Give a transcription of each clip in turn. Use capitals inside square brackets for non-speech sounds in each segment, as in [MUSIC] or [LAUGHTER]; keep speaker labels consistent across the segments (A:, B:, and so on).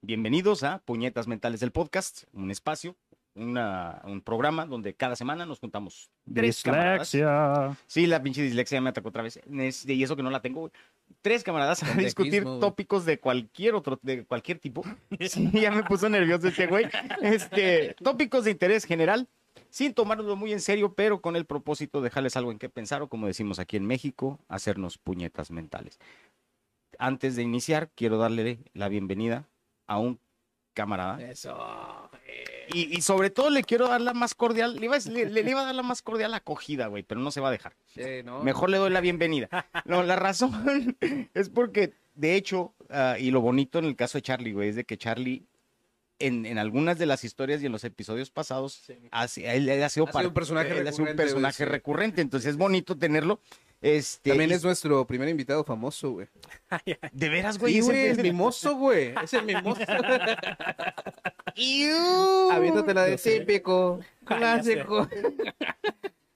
A: bienvenidos a Puñetas Mentales del Podcast, un espacio, una- un programa donde cada semana nos juntamos. tres camaradas.
B: Dislexia.
A: Sí, la pinche dislexia me atacó otra vez. Es- Y eso que no la tengo, güey. Tres camaradas a
C: Pendejismo,
A: discutir
C: güey.
A: tópicos de cualquier otro, de cualquier tipo. Sí, ya me puso nervioso este güey. Este, tópicos de interés general, sin tomárnoslo muy en serio, pero con el propósito de dejarles algo en qué pensar o, como decimos aquí en México, hacernos puñetas mentales. Antes de iniciar, quiero darle la bienvenida a un camarada. Y, y sobre todo le quiero dar la más cordial, le iba, a- le- le- le iba a dar la más cordial acogida, güey, pero no se va a dejar. Mejor le doy la bienvenida. No, la razón [LAUGHS] es porque, de hecho, ah, y lo bonito en el caso de Charlie, güey, es de que Charlie, en, en algunas de las historias y en los episodios pasados, ha si- él, él ha sido
C: Ha sido
A: parte-
C: un personaje
A: él ha sido un
C: recurrente, güey, sí.
A: personaje recurrente, entonces es bonito tenerlo. Este,
D: También
A: y-
D: es nuestro primer invitado famoso, güey.
A: de veras, güey.
D: Sí,
A: ese-
D: Pues, güey, el
A: ese-
D: mimoso, güey. Es el mimoso.
A: ¡Iu!
D: [LAUGHS] Aviéntatela de
B: Yo sé.
D: [LAUGHS] típico, clásico.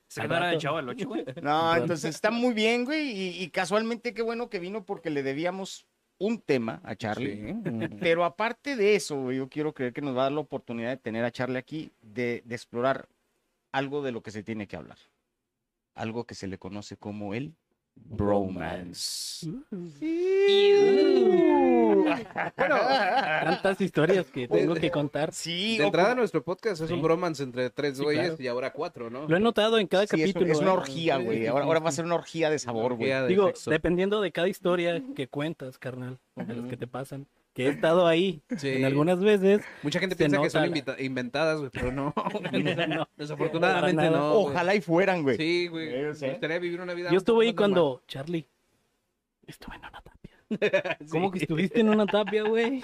B: Se quedará de chavo el 8, güey.
A: No, entonces está muy bien, güey. Y, y casualmente, qué bueno que vino porque le debíamos un tema a Charlie. [LAUGHS] Pero aparte de eso, güey, yo quiero creer que nos va a dar la oportunidad de tener a Charlie aquí, de, de explorar algo de lo que se tiene que hablar. Algo que se le conoce como el bromance.
D: Bueno, [LAUGHS]
B: Tantas historias que tengo que contar.
A: Sí,
D: de
A: o-
D: entrada nuestro podcast es
B: Sí.
D: un bromance entre tres
B: Sí,
D: güeyes
B: claro.
D: y ahora cuatro, ¿no?
B: Lo he notado en cada
A: sí, es,
B: capítulo.
A: es una
B: ¿eh?
A: orgía, güey. Ahora, ahora va a ser una orgía de sabor, güey.
D: Orgía de
B: Digo,
D: sexo.
B: dependiendo de cada historia que cuentas, carnal, o de las que te pasan, que he estado ahí
D: [LAUGHS] Sí.
B: en algunas veces.
D: Mucha gente
B: se
D: piensa que
B: nota
D: son
B: la-
D: invita- inventadas, güey,
B: [LAUGHS]
D: pero [LAUGHS] no.
B: no.
D: Desafortunadamente
B: Para nada.
D: no. güey.
A: Ojalá y fueran, güey.
D: Sí, güey.
A: Eh, o sea.
D: Me gustaría vivir una vida.
B: Yo estuve ahí
D: más normal.
B: cuando, Charlie, estuve en una tapia.
D: [LAUGHS]
B: ¿Cómo que estuviste en una tapia, güey?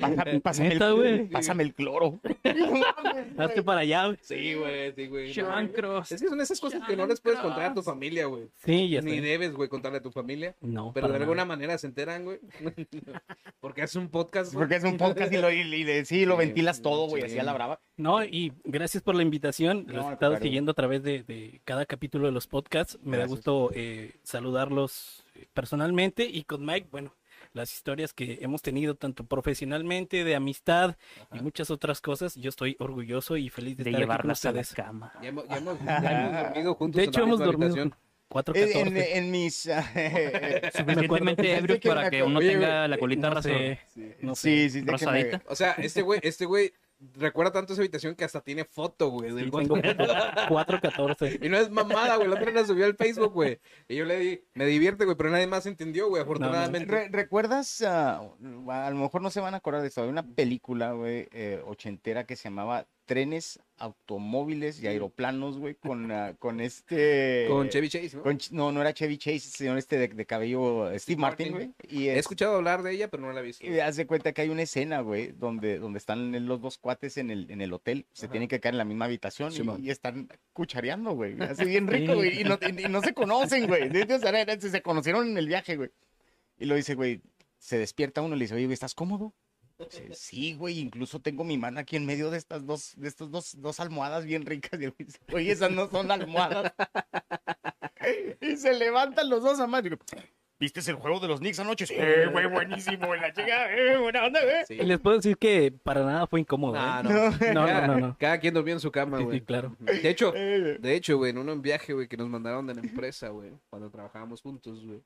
A: Pásame, pásame
B: Neta, güey.
A: el, pásame el cloro.
D: [LAUGHS]
B: Hazte para allá, güey.
D: Sí, güey, sí, güey. no, güey.
B: Chancros.
D: Es que son esas cosas que no les puedes contar a tu familia, güey.
B: Sí, ya
D: Ni
B: sé.
D: debes, güey, contarle a tu familia.
B: No,
D: Pero de
B: para
D: alguna
B: nada.
D: manera se enteran, güey. [LAUGHS] Porque es un podcast. güey.
A: Porque es un podcast y lo, y- y le- sí, lo
D: Sí,
A: ventilas todo, güey,
D: sí.
A: así a la brava.
B: No, y gracias por la invitación.
A: No,
B: Los he
A: al
B: estado
A: contrario.
B: siguiendo a través de, de cada capítulo de los podcasts. Me da
A: Gracias.
B: gusto eh, saludarlos eh, personalmente y con Mike, bueno, las historias que hemos tenido tanto profesionalmente, de amistad y muchas otras cosas. Yo estoy orgulloso y feliz de,
E: de
B: estar aquí con
E: llevarlas a la
B: ustedes.
E: cama.
D: Ya hemos, ya hemos-
A: [LAUGHS]
D: ya hemos dormido juntos.
B: De
D: en la
B: hecho, hemos
D: misma
B: dormido
D: habitación.
B: 414.
A: En, en- en mis... [LAUGHS]
E: Suficientemente ebrios
A: que me
E: para que
A: acuerdo.
E: uno
D: Oye,
E: tenga la colita
B: no
E: raso-
B: sé, no sé.
A: sí, sí, déjenme-
E: rosadita.
D: O sea, este güey, este güey recuerda tanto esa habitación que hasta tiene foto, güey. del
B: Sí, tengo 414.
D: podcast. [LAUGHS]
A: [LAUGHS]
D: Y no es mamada, güey. La otra la subió al Facebook, güey. Y yo le di, me divierte, güey, pero nadie más entendió, güey, afortunadamente.
A: Re- ¿Recuerdas? ah, a lo mejor no se van a acordar de esto. Había una película, güey, eh, ochentera que se llamaba Trenes, Automóviles y Aeroplanos, güey, con, ah, con este...
D: Con Chevy Chase, ¿no?
A: con Ch- no, no era Chevy Chase, señor este de, de cabello Steve, Martin,
D: Martin.
A: güey. Y
D: He
A: es-
D: escuchado hablar de ella, pero no la he visto.
A: Y haz de cuenta que hay una escena, güey, donde, donde están los dos cuates en el, en el hotel, se
D: Ajá.
A: tienen que caer en la misma habitación y-
D: Simón.
A: y, están cuchareando, güey, así bien rico, güey, y no, y- y no
D: [LAUGHS]
A: se conocen, güey, De- de- o sea, era- se se conocieron en el viaje, güey. Y lo dice, güey, se despierta uno y le dice, oye, güey, ¿estás cómodo? Dice, sí, güey, incluso tengo mi mano aquí en medio de estas dos, de estas dos, dos almohadas bien ricas. [LAUGHS] Y el güey dice, oye, esas no son almohadas. [LAUGHS] y se levantan los dos a más. Digo, ¿Viste el juego de los Knicks anoche? [LAUGHS] Sí, güey, buenísimo. La llegada, eh, buena onda, güey.
D: Sí.
B: Y [LAUGHS] les puedo decir que para nada fue incómodo.
D: Ah,
B: ¿eh?
D: no.
B: No, no,
D: Cada-
B: no,
A: Ah,
B: no.
D: Cada quien durmió en su cama,
B: Sí, sí,
D: güey.
B: claro.
D: De hecho,
A: Eh,
D: de hecho, güey, en uno en viaje, güey, que nos mandaron de la empresa, güey, cuando trabajábamos juntos, güey.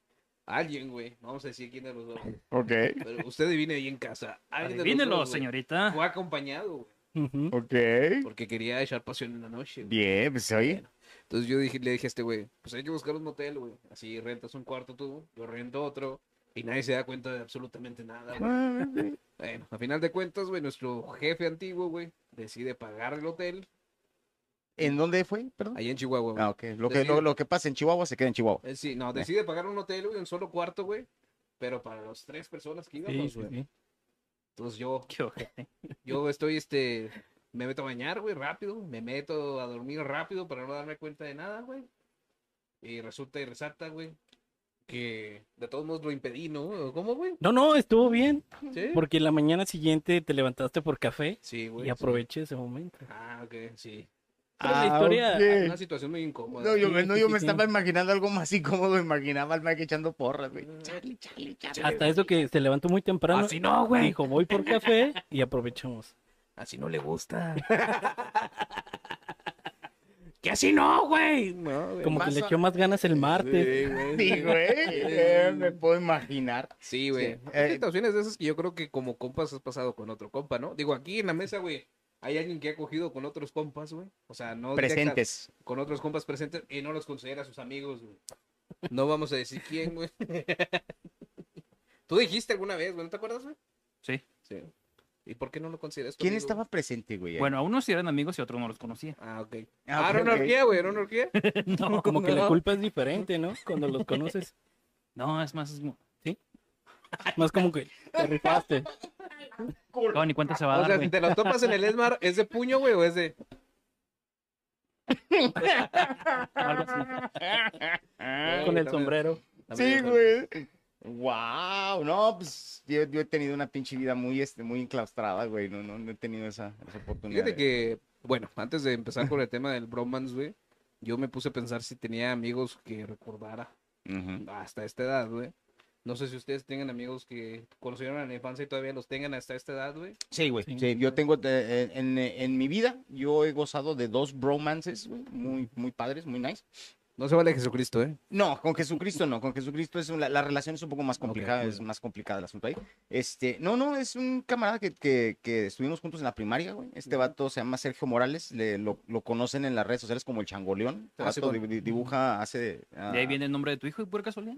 D: Alguien, güey, no vamos a decir quién de los dos, güey,
A: Ok,
D: pero usted adivine ahí en casa. Alguien de los
E: Adivínelo,
D: dos, güey,
E: señorita.
D: Fue acompañado, güey,
B: Ujú.
A: ok.
D: porque quería echar pasión en la noche. güey.
A: Bien, pues oye.
D: Entonces yo dije, le dije a este güey, pues hay que buscar un motel, güey. Así rentas un cuarto tú, yo rento otro, y nadie se da cuenta de absolutamente nada, güey. Bueno, a final de cuentas, güey, nuestro jefe antiguo, güey, decide pagar el hotel
A: [LAUGHS] ¿En dónde fue? Perdón.
D: allá en Chihuahua, güey.
A: Ah, ok. Lo
B: Pues
A: que, lo, lo que pasa en Chihuahua se queda en Chihuahua.
B: [LAUGHS]
D: Eh, Sí, no, decide pagar un hotel, güey, un solo cuarto, güey. Pero para los tres personas que
B: Sí,
D: íbamos,
B: sí,
D: güey.
B: sí.
D: Entonces yo,
B: Qué ojete.
D: yo estoy, este, me meto a bañar, güey, rápido, me meto a dormir rápido para no darme cuenta de nada, güey. Y resulta y resalta, güey, que de todos modos lo impedí, ¿no? ¿Cómo, güey?
B: No, no, estuvo bien.
D: Sí,
B: Porque la mañana siguiente te levantaste por café
D: sí güey.
B: y aproveché ese momento.
D: sí. Ah, ok, sí.
B: Pero la historia-
A: Ah, ok.
D: Una situación muy incómoda.
A: No, yo, me- no, yo me
B: Sí.
A: estaba imaginando algo más incómodo. Imaginaba al Mike echando porras, güey. Chale, chale, chale.
B: Hasta eso que se levantó muy temprano.
D: Así no, güey.
B: Dijo, voy por café y
D: [LAUGHS]
B: aprovechamos.
D: Así no le gusta. que así no, güey. No, güey.
B: Como que
A: Más
B: le
A: a-
B: echó más ganas el martes.
D: [LAUGHS] Sí, güey.
A: Sí, güey. eh, me puedo imaginar.
D: Sí, güey.
A: Sí.
D: Hay
A: Eh,
D: situaciones de esas que yo creo que como compas has pasado con otro compa, ¿no? Digo, aquí en la mesa, güey, hay alguien que ha cogido con otros compas, güey. O sea, no directa-
A: Presentes.
D: con otros compas presentes y no los considera sus amigos, güey. No vamos a decir
A: [LAUGHS]
D: quién, güey. Tú dijiste alguna vez, güey, ¿no te acuerdas, güey?
E: Sí.
D: Sí. ¿Y por qué no lo consideras tu
A: ¿Quién
D: amigo,
A: estaba presente, güey? ahí?
E: Bueno, a unos sí eran amigos y a otros no los conocía.
D: Ah, ok.
A: Ah,
D: Ah,
A: ok,
D: era una
A: ok.
D: orgía, güey, era una orgía.
E: No,
B: Como que la
E: no.
B: culpa es diferente, ¿no? Cuando los
D: [LAUGHS]
B: conoces.
E: No, es más, es mu-
B: Más como que te rifaste.
E: no, ni cuenta se va a
D: O
E: dar,
D: sea,
E: güey.
D: si te los topas en el Esmar, ¿es de puño, güey, o es de...?
E: Algo así.
A: Ah,
B: Con el
D: también-
B: sombrero.
D: también
A: Sí,
D: lo-
A: güey. Wow, no, pues yo, yo he tenido una pinche vida muy, este, muy enclaustrada, güey. No, no, no he tenido esa, esa oportunidad.
D: Fíjate que, bueno, antes de empezar con el tema del bromance, güey, yo me puse a pensar si tenía amigos que recordara
A: Ujú.
D: hasta esta edad, güey. No sé si ustedes tengan amigos que conocieron en la infancia y todavía los tengan hasta esta edad, güey.
A: Sí, güey.
B: Sí.
A: sí, yo tengo eh, en, en mi vida, yo he gozado de dos bromances, güey, muy, muy padres, muy nice.
D: No se vale Jesucristo, ¿eh?
A: No, con Jesucristo no, con Jesucristo es un- la, la relación es un poco más complicada,
D: Ok.
A: es más complicada el asunto ahí. Este, no, no, es un camarada que, que- que estuvimos juntos en la primaria, güey. Este vato se llama Sergio Morales, le- lo, lo conocen en las redes sociales como el Changoleón. Este
D: Ah,
A: vato
D: Simón.
A: di- dibuja, hace... ah,
E: De ahí viene el nombre de tu hijo y por casualidad.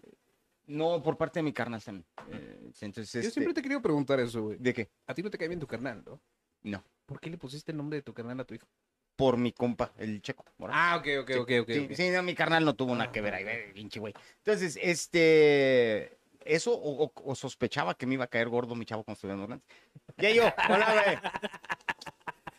A: No, por parte de mi carnal también. Eh, entonces,
D: Yo
A: este,
D: siempre te he querido preguntar eso, güey.
A: ¿De qué?
D: A ti no te cae bien tu carnal, ¿no?
A: No.
D: ¿Por qué le pusiste el nombre de tu carnal a tu hijo?
A: Por mi compa, el Checo Morales.
D: Ah, ok, ok,
A: Sí,
D: ok, ok.
A: sí,
D: ok. Ah.
A: sí, no, mi carnal no tuvo nada que ver ahí, güey, pinche güey. Entonces, este, eso, o, o- o sospechaba que me iba a caer gordo mi chavo con estudiando grande. Ya yo, hola, güey.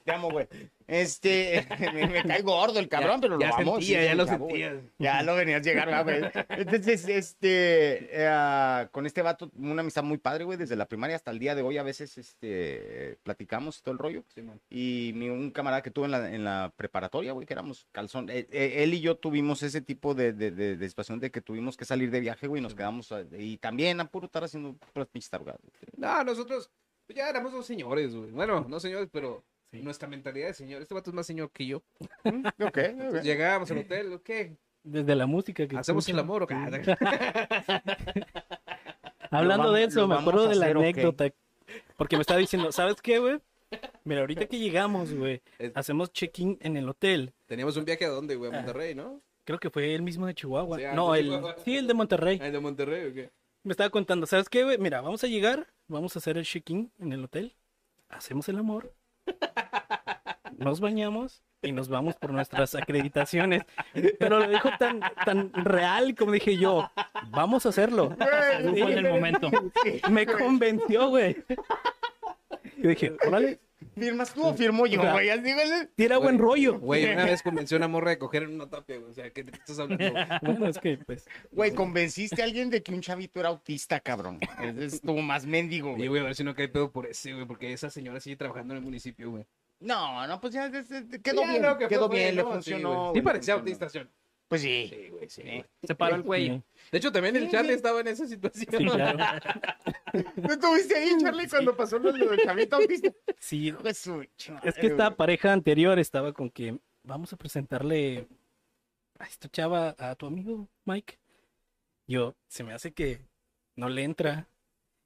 A: Te amo, güey. Este, [LAUGHS] me, me cae gordo el cabrón, pero lo
D: ya
A: amo. sí,
D: sentía, ya
A: mi
D: lo
A: chavo, güey.
D: sentía.
A: Ya lo venías llegar, ¿verdad, güey. Entonces, este, eh, con este vato, una amistad muy padre, güey, desde la primaria hasta el día de hoy, a veces, este, platicamos y todo el rollo.
D: Simón.
A: Y mi, un camarada que tuve en la, en la preparatoria, güey, que éramos calzón. eh, eh, él y yo tuvimos ese tipo de, de, de- de situación de que tuvimos que salir de viaje, güey, y nos quedamos, a- y también a puro estar haciendo puras pinches tarugadas,
D: [LAUGHS]
A: güey.
D: No, nosotros pues, ya éramos dos señores, güey. Bueno, no señores, pero
B: Sí.
D: nuestra mentalidad de señor. Este vato es más señor que yo.
A: Ok,
D: Entonces, Llegábamos al hotel, ¿qué?
B: Desde la música que
D: Hacemos el
B: escuchan.
D: amor, o qué? Ah,
B: Hablando
A: Lo
B: de
A: vamos- lo
B: eso, me
A: vamos
B: acuerdo
A: a
B: de la
A: hacer, ok.
B: anécdota. Porque me estaba diciendo, ¿sabes qué, güey? Mira, ahorita que llegamos, güey,
D: Eh.
B: hacemos check-in en el hotel.
D: [LAUGHS] Teníamos un viaje a dónde, güey, a Monterrey, ¿no?
B: Creo que fue el mismo de Chihuahua.
D: Sí, ah,
B: no,
D: de
B: el,
D: Chihuahua.
B: sí, el de Monterrey.
D: Ah, de Monterrey, ¿o qué?
B: Me estaba contando, ¿sabes qué, güey? Mira, vamos a llegar, vamos a hacer el check-in en el hotel, hacemos el amor, nos bañamos y nos vamos por nuestras acreditaciones. Pero lo dijo tan, tan real como dije yo, vamos a hacerlo.
E: Algo fue en el
B: [LAUGHS]
E: momento.
B: Me convenció, güey. Yo dije, órale,
A: [LAUGHS] ¿Firmas tú o firmo
D: [LAUGHS]
A: yo,
B: O sea,
A: güey? Así, güey.
B: tira buen
D: Güey,
B: rollo.
D: Güey, una vez convenció a una morra de coger en una tapia, güey. O sea, ¿qué te estás hablando? güey?
B: Bueno, es que, pues,
A: Güey, convenciste a alguien de que un chavito era autista, cabrón. Ese Estuvo más mendigo,
D: Oye, [LAUGHS]
A: güey.
D: güey, a ver si no cae pedo por ese, güey, porque esa señora sigue trabajando en el municipio, güey.
A: No, no, pues ya es- es- quedó
D: Ya,
A: bien,
D: no, que
A: quedó
D: fue,
A: bien, le
D: ¿no? Sí,
A: funcionó.
D: güey.
A: güey,
D: Sí,
A: le
D: parecía
A: funcionó.
D: autista, ¿sí?
A: Pues sí.
D: Sí, güey, sí,
A: Sí.
D: güey.
E: Se paró el cuello.
D: De hecho, también el
A: Sí,
D: Charlie
A: güey.
D: estaba en esa situación.
B: sí, claro.
A: ¿No estuviste ahí, Charlie, cuando pasó lo del chavito autista?
B: Sí,
A: Hijo de su chingada,
B: Es que esta pareja anterior estaba con que vamos a presentarle a esta chava a tu amigo Mike. Yo, se me hace que no le entra.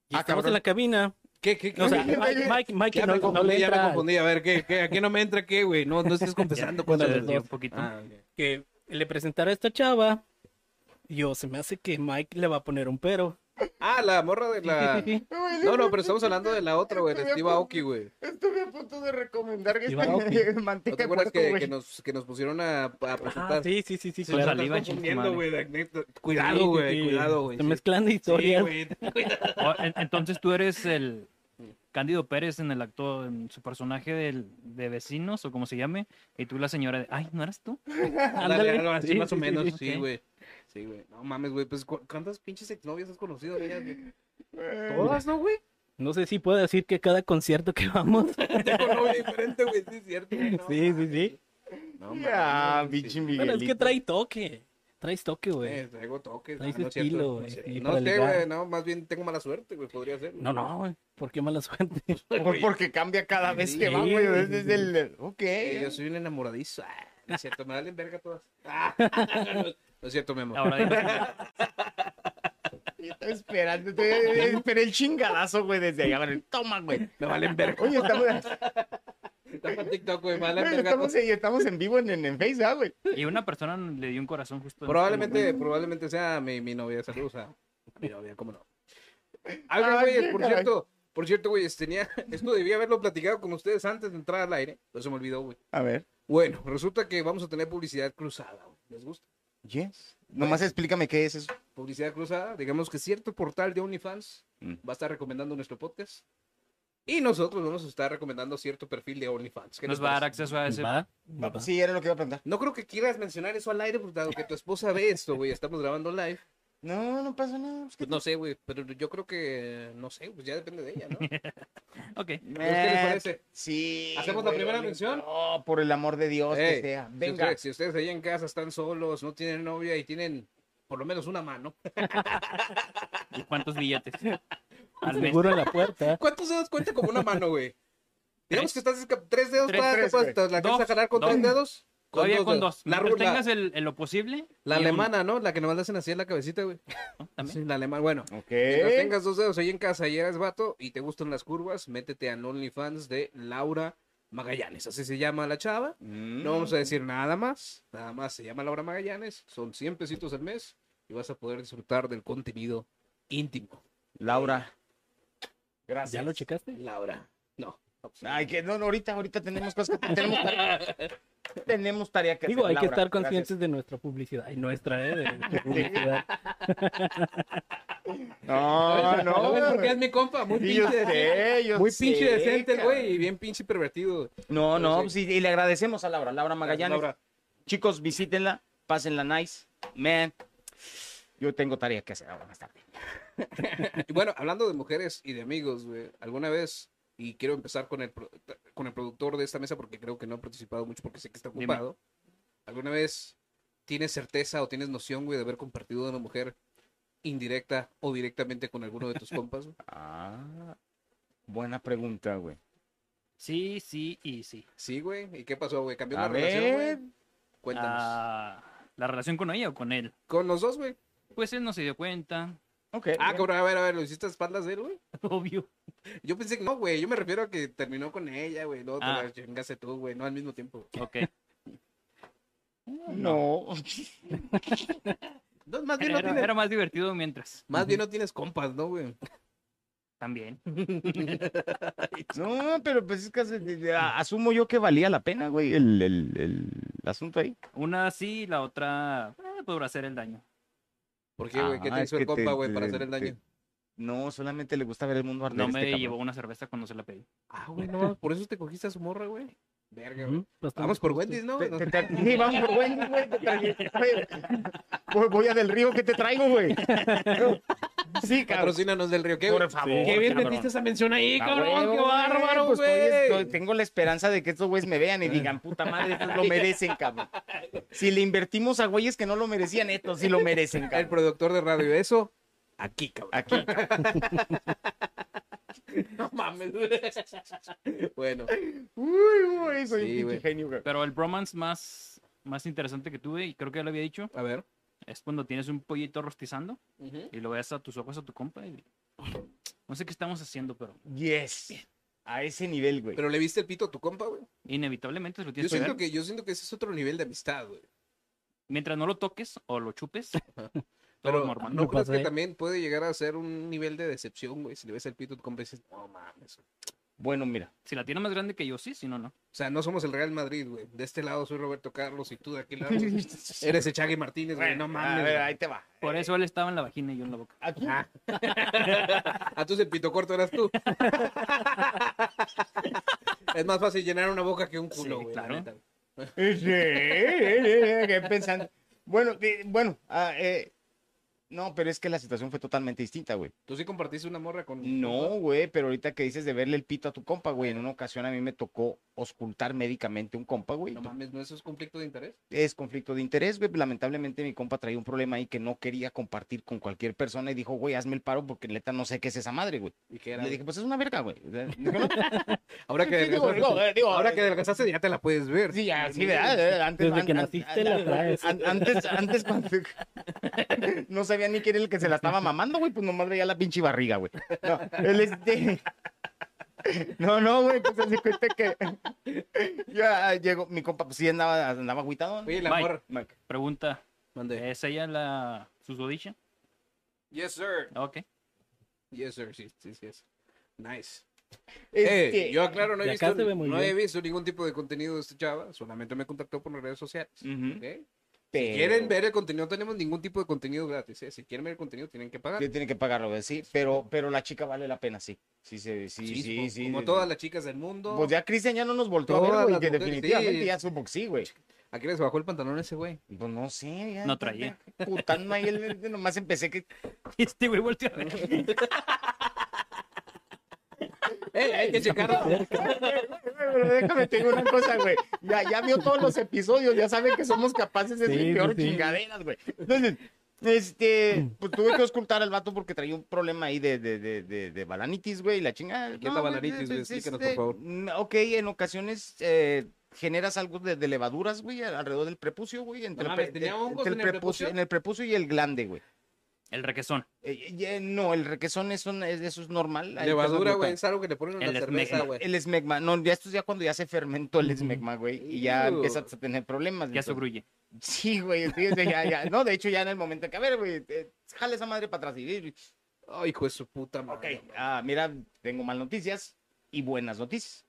B: Y
A: Ah,
B: estamos
A: cabrón.
B: en la cabina.
D: [LAUGHS] ¿Qué, qué, qué? [LAUGHS]
B: O sea,
D: Ya
B: Mike, Mike, Mike
D: me
B: no, no
D: confundí,
B: le
D: ya me
B: entra.
D: confundí. A ver, ¿qué, qué? ¿A qué no me entra qué, güey? No, no estés confesando
E: Se
D: cosas.
E: desvió
D: güey.
E: un poquito. [LAUGHS]
D: Ah, ok.
B: Que le presentara a esta chava. Yo, se me hace que Mike le va a poner un pero.
D: Ah, la morra de la...
B: Sí, sí, sí.
A: güey.
D: No, no, pero estamos hablando de la otra, güey, de Steve Aoki, güey.
A: Estuve a punto de recomendar que
B: Iba,
A: esta
D: ¿No te
A: manteca de
D: acuerdas
A: puerco,
D: que,
A: güey.
D: que nos, que nos pusieron a, a presentar?
B: Ah, sí, sí, sí, sí,
E: Sí,
B: claro.
E: salió. Saliva,
D: Estás confundiendo,
E: chingada.
D: güey, de anécdota.
B: Sí, sí,
D: Cuidado, güey,
B: sí.
D: [LAUGHS] cuidado, güey.
B: Se
D: sí.
B: mezclan
D: Sí,
B: historias.
D: güey, cuidado.
E: O- en- Entonces tú eres el, Cándido Pérez en el acto, en su personaje del, de vecinos o como se llame, y tú la señora de, ay, ¿no eras tú?
D: Ándale, algo así,
E: Sí,
D: más
E: sí,
D: o
E: sí,
D: menos.
E: sí,
D: Sí,
E: ok.
D: güey. Sí, güey. No mames, güey. Pues, ¿cu- ¿cuántas pinches exnovias has conocido? güey?
B: Todas,
A: Eh,
D: Todas, ¿no, güey?
B: No sé si puedo decir que cada concierto que vamos. [LAUGHS]
D: Tengo novia diferente, güey. Sí, es cierto. güey, no
B: sí, sí,
D: mames.
B: sí. Ah,
D: No,
A: Ya,
D: mames,
A: pinche
D: sí.
B: Bueno, es que
A: Miguelito.
B: trae toque. Traes toque, güey.
D: Eh, traigo toques.
B: Trae
D: Ah,
B: su
D: no es cierto,
B: estilo,
D: no es
B: güey,
D: cierto.
B: y
D: No
B: para
D: sé,
B: ligar.
D: güey. No, más bien tengo mala suerte, güey. Podría ser.
B: No, no, güey. ¿Por qué mala
D: [LAUGHS]
B: suerte?
A: Pues porque cambia cada vez que
B: Sí,
A: va, güey.
B: güey.
A: Desde el. Ok.
D: Eh, yo soy un enamoradizo. Ah, no es cierto, me valen
A: [LAUGHS]
D: verga todas. Ah, [LAUGHS] no es cierto, mi amor.
E: Ahora dinos-
B: [LAUGHS]
A: Yo estaba esperando. te- Esperé el chingadazo, güey, desde allá. Bueno, toma, güey.
D: Me valen verga.
A: Oye,
D: [LAUGHS]
A: estamos,
D: Está para TikTok, güey. Me valen
A: güey,
D: verga
A: estamos,
D: todas.
A: estamos en vivo en, en, en Face, ¿ah, güey?
E: y una persona le dio un corazón justo. en ese
D: Probablemente,
E: momento.
D: probablemente sea mi, mi novia. Saludos a a mi novia, cómo no. Algo,
A: Ay,
D: güey,
A: qué
D: por
A: caray.
D: cierto. Por cierto, güey, tenía, esto debía haberlo platicado con ustedes antes de entrar al aire, pero se me olvidó, güey.
A: A ver.
D: Bueno, resulta que vamos a tener publicidad cruzada, güey. ¿Les gusta?
A: Yes. Nomás explícame qué es eso.
D: publicidad cruzada, digamos que cierto portal de OnlyFans
A: Mm.
D: va a estar recomendando nuestro podcast. Y nosotros vamos a estar recomendando cierto perfil de OnlyFans. ¿Qué
E: nos
D: les
E: va a dar
D: parece?
E: acceso a ese.
B: Va, va.
A: Sí, era lo que iba a preguntar.
D: No creo que quieras mencionar eso al aire, pues, dado que tu esposa ve esto, güey. Estamos grabando live.
A: No, no pasa nada. Es que-
D: Pues no sé, güey. Pero yo creo que, no sé, pues ya depende de ella,
E: [LAUGHS]
D: ¿no?
E: Ok.
D: ¿A usted le parece?
A: Sí.
D: ¿Hacemos la
A: güey,
D: primera
A: Oli-
D: mención?
A: No, por el amor de Dios
D: Ey,
A: que sea.
D: si
A: Venga.
D: ustedes- Si ustedes, allá en casa están solos, no tienen novia y tienen por lo menos una mano.
E: ¿Y cuántos billetes?
B: [LAUGHS]
E: Al mes.
B: Seguro en la puerta.
D: ¿Cuántos dedos cuenta como una mano, güey? Digamos que estás esca- tres dedos,
E: Tres,
D: para
A: tres,
D: ¿la
E: Dos,
D: alcanzas a jalar con
E: dos.
D: tres dedos?
E: Todavía
D: dedos.
E: con dos.
D: La,
E: Mientras
D: ru- la-
E: tengas el, el lo posible.
D: la
E: y uno.
D: alemana, ¿no? La que nomás le hacen así en la cabecita, güey.
E: También.
D: Sí, la alemana, bueno.
A: Ok.
D: Mientras tengas dos dedos ahí en casa y eres vato y te gustan las curvas, métete a OnlyFans de Laura Magallanes. Así se llama la chava.
A: Mm.
D: No vamos a decir nada más. Nada más se llama Laura Magallanes. Son 100 pesitos al mes y vas a poder disfrutar del contenido íntimo.
A: Laura. Gracias.
B: ¿Ya lo checaste?
D: Laura. No.
A: Ay, que no, no, ahorita, ahorita tenemos cosas que tenemos
D: [LAUGHS]
A: tarea. tenemos tarea que
B: Digo, hay
A: hacer, Laura.
B: que
A: Gracias.
B: estar conscientes de nuestra publicidad. Y nuestra, ¿eh? De,
D: [LAUGHS]
B: de publicidad.
A: Ah, No,
D: [LAUGHS]
A: no.
D: ¿Sabes por qué es
A: güey.
D: mi compa? Muy
A: Sí, yo
D: pinche decente.
A: sé, yo
D: Muy
A: sé,
D: pinche decente el
A: cabrón.
D: güey y bien pinche pervertido.
A: No, no,
D: Pero
A: sí, y le agradecemos a Laura, Laura Magallanes.
D: Laura.
A: Chicos, visítenla, pásenla nice. Man, yo tengo tarea que hacer ahora más tarde.
D: Y bueno, hablando de mujeres y de amigos, güey, alguna vez, y quiero empezar con el, pro- con el productor de esta mesa porque creo que no ha participado mucho porque sé que está
E: Dime.
D: ocupado. ¿Alguna vez tienes certeza o tienes noción, güey, de haber compartido a una mujer indirecta o directamente con alguno de tus compas? güey?
A: Ah, buena pregunta, güey.
E: Sí, sí y sí.
D: Sí, güey. ¿Y qué pasó, güey? ¿Cambió
A: A
D: la relación,
A: ver,
D: güey? Cuéntanos.
E: Ah, ¿La relación con ella o con él?
D: Con los dos, güey.
E: Pues él no se
A: [LAUGHS]
E: dio cuenta,
A: ok.
D: Ah, cabrón, a ver, a ver, ¿lo hiciste a espaldas de él, güey?
E: obvio.
D: Yo pensé que no, güey. Yo me refiero a que terminó con ella, güey. Luego
E: Ah.
D: te la chingaste tú, güey. No al mismo tiempo.
E: Ok. [LAUGHS]
A: no.
D: No, más bien
E: Era,
D: no tienes,
E: era más divertido mientras.
D: más bien no tienes compas, ¿no, güey?
E: También.
A: No, pero pues es que hace- de- de- a- asumo yo que valía la pena, güey, el, el- el asunto ahí.
E: Una sí, la otra eh, podrá hacer el daño.
D: ¿Por qué, güey? ¿Qué
A: Ah,
D: te
A: es
D: hizo el
A: que te-
D: compa, güey,
A: te-
D: para hacer el daño?
A: te- No, solamente le gusta ver el mundo arder.
E: No
A: este
E: me
A: cabrón.
E: llevó una cerveza cuando se la pedí.
D: Ah, güey, no, mames, por eso te cogiste a su morra, güey. Verga, güey.
B: Ujú, bastante
D: Vamos por
B: justo.
D: Wendy's, ¿no?
A: Te-
D: No-
A: te-
D: [LAUGHS]
A: te- [LAUGHS] sí, vamos por Wendy's, güey.
E: [LAUGHS]
A: te traigo, güey. Voy- Voy a del río que te traigo,
E: [LAUGHS]
A: güey. Sí, cabrón.
D: Patrocínanos del río, ¿qué?
A: Por
D: güey?
A: favor,
D: Qué bien
A: cabrón.
D: metiste esa mención ahí,
A: Ah,
D: cabrón.
A: güey,
D: qué bárbaro,
A: pues,
D: güey.
A: estoy- estoy- tengo la esperanza de que estos güeyes me vean y digan, puta madre, estos lo merecen, cabrón. Si le invertimos a güeyes que no lo merecían, estos sí lo merecen,
D: El
A: cabrón.
D: productor de radio, eso. Aquí, cabrón.
A: Aquí,
D: No mames, güey. Bueno,
A: Uy, güey, soy
D: Sí,
A: un
D: güey.
A: pinche genio, güey.
E: Pero el bromance más, más interesante que tuve, y creo que ya lo había dicho,
A: [LAUGHS]
D: a ver.
E: es cuando tienes un pollito rostizando y lo ves a tus ojos a tu compa y... No sé qué estamos haciendo, pero
A: Yes. A ese nivel, güey.
D: Pero le viste el pito a tu compa, güey.
E: inevitablemente se lo
D: Yo
E: tienes que
D: siento
E: ver.
D: que, yo siento que ese es otro nivel de amistad, güey.
E: Mientras no lo toques o
D: [LAUGHS]
E: lo chupes, todo
D: Pero
E: normal.
D: no
B: Me
D: crees
B: pasé.
D: que también puede llegar a ser un nivel de decepción, güey. Si le ves el pito a tu compa y dices, no mames,
A: Bueno, mira.
E: Si la tiene más grande que yo, sí, si no, no.
D: O sea, no somos el Real Madrid, güey. De este lado soy Roberto Carlos y tú de
A: [LAUGHS]
D: aquel lado güey, eres Echagui Martínez, güey. No
A: a
D: mames.
A: ver,
D: güey.
A: ahí te va.
E: Por
D: Eh.
E: eso él estaba en la vagina y yo en la boca.
A: Aquí.
D: Ah, entonces el pito corto
A: [LAUGHS]
D: eras tú. es más fácil llenar una boca que un culo,
E: Sí,
D: güey.
E: claro.
D: la neta.
A: Sí, sí, sí, sí, pensando. Bueno, eh, bueno, ah, eh, no, pero es que la situación fue totalmente distinta, güey.
D: Tú sí compartiste una morra con.
A: No, güey, pero ahorita que dices de verle el pito a tu compa, güey, en una ocasión a mí me tocó auscultar médicamente un compa, güey.
D: No mames, ¿no eso es conflicto de interés?
A: Es conflicto de interés, güey. Lamentablemente mi compa traía un problema ahí que no quería compartir con cualquier persona y dijo, güey, hazme el paro porque neta no sé qué es esa madre, güey.
D: ¿Y qué era?
A: Le dije,
D: güey?
A: pues es una verga, güey. [LAUGHS] Dijo, "No,
D: ahora que
A: sí, digo,
D: adelgazaste,
A: digo, eh, digo,
D: ahora
A: eh,
D: que adelgazaste ya te la puedes ver.
A: Sí, ya, sí, ¿verdad? Eh, Antes,
B: Desde que
A: an-
B: naciste
A: an-
B: la
A: an-
B: traes.
A: an- Antes, antes cuando... [LAUGHS] No sabía ni quién era el que se la estaba mamando, güey, pues nomás veía la pinche barriga, güey. No, él este... [LAUGHS] No, no, güey, pues se cuenta que... Ya llegó, mi compa, pues sí andaba, andaba agüitado.
D: Oye, la
E: Mike.
D: morra.
E: Pregunta,
A: Eh.
D: Mandé.
E: ¿es ella la susodicha?
D: Yes, sir.
A: [LAUGHS]
E: Ah, Ok.
D: Yes, sir. Sí, sí, sí. es. Nice.
A: Este,
D: Eh, yo aclaro, no he,
B: de acá
D: visto,
B: se ve muy
D: no he
B: bien.
D: visto ningún tipo de contenido de este chava, solamente me contactó por las redes sociales.
A: Ujú.
D: ¿ok?
A: pero-
D: Si quieren ver el contenido, no tenemos ningún tipo de contenido gratis. ¿eh? Si quieren ver el contenido, tienen que pagar.
A: Sí, tienen que pagarlo, güey, sí, pero, pero la chica vale la pena, sí. Sí, sí, sí, sí.
D: Sí,
A: sí,
D: como,
A: sí,
D: como
A: sí.
D: todas las chicas del mundo.
A: Pues ya Cristian ya no nos voltó a
D: Todas
A: ver, güey,
D: las
A: que
D: mujeres,
A: definitivamente
D: sí.
A: ya supo que sí, güey.
D: ¿A quién les bajó el pantalón ese güey?
A: Pues no sé, ya.
E: No
A: está
E: traía.
A: Putando ahí, el- el- nomás empecé que.
E: Este güey volteó [LAUGHS] a ver.
D: ¡Eh, hay que [LAUGHS] checarlo!
A: Pero [LAUGHS] déjame te digo una cosa, güey. Ya, ya vio todos los episodios, ya sabe que somos capaces de
B: Sí,
A: limpiar peor
B: sí, sí.
A: chingaderas, güey. Entonces, este, pues tuve que auscultar al vato porque traía un problema ahí de, de, de, de, de balanitis, güey, y la ah, chingada.
D: ¿Qué es la balanitis, güey?
A: pues,
D: Explícanos,
A: este,
D: por favor.
A: mm, Ok, en ocasiones eh, generas algo de, de levaduras, güey, alrededor del prepucio, güey. Entre,
D: No
A: el
D: mames,
A: pre-
D: ¿tenía
A: en-
D: hongos
A: entre
D: en el prepucio?
A: En el prepucio y el glande, güey.
E: El requesón.
A: Eh, eh, no, el requesón es, un- es- eso es normal. Hay
D: Levadura,
A: personas
D: güey,
A: no
D: es algo que le ponen a
E: El
D: la cerveza,
E: esmegma.
D: güey.
A: El esmegma, no, ya esto es ya cuando ya se fermentó el esmegma, güey, y ya
D: Ew.
A: empiezas a tener problemas.
E: Ya se
A: entonces-
E: gruye.
A: Sí, güey, sí, o sea, ya, ya, no, de hecho ya en el momento que, a ver, güey, eh, jala esa madre para atrás y- y,
D: Ay, hijo de su puta
A: ok,
D: madre.
A: ah, mira, tengo mal noticias y buenas noticias.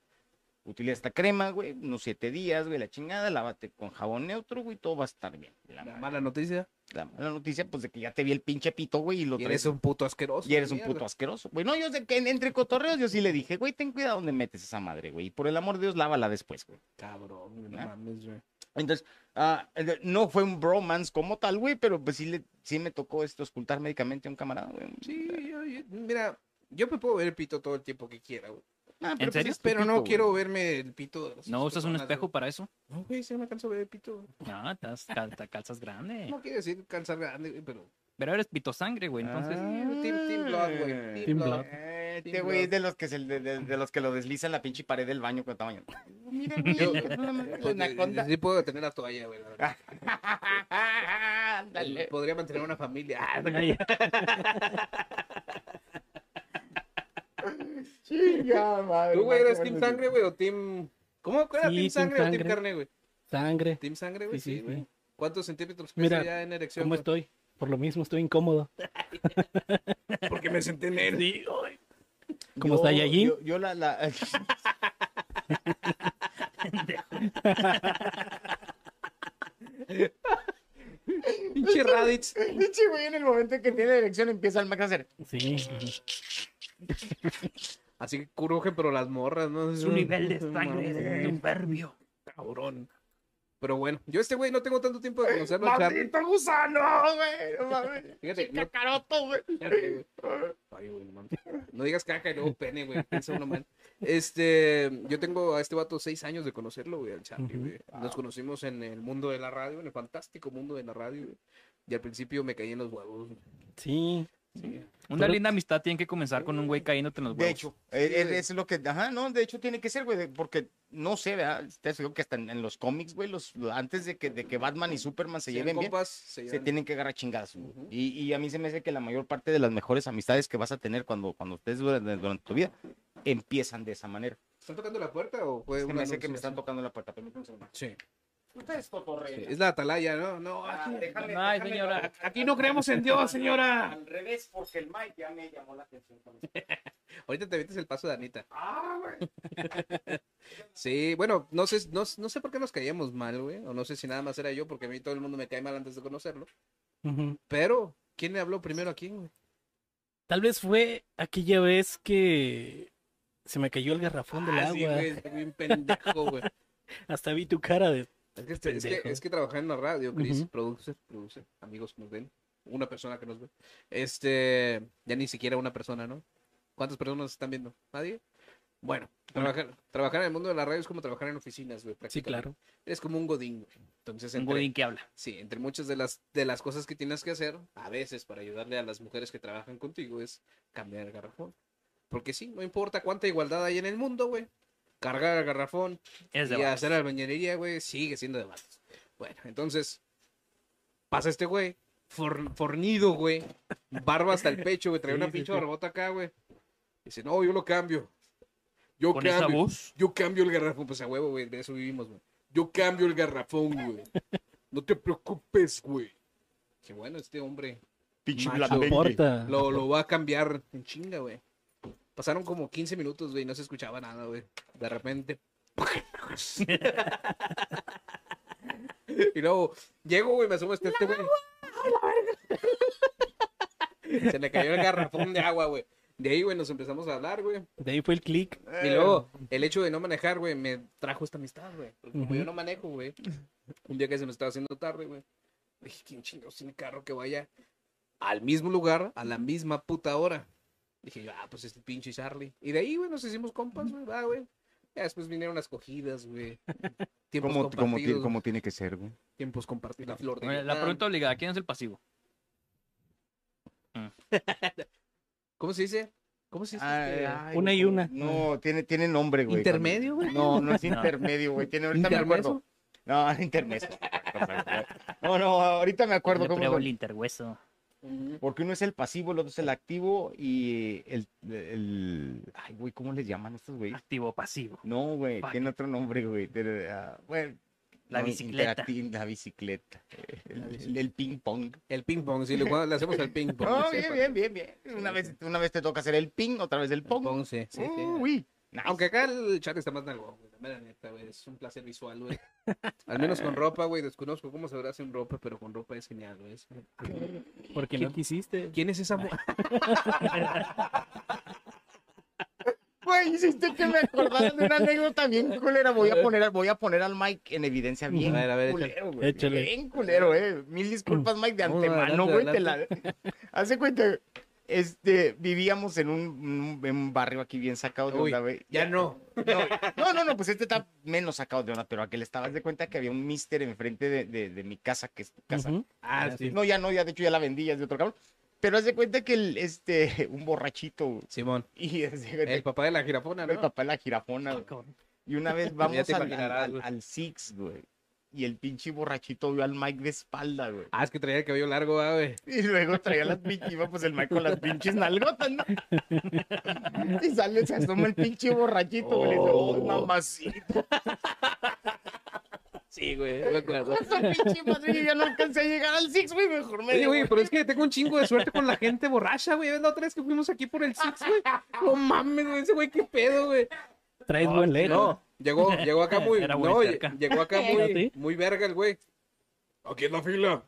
A: Utiliza esta crema, güey, unos siete días, güey, la chingada, lávate con jabón neutro, güey, todo va a estar bien. La,
D: La
A: ma-
D: mala noticia.
A: la mala noticia, pues, de que ya te vi el pinche pito, güey, y lo
D: Y eres
A: traes
D: un puto asqueroso.
A: y eres un
D: mierda.
A: puto asqueroso. Güey, no, yo sé que en- entre cotorreos yo sí le dije, güey, ten cuidado donde metes esa madre, güey. Y por el amor de Dios, lávala después, güey.
D: Cabrón, güey, no
A: ¿Ah?
D: mames, güey.
A: Entonces, ah, ent- no fue un bromance como tal, güey, pero pues sí, le, sí me tocó esto, escultar médicamente a un camarada, güey.
D: Sí, yo- yo- mira, yo me puedo ver el pito todo el tiempo que quiera, güey.
A: Ah,
E: ¿En
A: pues,
E: serio?
A: es tu
D: Pero no
A: pito, güey.
D: quiero verme el pito. de las
E: ¿No
D: otras
E: usas un
D: personas,
E: espejo
D: güey.
E: para eso?
D: No, güey, sí me alcanzo a ver el pito. güey.
E: No, estás, cal- te calzas grande.
D: No quiere decir calzar grande, güey, pero.
E: Pero eres pitosangre, güey. Entonces,
A: Ah,
D: Sí, Team, team Blood,
A: Mm.
D: güey.
B: Team Blood.
A: Eh, Este
D: Team
A: güey
D: Blood.
A: es de los que se, de, de- de los que lo deslizan la pinche pared del baño cuando tamaño. Mira, güey,
D: Yo-
A: eh, la
D: Porque
A: anaconda.
D: Pues Sí puedo tener la toalla, güey. la
E: Ah,
D: verdad.
A: Ah, Ándale.
D: Podría mantener una familia. Ah,
B: Ay,
A: Chinga, madre.
D: ¿Tú, güey,
A: no,
D: eres
A: qué
D: Team
A: bonito.
D: Sangre, güey, o Team... ¿Cómo? ¿Cuál era?
B: Sí,
D: ¿Team
B: team
D: Sangre o Team
B: sangre.
D: Carne, güey?
B: Sangre.
D: ¿Team Sangre, güey?
B: Sí,
D: Sí,
B: sí,
D: güey.
B: sí.
D: ¿Cuántos centímetros
B: Mira,
D: peso ya en erección?
B: ¿Cómo
D: güey?
B: estoy? Por lo mismo, estoy incómodo.
D: Porque me senté en él.
A: Yo-
B: Como está allí.
A: Yo, yo la, la-
D: Pinche Raditz.
A: Pinche güey, en el momento en que tiene la erección empieza el Max a hacer.
B: Sí.
D: Así que curujen, pero las morras, ¿no?
E: su nivel de sangre
D: Mames,
E: es soberbio.
D: Cabrón. Pero bueno, yo a este güey no tengo tanto tiempo de conocerlo, Charlie.
A: ¡Maldito gusano, güey! No mames.
D: Fíjate, no-
A: ¡Cacaroto, güey!
D: Fíjate,
A: [LAUGHS]
D: güey. Ay, güey, no mames. No digas caca y luego pene, güey. Piensa uno mal. Este, yo tengo a este vato seis años de conocerlo, güey, al Charlie,
B: Ujú.
D: güey. Nos conocimos en el mundo de la radio, en el fantástico mundo de la radio, güey. Y al principio me caí en los huevos. güey.
B: Sí.
E: Una linda amistad tiene que comenzar con un güey cayéndote en los huevos.
A: De hecho, eh,
D: Sí,
A: eh,
D: güey.
A: es lo que. Ajá, no, de hecho tiene que ser, güey, de- porque no sé, ¿verdad? Ustedes creo que hasta en, en los cómics, güey, los, antes de que, de que Batman y Superman se
D: Sean
A: lleven bien,
D: compas, se
A: se
D: llevan-
A: tienen que agarrar a chingazos. güey.
D: Ujú.
A: y, y a mí se me hace que la mayor parte de las mejores amistades que vas a tener cuando, cuando ustedes durante, durante tu vida empiezan de esa manera.
D: ¿Están tocando la puerta o fue
A: Se me
D: una
A: hace que me están
D: alucinación?
A: tocando la puerta. Permítame un segundo.
D: Sí.
A: Ustedes cotorrean.
D: Sí, Es la atalaya, ¿no? No,
A: Ah,
D: aquí,
A: déjame-
E: Ay,
A: déjame
E: señora.
A: la-
D: aquí no creemos en Dios, señora.
A: [LAUGHS] Al revés, porque el Mike ya me llamó la atención. con eso.
D: Ahorita te metes el paso de Anita.
A: Ah, güey.
D: [LAUGHS] Sí, bueno, no sé, no, no sé por qué nos caíamos mal, güey. O no sé si nada más era yo, porque a mí todo el mundo me cae mal antes de conocerlo.
B: Ujú.
D: Pero, ¿quién le habló primero a quién, güey?
B: Tal vez fue aquella vez que se me cayó el garrafón del
D: Ah,
B: agua.
D: sí, güey, está bien
B: [LAUGHS]
D: pendejo, güey.
B: Hasta vi tu cara de.
D: Es que, este- es que-
B: Pendejo.
D: es que trabajar en la radio, Chris,
B: Ujú.
D: producer, producer, amigos que nos ven, una persona que nos ve. Este, ya ni siquiera una persona, ¿no? ¿Cuántas personas están viendo? ¿Nadie? Bueno, trabajar, trabajar en el mundo de la radio es como trabajar en oficinas, güey,
B: Sí,
D: prácticamente.
B: claro.
D: Eres como un godín, güey. Entonces,
E: Un
D: entre-
E: godín que habla.
D: Sí, entre muchas de las, de las cosas que tienes que hacer, a veces para ayudarle a las mujeres que trabajan contigo, es cambiar el garrafón. Porque sí, no importa cuánta igualdad hay en el mundo, güey. Cargar el garrafón
E: Es de
D: y
E: vatos.
D: hacer albañilería, güey, sigue siendo de vatos. Bueno, entonces, pasa este güey, for- fornido, güey, barba hasta el pecho, güey, trae
E: [LAUGHS]
B: Sí,
D: una
B: sí,
D: pinche
B: sí.
D: barbota acá, güey. Dice, no, yo lo cambio. Yo
E: Con esa
D: cambio.
E: voz.
D: Yo cambio el garrafón, pues a huevo, güey, de eso vivimos, güey. Yo cambio el garrafón, güey. No te preocupes, güey. Qué bueno, este hombre
A: Pinche
D: Macho.
A: blandengue.
B: Aporta.
D: lo, lo va a cambiar en chinga, güey. Pasaron como 15 minutos, güey, no se escuchaba nada, güey. De repente. [LAUGHS] y luego llego, güey, me asumo este, este, güey. [LAUGHS] se le cayó el garrafón de agua, güey. De ahí, güey, nos empezamos a hablar, güey.
B: De ahí fue el click.
D: Y
A: Eh.
D: luego, el hecho de no manejar, güey, me trajo esta amistad, güey. Porque Como
B: Ujú.
D: yo no manejo, güey. Un día que se me estaba haciendo tarde, güey. Dije, ¿quién chingados tiene carro que vaya al mismo lugar, a la misma puta hora? Dije yo, ah, pues este pinche Charlie. Y de ahí, güey, nos hicimos compas, güey, va, güey. Ya después vinieron las cogidas,
A: [LAUGHS]
D: güey. Tiempos
A: ¿Cómo, cómo, ti-
D: compartidos,
A: cómo tiene que ser, güey?
D: güey. tiempos compartidos. La flor de
E: Bueno, eh, La
D: Vietnam.
E: pregunta obligada, ¿quién es el pasivo?
D: ¿Cómo se dice? ¿Cómo se dice?
A: Ah,
D: este?
B: Una y una.
A: No, tiene, tiene nombre, güey.
D: ¿Intermedio, güey?
A: No, no
B: [LAUGHS]
A: es
E: No.
A: intermedio, güey. Tiene ahorita me acuerdo.
D: ¿Intermezzo?
A: No, [LAUGHS] intermedio. No, no, ahorita me acuerdo
E: Le
A: cómo.
E: pruebo
A: son.
E: el interhueso.
D: Ujú.
A: Porque uno es el pasivo, el otro es el activo y el. el- Ay, güey, ¿cómo les llaman estos, güey?
E: Activo pasivo.
A: No, güey,
E: Pac.
A: tiene otro nombre, güey. pero, ah, bueno,
E: La
A: no,
E: bicicleta.
A: interacti- La bicicleta. El, el- el ping pong.
D: El ping pong, sí, le, jugamos- le hacemos el ping pong.
A: [LAUGHS] Oh,
D: sí,
A: bien,
D: pa-
A: bien, bien, bien. Una vez, una vez te toca hacer el ping, otra vez el pong.
D: Pong, sí, sí, sí.
A: Uy, nice.
D: Aunque acá el chat está más nalgón, güey. La mera neta, güey. Es un placer visual, güey. Al menos con ropa, güey. Desconozco cómo se verá sin ropa, pero con ropa es genial, güey. Es-
B: Porque no quisiste.
D: ¿Quién es esa mujer?
A: Güey, hiciste que me acordara de una anécdota bien culera. Voy a poner, voy a poner al Mike en evidencia bien
D: A ver, a ver,
A: culero, güey.
B: Échale.
A: Bien culero, eh. Mil disculpas, Mike, de
D: No,
A: antemano,
D: adelante,
A: güey. te la- [LAUGHS] Hace cuenta, este, vivíamos en un, un- en un barrio aquí bien sacado de
D: Uy,
A: onda, güey.
D: Ya no.
A: No, no, no, pues este está menos sacado de onda, pero aquel estaba, haz de cuenta que había un mister enfrente de, de, de mi casa, que es tu casa.
B: Ujú.
D: Ah, sí.
A: No, ya no, ya de hecho ya la vendí, ya es de otro cabrón. Pero haz de cuenta que el, este, [LAUGHS] un borrachito, güey,
D: Simón. Eh.
A: y haz de cuenta
D: El papá de la girafona,
A: el
D: Ah, ¿no? Ah,
A: papá de la girafona, güey. Y una vez
D: [LAUGHS] Ya
A: vamos
D: te
A: al, al,
D: imaginarás,
A: al-
D: güey.
A: al Six, güey. Y el pinche borrachito vio al Mike de espalda, güey.
D: Ah, es que traía el cabello largo, ah, güey.
A: Y luego traía las pinches, iba pues el Mike con las pinches nalgotas, ¿no? [LAUGHS] Y sale, se asoma el pinche borrachito, güey. Le dice, oh, mamacita,
D: [LAUGHS] Sí, güey. me acuerdo.
A: esa pinche madre, yo ya no alcancé a llegar al Six, güey. Mejor me
D: Oye, güey,
A: devuelvo".
D: pero es que tengo un chingo de suerte con la gente borracha, güey. ¿Ves la otra vez que fuimos aquí por el Six, güey? No mames, güey. Ese güey, qué pedo, güey.
B: Traes buen lego.
D: No, llegó, llegó
E: [LAUGHS]
D: acá muy,
E: Era
D: no,
E: buena
D: lle-
E: cerca.
D: llegó acá muy,
B: ¿Sí?
D: muy verga el güey. Aquí en la fila.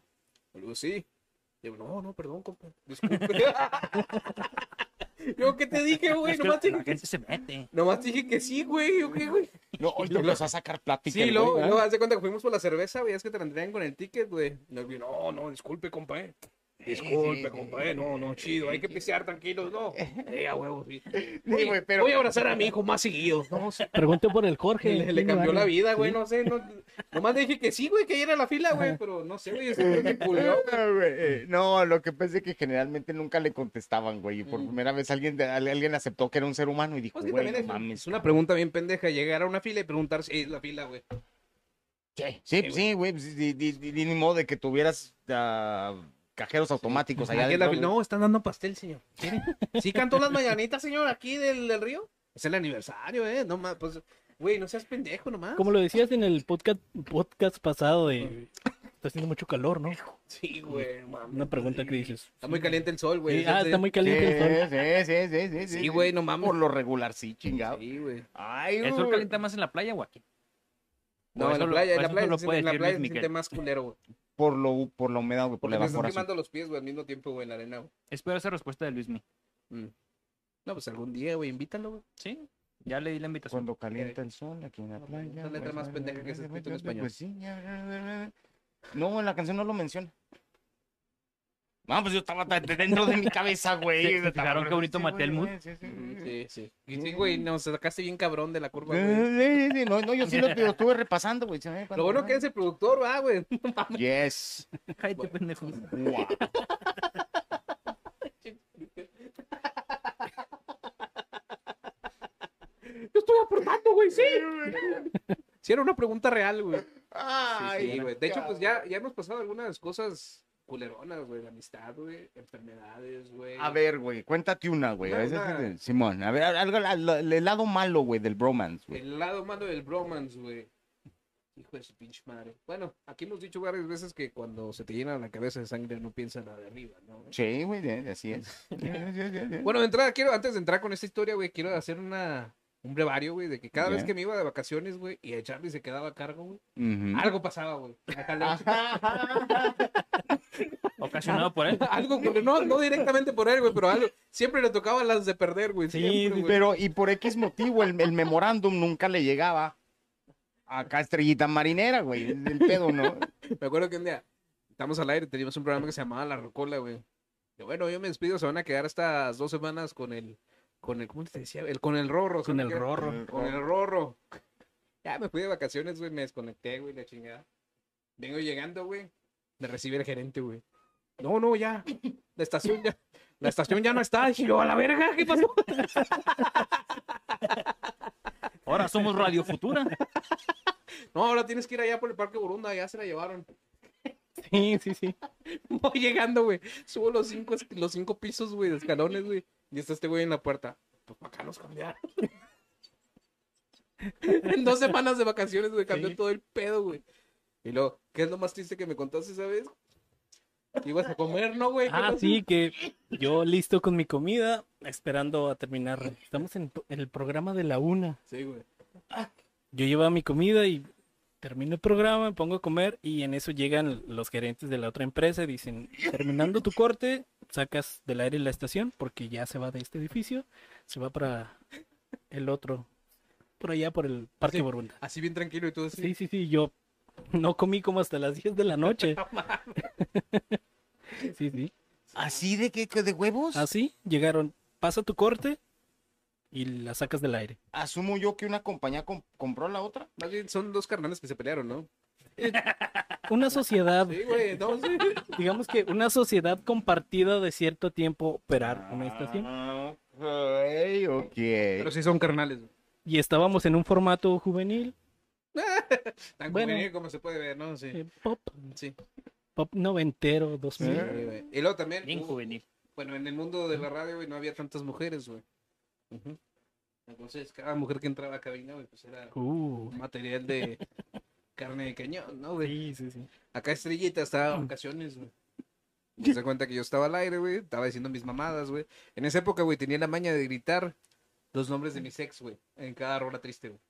D: Le digo, sí. Digo, no, no, perdón, compa. Disculpe. [LAUGHS] Yo, ¿qué te dije, güey?
E: Es que
D: Nomás,
E: la
D: dije que-
E: gente se mete.
D: nomás dije que sí, güey. ¿Yo qué, güey?
A: No, hoy te empezó a sacar plática.
D: Sí,
A: el
D: luego,
A: güey,
E: ¿ah?
A: ¿verdad?
D: luego, haz de cuenta que fuimos por la cerveza, güey. Es que te la entregan con el ticket, güey. Y le digo, No, no, disculpe, compa. eh. Disculpe, compa. eh. No, no, chido. Hay que pisear tranquilos, no. Eh, a huevo, sí.
A: Sí, güey, pero-
D: Voy a abrazar a mi hijo más seguido. No, sí.
B: Pregunté por el Jorge.
D: [LAUGHS] Le, le
B: ¿quién lo
D: cambió
B: haría?
D: la vida, güey,
B: Sí.
D: no sé. No, nomás le dije que sí, güey, que ahí era la fila, güey, pero no sé, güey, ese güey me culió.
A: [LAUGHS] Ah, güey, eh, No, lo que pensé que generalmente nunca le contestaban, güey. Y por
D: Mm.
A: primera vez alguien, al- alguien aceptó que era un ser humano y dijo,
D: Pues que
A: güey,
D: también es,
A: no mames.
D: es una pregunta bien pendeja, llegar a una fila y preguntar si es la fila, güey.
A: Sí, sí, sí, güey. pues, di- di- di- di- Ni modo de que tuvieras ah, cajeros automáticos allá
D: Aquí es la
A: adentro,
D: fila. No, están dando pastel, señor. ¿Quiere? ¿Sí cantó las mañanitas, señor, aquí del, del río? Es el aniversario, eh, no más, pues, güey, no seas pendejo nomás.
B: Como lo decías en el podcast, podcast pasado de Está haciendo mucho calor, ¿no?
D: Sí, güey, mames.
B: Una pregunta que dices.
D: Está muy caliente el sol, güey.
B: Sí, ah, está muy caliente el
D: [LAUGHS]
A: Sí,
B: sol.
A: sí, sí, sí,
D: Sí, güey, no mames.
A: Por lo regular, sí, chingado.
D: Sí, güey.
A: Ay,
E: ¿El sol
A: güey.
E: calienta más en la playa o aquí?
D: No, en
E: eso
D: la
E: lo-
D: playa, en la
E: eso
D: playa,
E: no lo
D: se siente-
E: puede
D: en la
E: decir
D: playa se
E: Luis
D: siente
E: Miguel.
D: más culero, güey.
A: Por, lo, por la humedad, güey, por la
D: Porque me están
A: evaporación.
D: quemando los pies, güey, al mismo tiempo, güey, en la arena, güey.
E: Espero esa respuesta de Luismi.
D: Mm. No, pues algún día, güey, invítalo, güey.
E: ¿Sí? Ya leí la invitación.
A: Cuando calienta el sol aquí en la
D: No,
A: playa.
D: es la letra
A: pues,
D: más pendeja que se ha escrito en español.
A: pues, sí, ya, ya, ya, ya. No, en la canción no lo menciona. No, pues yo estaba tan- dentro de mi [LAUGHS] cabeza, güey.
E: ¿Se- se
A: Estaba-
E: fijaron qué bonito
A: sí,
E: maté el
A: güey,
E: mood?
A: sí, sí,
D: Mm,
A: sí.
D: Sí, sí. Y sí, güey, nos sacaste bien cabrón de la curva, güey.
A: Sí, sí, sí, No, no, yo sí lo, lo estuve repasando, güey.
D: Lo bueno que es el productor, va, güey.
A: Yes.
E: Cállate, pendejo.
A: Guau.
D: Yo estoy aportando, güey, sí. Sí, era una pregunta real, güey.
A: Ay,
D: Sí, sí, güey. De hecho, pues ya, ya hemos pasado algunas cosas culeronas, güey. La amistad, güey. Enfermedades, güey.
A: A ver, güey, cuéntate una, güey.
D: eh,
A: A
D: Una,
A: veces,
D: una.
A: eh, Simón, a ver, algo, la- la- el lado malo, güey, del bromance, güey.
D: El lado malo del bromance, güey. Hijo de su pinche madre. Bueno, aquí hemos dicho varias veces que cuando se te llena la cabeza de sangre no piensa nada de arriba, ¿no? güey?
A: Sí, güey, eh, así es.
D: [LAUGHS] Bueno, de entrada, quiero, antes de entrar con esta historia, güey, quiero hacer una, un brevario, güey, de que cada vez
A: Ya.
D: que me iba de vacaciones, güey, y a Charlie se quedaba a cargo, güey,
B: Mm.
A: Ujú.
D: algo pasaba, güey. Acá le- [LAUGHS]
E: Ocasionado por él.
D: algo, güey, no, no directamente por él, güey, pero algo. Siempre le tocaba las de perder, güey.
B: Sí,
D: siempre,
B: sí,
D: güey.
A: Pero, y por X motivo, el, el memorándum nunca le llegaba acá a Estrellita Marinera, güey. es El pedo, ¿no?
D: Me acuerdo que un día estamos al aire, teníamos un programa que se llamaba La Rocola, güey. Y bueno, yo me despido, se van a quedar estas dos semanas con el, con el, ¿cómo te decía? El, con el rorro. se
B: Con
D: van a
B: el
D: quedar-
B: rorro.
D: Con el rorro. [LAUGHS] Ya me fui de vacaciones, güey, me desconecté, güey, la chingada. Vengo llegando, güey. Me recibe el gerente, güey. No, no, ya. La estación ya. La estación ya no está. Dije yo, a la verga, ¿qué pasó? [LAUGHS]
E: Ahora somos Radio Futura.
D: No, ahora tienes que ir allá por el Parque Burunda, ya se la llevaron.
B: Sí, sí, sí.
D: [LAUGHS] Voy llegando, güey. Subo los cinco, es- los cinco pisos, güey, de escalones, güey. Y está este güey en la puerta. Pues para acá los cambiaron. [LAUGHS] en dos semanas de vacaciones, güey, cambió
B: Sí.
D: todo el pedo, güey. Y luego, ¿qué es lo más triste que me contaste esa vez? Que Ibas a comer, ¿no, güey? ¿Qué
B: Ah,
D: pasó?
B: sí, que yo listo con mi comida, esperando a terminar. Estamos en to- en el programa de la una.
D: Sí, güey.
B: Yo llevaba mi comida y termino el programa, me pongo a comer y en eso llegan los gerentes de la otra empresa y dicen, terminando tu corte, sacas del aire la estación porque ya se va de este edificio, se va para el otro, por allá por el Parque
D: Sí.
B: Borunda.
D: Así bien tranquilo y todo así.
B: Sí, sí, sí, yo no comí como hasta las 10 de la noche. [LAUGHS] sí, sí.
A: ¿Así de que, que de huevos?
B: Así llegaron, pasa tu corte y la sacas del aire.
A: Asumo yo que una compañía comp- compró la otra.
D: Más bien son dos carnales que se pelearon, ¿no?
B: Una sociedad
D: Sí, güey, entonces.
B: digamos que una sociedad compartida de cierto tiempo operar este una estación.
A: Ah, ok, ok.
D: Pero sí son carnales, güey.
B: Y estábamos en un formato juvenil,
D: Tan
B: Bueno.
D: juvenil como se puede ver, ¿no? Sí.
B: eh, pop,
D: Sí.
B: pop noventero,
D: Sí,
B: 2000.
D: güey. Y luego también.
E: Bien
D: hubo-
E: juvenil.
D: Bueno, en el mundo de la radio, güey, no había tantas mujeres, güey. Entonces, cada mujer que entraba a cabina, güey, pues era
B: Uh, [LAUGHS]
D: material de carne de cañón, ¿no, güey?
B: sí, sí, sí.
D: Acá Estrellita estaba en vacaciones, güey. Y se cuenta que yo estaba al aire, güey, estaba diciendo mis mamadas, güey. En esa época, güey, tenía la maña de gritar los nombres de mis ex, güey, en cada rola triste, güey.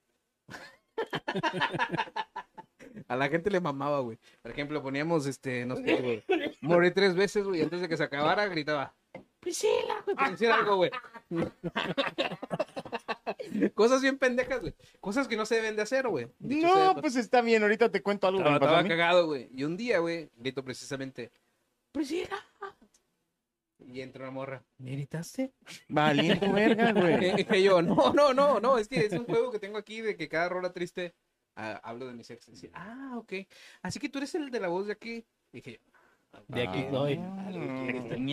D: A la gente le mamaba, güey. Por ejemplo, poníamos, este, no sé, güey. Morí tres veces, güey, y antes de que se acabara, gritaba. Priscila, güey, por decir algo, güey. [LAUGHS] Cosas bien pendejas, güey. Cosas que no se deben de hacer, güey. Dicho sea de
A: No,
D: paso.
A: pues está bien, ahorita te cuento algo que
D: Estaba,
A: me pasó a
D: estaba
A: mí.
D: cagado, güey. Y un día, güey, grito precisamente, Priscila. Y entra una morra. ¿Me gritaste?
A: Valiendo
D: [LAUGHS]
A: verga, güey.
D: Y dije yo, no, no, no, no, es que es un juego que tengo aquí de que cada rola triste ah, hablo de mis ex. Y dice, ah, ok. Así que tú eres el de la voz de aquí. Y dije yo,
B: De aquí estoy.
A: Ah, mm.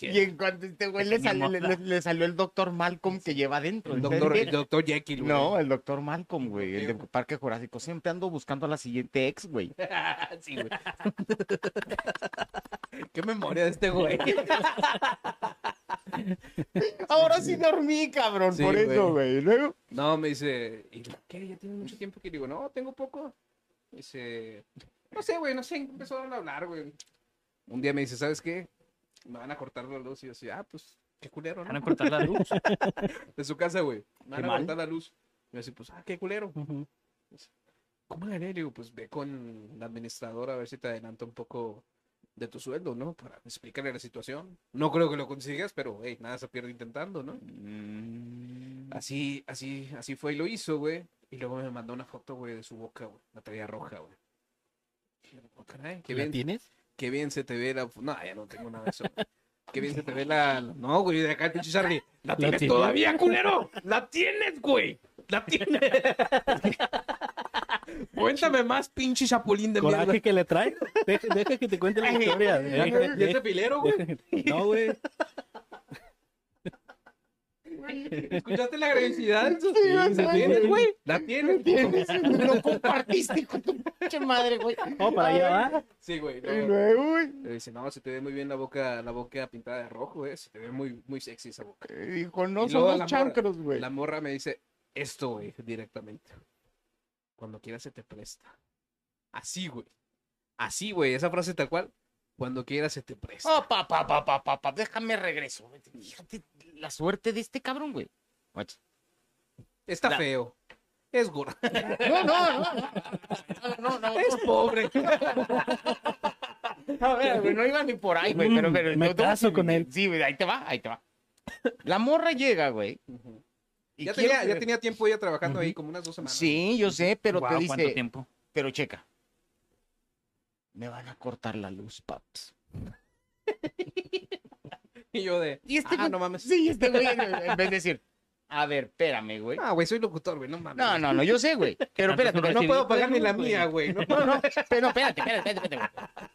A: Y en cuanto este güey le salió, le, le- le salió el doctor Malcolm que lleva adentro.
D: el
A: ¿entendés?
D: doctor, el doctor Jekyll, güey.
A: Pues, No, el doctor Malcolm, güey, el del Parque Jurásico. Siempre ando buscando a la siguiente ex, güey.
D: Sí, güey. [LAUGHS] Qué memoria de este güey.
A: Ahora sí dormí, cabrón,
D: Sí,
A: por eso, güey.
D: güey.
A: Luego,
D: No, me dice, ¿y qué? ¿Ya tienes mucho tiempo que digo? No, tengo poco. Dice, No sé, güey, no sé, empezaron a hablar, güey. Un día me dice, ¿sabes qué? Me van a cortar la luz. Y yo así, ah, pues, qué culero,
E: Van
D: ¿no?
E: a cortar la luz.
D: De su casa, güey. Me
A: Qué
D: van a
A: mal.
D: cortar la luz. Y yo así, pues, ah, qué culero.
B: Ujú.
D: ¿Cómo le haré? Le digo, pues ve con la administradora a ver si te adelanta un poco de tu sueldo, ¿no? Para explicarle la situación. No creo que lo consigas, pero, hey, nada se pierde intentando, ¿no? Así, así, así fue y lo hizo, güey. Y luego me mandó una foto, güey, de su boca, güey. La traía roja, güey. Y yo, oh, caray, qué
B: ¿La
D: bien,
B: tienes?
D: qué bien se te ve la... fo- No, ya no tengo nada de eso. güey. Qué bien se te ve la... No, güey, de acá, pinche Charlie. ¡La tienes
B: tienes?
D: todavía, culero! ¡La tienes, güey! ¡La tienes!
A: [LAUGHS]
D: Cuéntame más, pinche chapulín de mierda.
B: Coraje que le trae. Deja, deja que te cuente la historia.
D: [LAUGHS] ¿Y
B: deja-
D: este- y este filero, güey?
B: deja- No, güey.
D: ¿Escuchaste la agresividad?
A: Sí,
D: ¿La
A: güey.
D: tienes, güey? ¿La tienes?
A: Me lo compartiste con tu pinche madre, güey.
B: Oh, para allá va.
D: Sí, güey.
A: Y
D: no.
A: luego, güey,
D: Le dice, no, se te ve muy bien la boca, la boca pintada de rojo, eh. Se te ve muy, muy sexy esa boca.
A: dijo, no
D: Y luego
A: somos
D: la morra-
A: chancros, güey.
D: La morra me dice, esto, güey, directamente. Cuando quieras se te presta. Así, güey. Así, güey. Esa frase tal cual. Cuando quieras se te presta.
A: Oh, pa, pa, pa, pa, pa, pa, déjame regreso. güey. Fíjate la suerte de este cabrón, güey.
D: Está feo. Es gordo.
A: No, no, no. No, no, no.
D: Es [LAUGHS] pobre.
A: A ver, [LAUGHS] güey, no iba ni por ahí, güey.
B: Mm,
A: Pero, pero,
B: me
A: no, no,
B: caso
A: sí,
B: con
A: güey.
B: él.
A: Sí, güey, ahí te va, ahí te va. La morra llega, güey. y
D: Ya
A: quiere-
D: tenía, ya tenía tiempo ella trabajando ahí como unas dos semanas.
A: Sí, yo sé, pero
E: Guau,
A: te
E: ¿Cuánto
A: dice,
E: tiempo?
A: pero checa. Me van a cortar la luz, paps.
D: Y yo de.
A: Y este
D: ah,
A: güey-
D: no mames.
A: Sí, este güey, [LAUGHS] en vez de decir, a ver, espérame, güey.
D: Ah, güey, soy locutor, güey, no mames.
A: No, no, no, yo sé, güey. Pero
E: Tanto
A: espérate,
E: que
A: güey,
D: No
A: no puedo.
D: Pues puedo pagar ni la mía, güey. No
A: No, no, pero espérate, espérate, espérate, espérate, güey.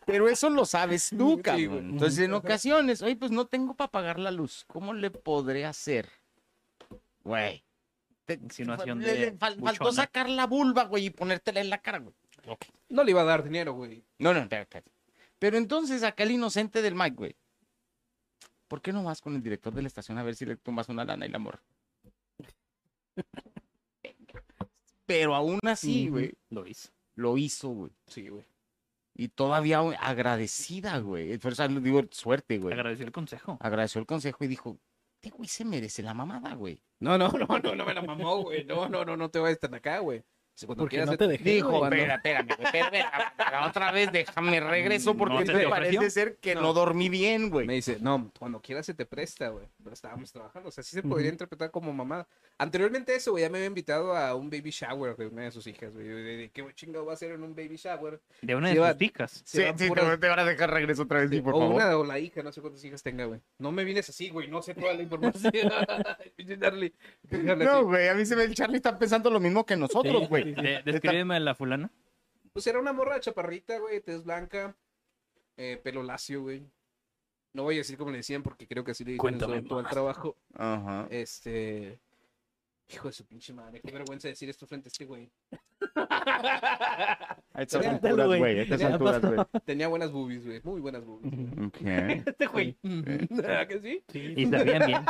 A: Pero eso lo sabes tú,
D: Sí,
A: cabrón.
D: güey.
A: Entonces, en ocasiones, oye, pues no tengo para pagar la luz. ¿Cómo le podré hacer? Güey. Te-
E: Insinuación
A: le-
E: de
A: le fal- faltó
E: buchona.
A: sacar la vulva, güey, y ponértela en la cara, güey.
D: [LAUGHS] No le iba a dar dinero, güey.
A: No, no, espérate, espérate. Pero entonces, acá el inocente del Mike, güey. ¿Por qué no vas con el director de la estación a ver si le tomas una lana y la [LAUGHS] morra? Pero aún así,
B: Ujú.
A: güey,
E: Lo hizo.
A: lo hizo, güey.
D: Sí, güey.
A: Y todavía güey, agradecida, güey. Por eso digo suerte, güey.
E: Agradeció el consejo.
A: Agradeció el consejo y dijo, este güey se merece la mamada, güey.
D: No, no, no, no, no me la mamó, güey. No, no, no, no te vayas tan acá, güey. Si cuando
B: Porque
D: quieras
B: no
D: se-
B: te dejé.
A: Dijo,
B: güey.
A: espera, espérame, güey, espera, espera, espera, otra vez déjame regreso
E: Mm,
A: porque
E: ¿no se
A: me
E: te ofreció?
A: parece ser que no,
D: No.
A: dormí bien, güey.
D: Me dice, no, cuando quieras se te presta, güey. Pero estábamos trabajando. O sea, sí se podría interpretar como mamada. Anteriormente eso, güey, ya me había invitado a un baby shower de una de sus hijas, güey. Yo de, ¿Qué chingado va a ser en un baby shower?
E: De una de
D: Sí, va-
E: sus ticas.
D: Se van puras-
A: te van a dejar regreso otra vez, sí,
D: o una o la hija, no sé cuántas hijas tenga, güey. No me vienes así, güey. No sé toda la información. [LAUGHS] Pinche Charlie. Charlie así.
A: No, güey, a mí se ve el Charlie está pensando lo mismo que nosotros, güey.
E: De- Descríbeme a la fulana.
D: Pues era una morra chaparrita, güey, tez blanca, eh, pelo lacio, güey. No voy a decir como le decían porque creo que así le dicen en su
B: Cuéntame
D: actual
B: más.
D: trabajo.
A: Ajá.
D: Este. Hijo de su pinche madre, qué vergüenza decir esto frente a este güey.
A: A estas
D: Cuéntalo,
A: alturas,
B: güey.
A: güey. A estas
B: Ya
A: alturas, güey.
D: Tenía buenas boobies, güey, muy buenas boobies. güey.
B: Ujú.
A: Ok.
D: [LAUGHS] Este güey, [LAUGHS] ¿verdad que sí?
B: Sí,
E: Y sabían bien.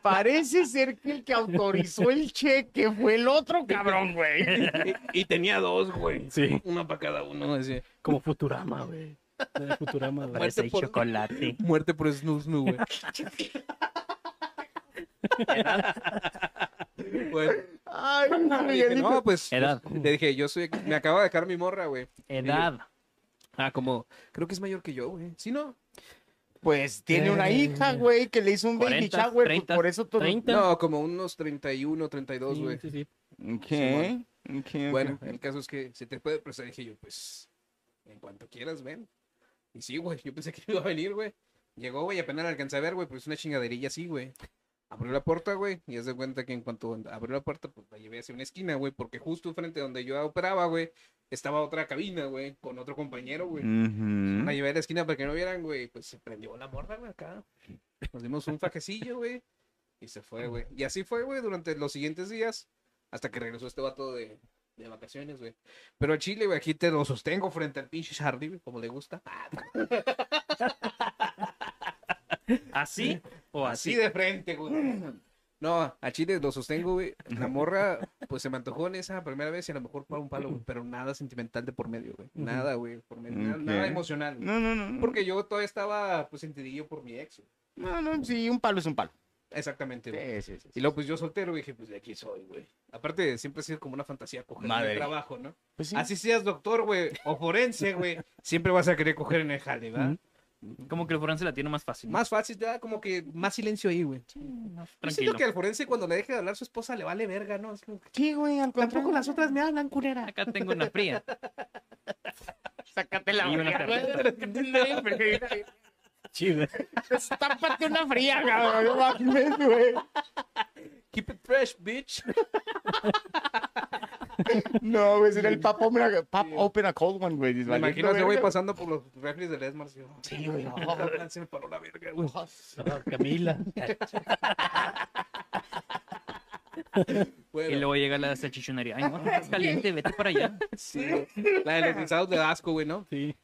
A: Parece ser que el que autorizó el cheque fue el otro cabrón, güey.
D: Y, y tenía dos, güey.
B: sí.
D: Una para cada uno, decía.
B: Como Futurama, güey. De Futurama, güey.
D: Muerte por-
E: chocolate.
D: [LAUGHS] Muerte por snus, snus, [LAUGHS] güey. bueno,
A: Ay,
D: [LAUGHS] le dije, no, pues.
E: Edad.
D: Le dije, yo soy. Me acaba de dejar mi morra, güey.
E: Edad.
D: Ah, como, creo que es mayor que yo, güey. ¿Sí no?
A: Pues tiene una hija, güey, que le hizo un baby
E: 40,
A: shower, pues,
E: 30,
A: por eso todo.
E: 30.
D: No, como unos 31, 32, güey.
B: Sí, sí, sí.
A: ¿Qué? ¿Qué?
D: Bueno, el caso es que se te puede prestar. Dije yo, pues, en cuanto quieras, ven. Y sí, güey, yo pensé que [LAUGHS] iba a venir, güey. Llegó, güey, apenas la alcancé a ver, güey, pues una chingaderilla así, güey. Abrió la puerta, güey, y haz de cuenta que en cuanto abrió la puerta, pues la llevé hacia una esquina, güey, porque justo frente a donde yo operaba, güey, estaba otra cabina, güey, con otro compañero, güey. La llevé a la esquina para que no vieran, güey. Pues se prendió la morra, güey, acá. Nos dimos un fajecillo, güey. Y se fue, güey. Y así fue, güey, durante los siguientes días. Hasta que regresó este vato de, de vacaciones, güey. Pero a Chile, güey, aquí te lo sostengo frente al pinche Charlie, güey, como le gusta.
E: ¿Así o
D: Así
E: así?
D: de frente, güey. No, a Chile lo sostengo, güey. La morra, pues se me antojó en esa primera vez y a lo mejor para un palo, güey, pero nada sentimental de por medio, güey. Nada, güey, por medio, nada, nada
A: Ok.
D: emocional. güey.
A: No, no, no.
D: Porque yo todavía estaba, pues, sentidillo por mi ex, güey.
A: No, no, sí, un palo es un palo.
D: Exactamente, güey.
A: Sí, sí, sí.
D: Y luego, pues, yo soltero, güey, dije, pues, de aquí soy, güey. Aparte, siempre ha sido como una fantasía coger en
A: Madre.
D: el trabajo, ¿no?
A: Pues sí.
D: Así seas doctor, güey, o forense, güey, siempre vas a querer coger en el jale, ¿va?
E: Como que el forense la tiene más fácil. ¿no?
D: Más fácil, ya como que más silencio ahí, güey.
E: Más
D: Yo siento
E: tranquilo.
D: que al forense cuando le deje de hablar su esposa le vale verga, ¿no? Es como que,
A: Sí, güey, al
D: Tampoco
A: contrario.
D: las otras me hablan, culera.
E: Acá tengo una fría.
A: Sácate la
E: Y una
A: verga,
E: cerveza.
A: güey.
D: [LAUGHS]
B: Chido.
A: Tápate una fría, cabrón. No mames, güey.
D: Keep it fresh, bitch.
A: No, güey, sería el pop open a, pop open a cold one, güey.
D: Me
A: Valiendo
D: imagino a ese
A: verga.
D: güey pasando por los refres del Esmar.
A: Sí, güey. no.
D: Se me paró la verga, güey.
B: Ah, Camila.
D: Bueno,
E: Y luego llega la salchichonería. Ay, no, estás caliente, vete para allá.
D: sí. La de los guisados de asco, güey, ¿no?
B: Sí.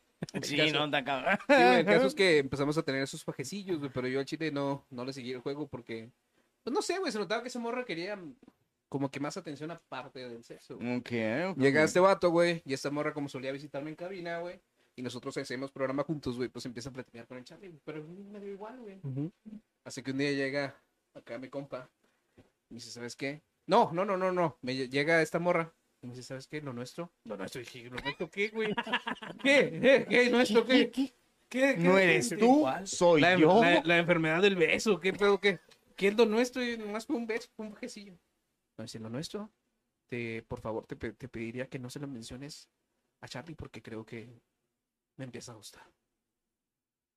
A: Sí, no, tan cabrón.
D: Sí, güey, el caso es que empezamos a tener esos pajecillos, güey, pero yo al chile no, no le seguí el juego porque, pues no sé, güey, se notaba que ese morro quería como que más atención aparte del sexo. güey.
A: Ok, ok.
D: Llega este vato, güey, y esta morra como solía visitarme en cabina, güey, y nosotros hacemos programa juntos, güey, pues empieza a platicar con el Charlie, güey, pero a mí me dio igual, güey.
B: Ujú.
D: Así que un día llega acá mi compa, me dice, ¿sabes qué? No, no, no, no, no, me lle- llega esta morra. Y me dice, ¿sabes qué? Lo nuestro. Lo nuestro. Y dije, ¿lo nuestro qué, güey? ¿Qué? ¿Qué? ¿Qué? ¿Nuestro qué? ¿Qué? ¿Qué?
A: No eres
D: ¿Qué?
A: tú, soy
D: La, em-,
A: yo.
D: la- la enfermedad del beso, ¿qué pedo? ¿Qué, qué es lo nuestro? Y nomás fue un beso, fue un bajecillo. No, dice, lo nuestro, te, por favor, te, pe- te pediría que no se lo menciones a Charlie porque creo que me empieza a gustar.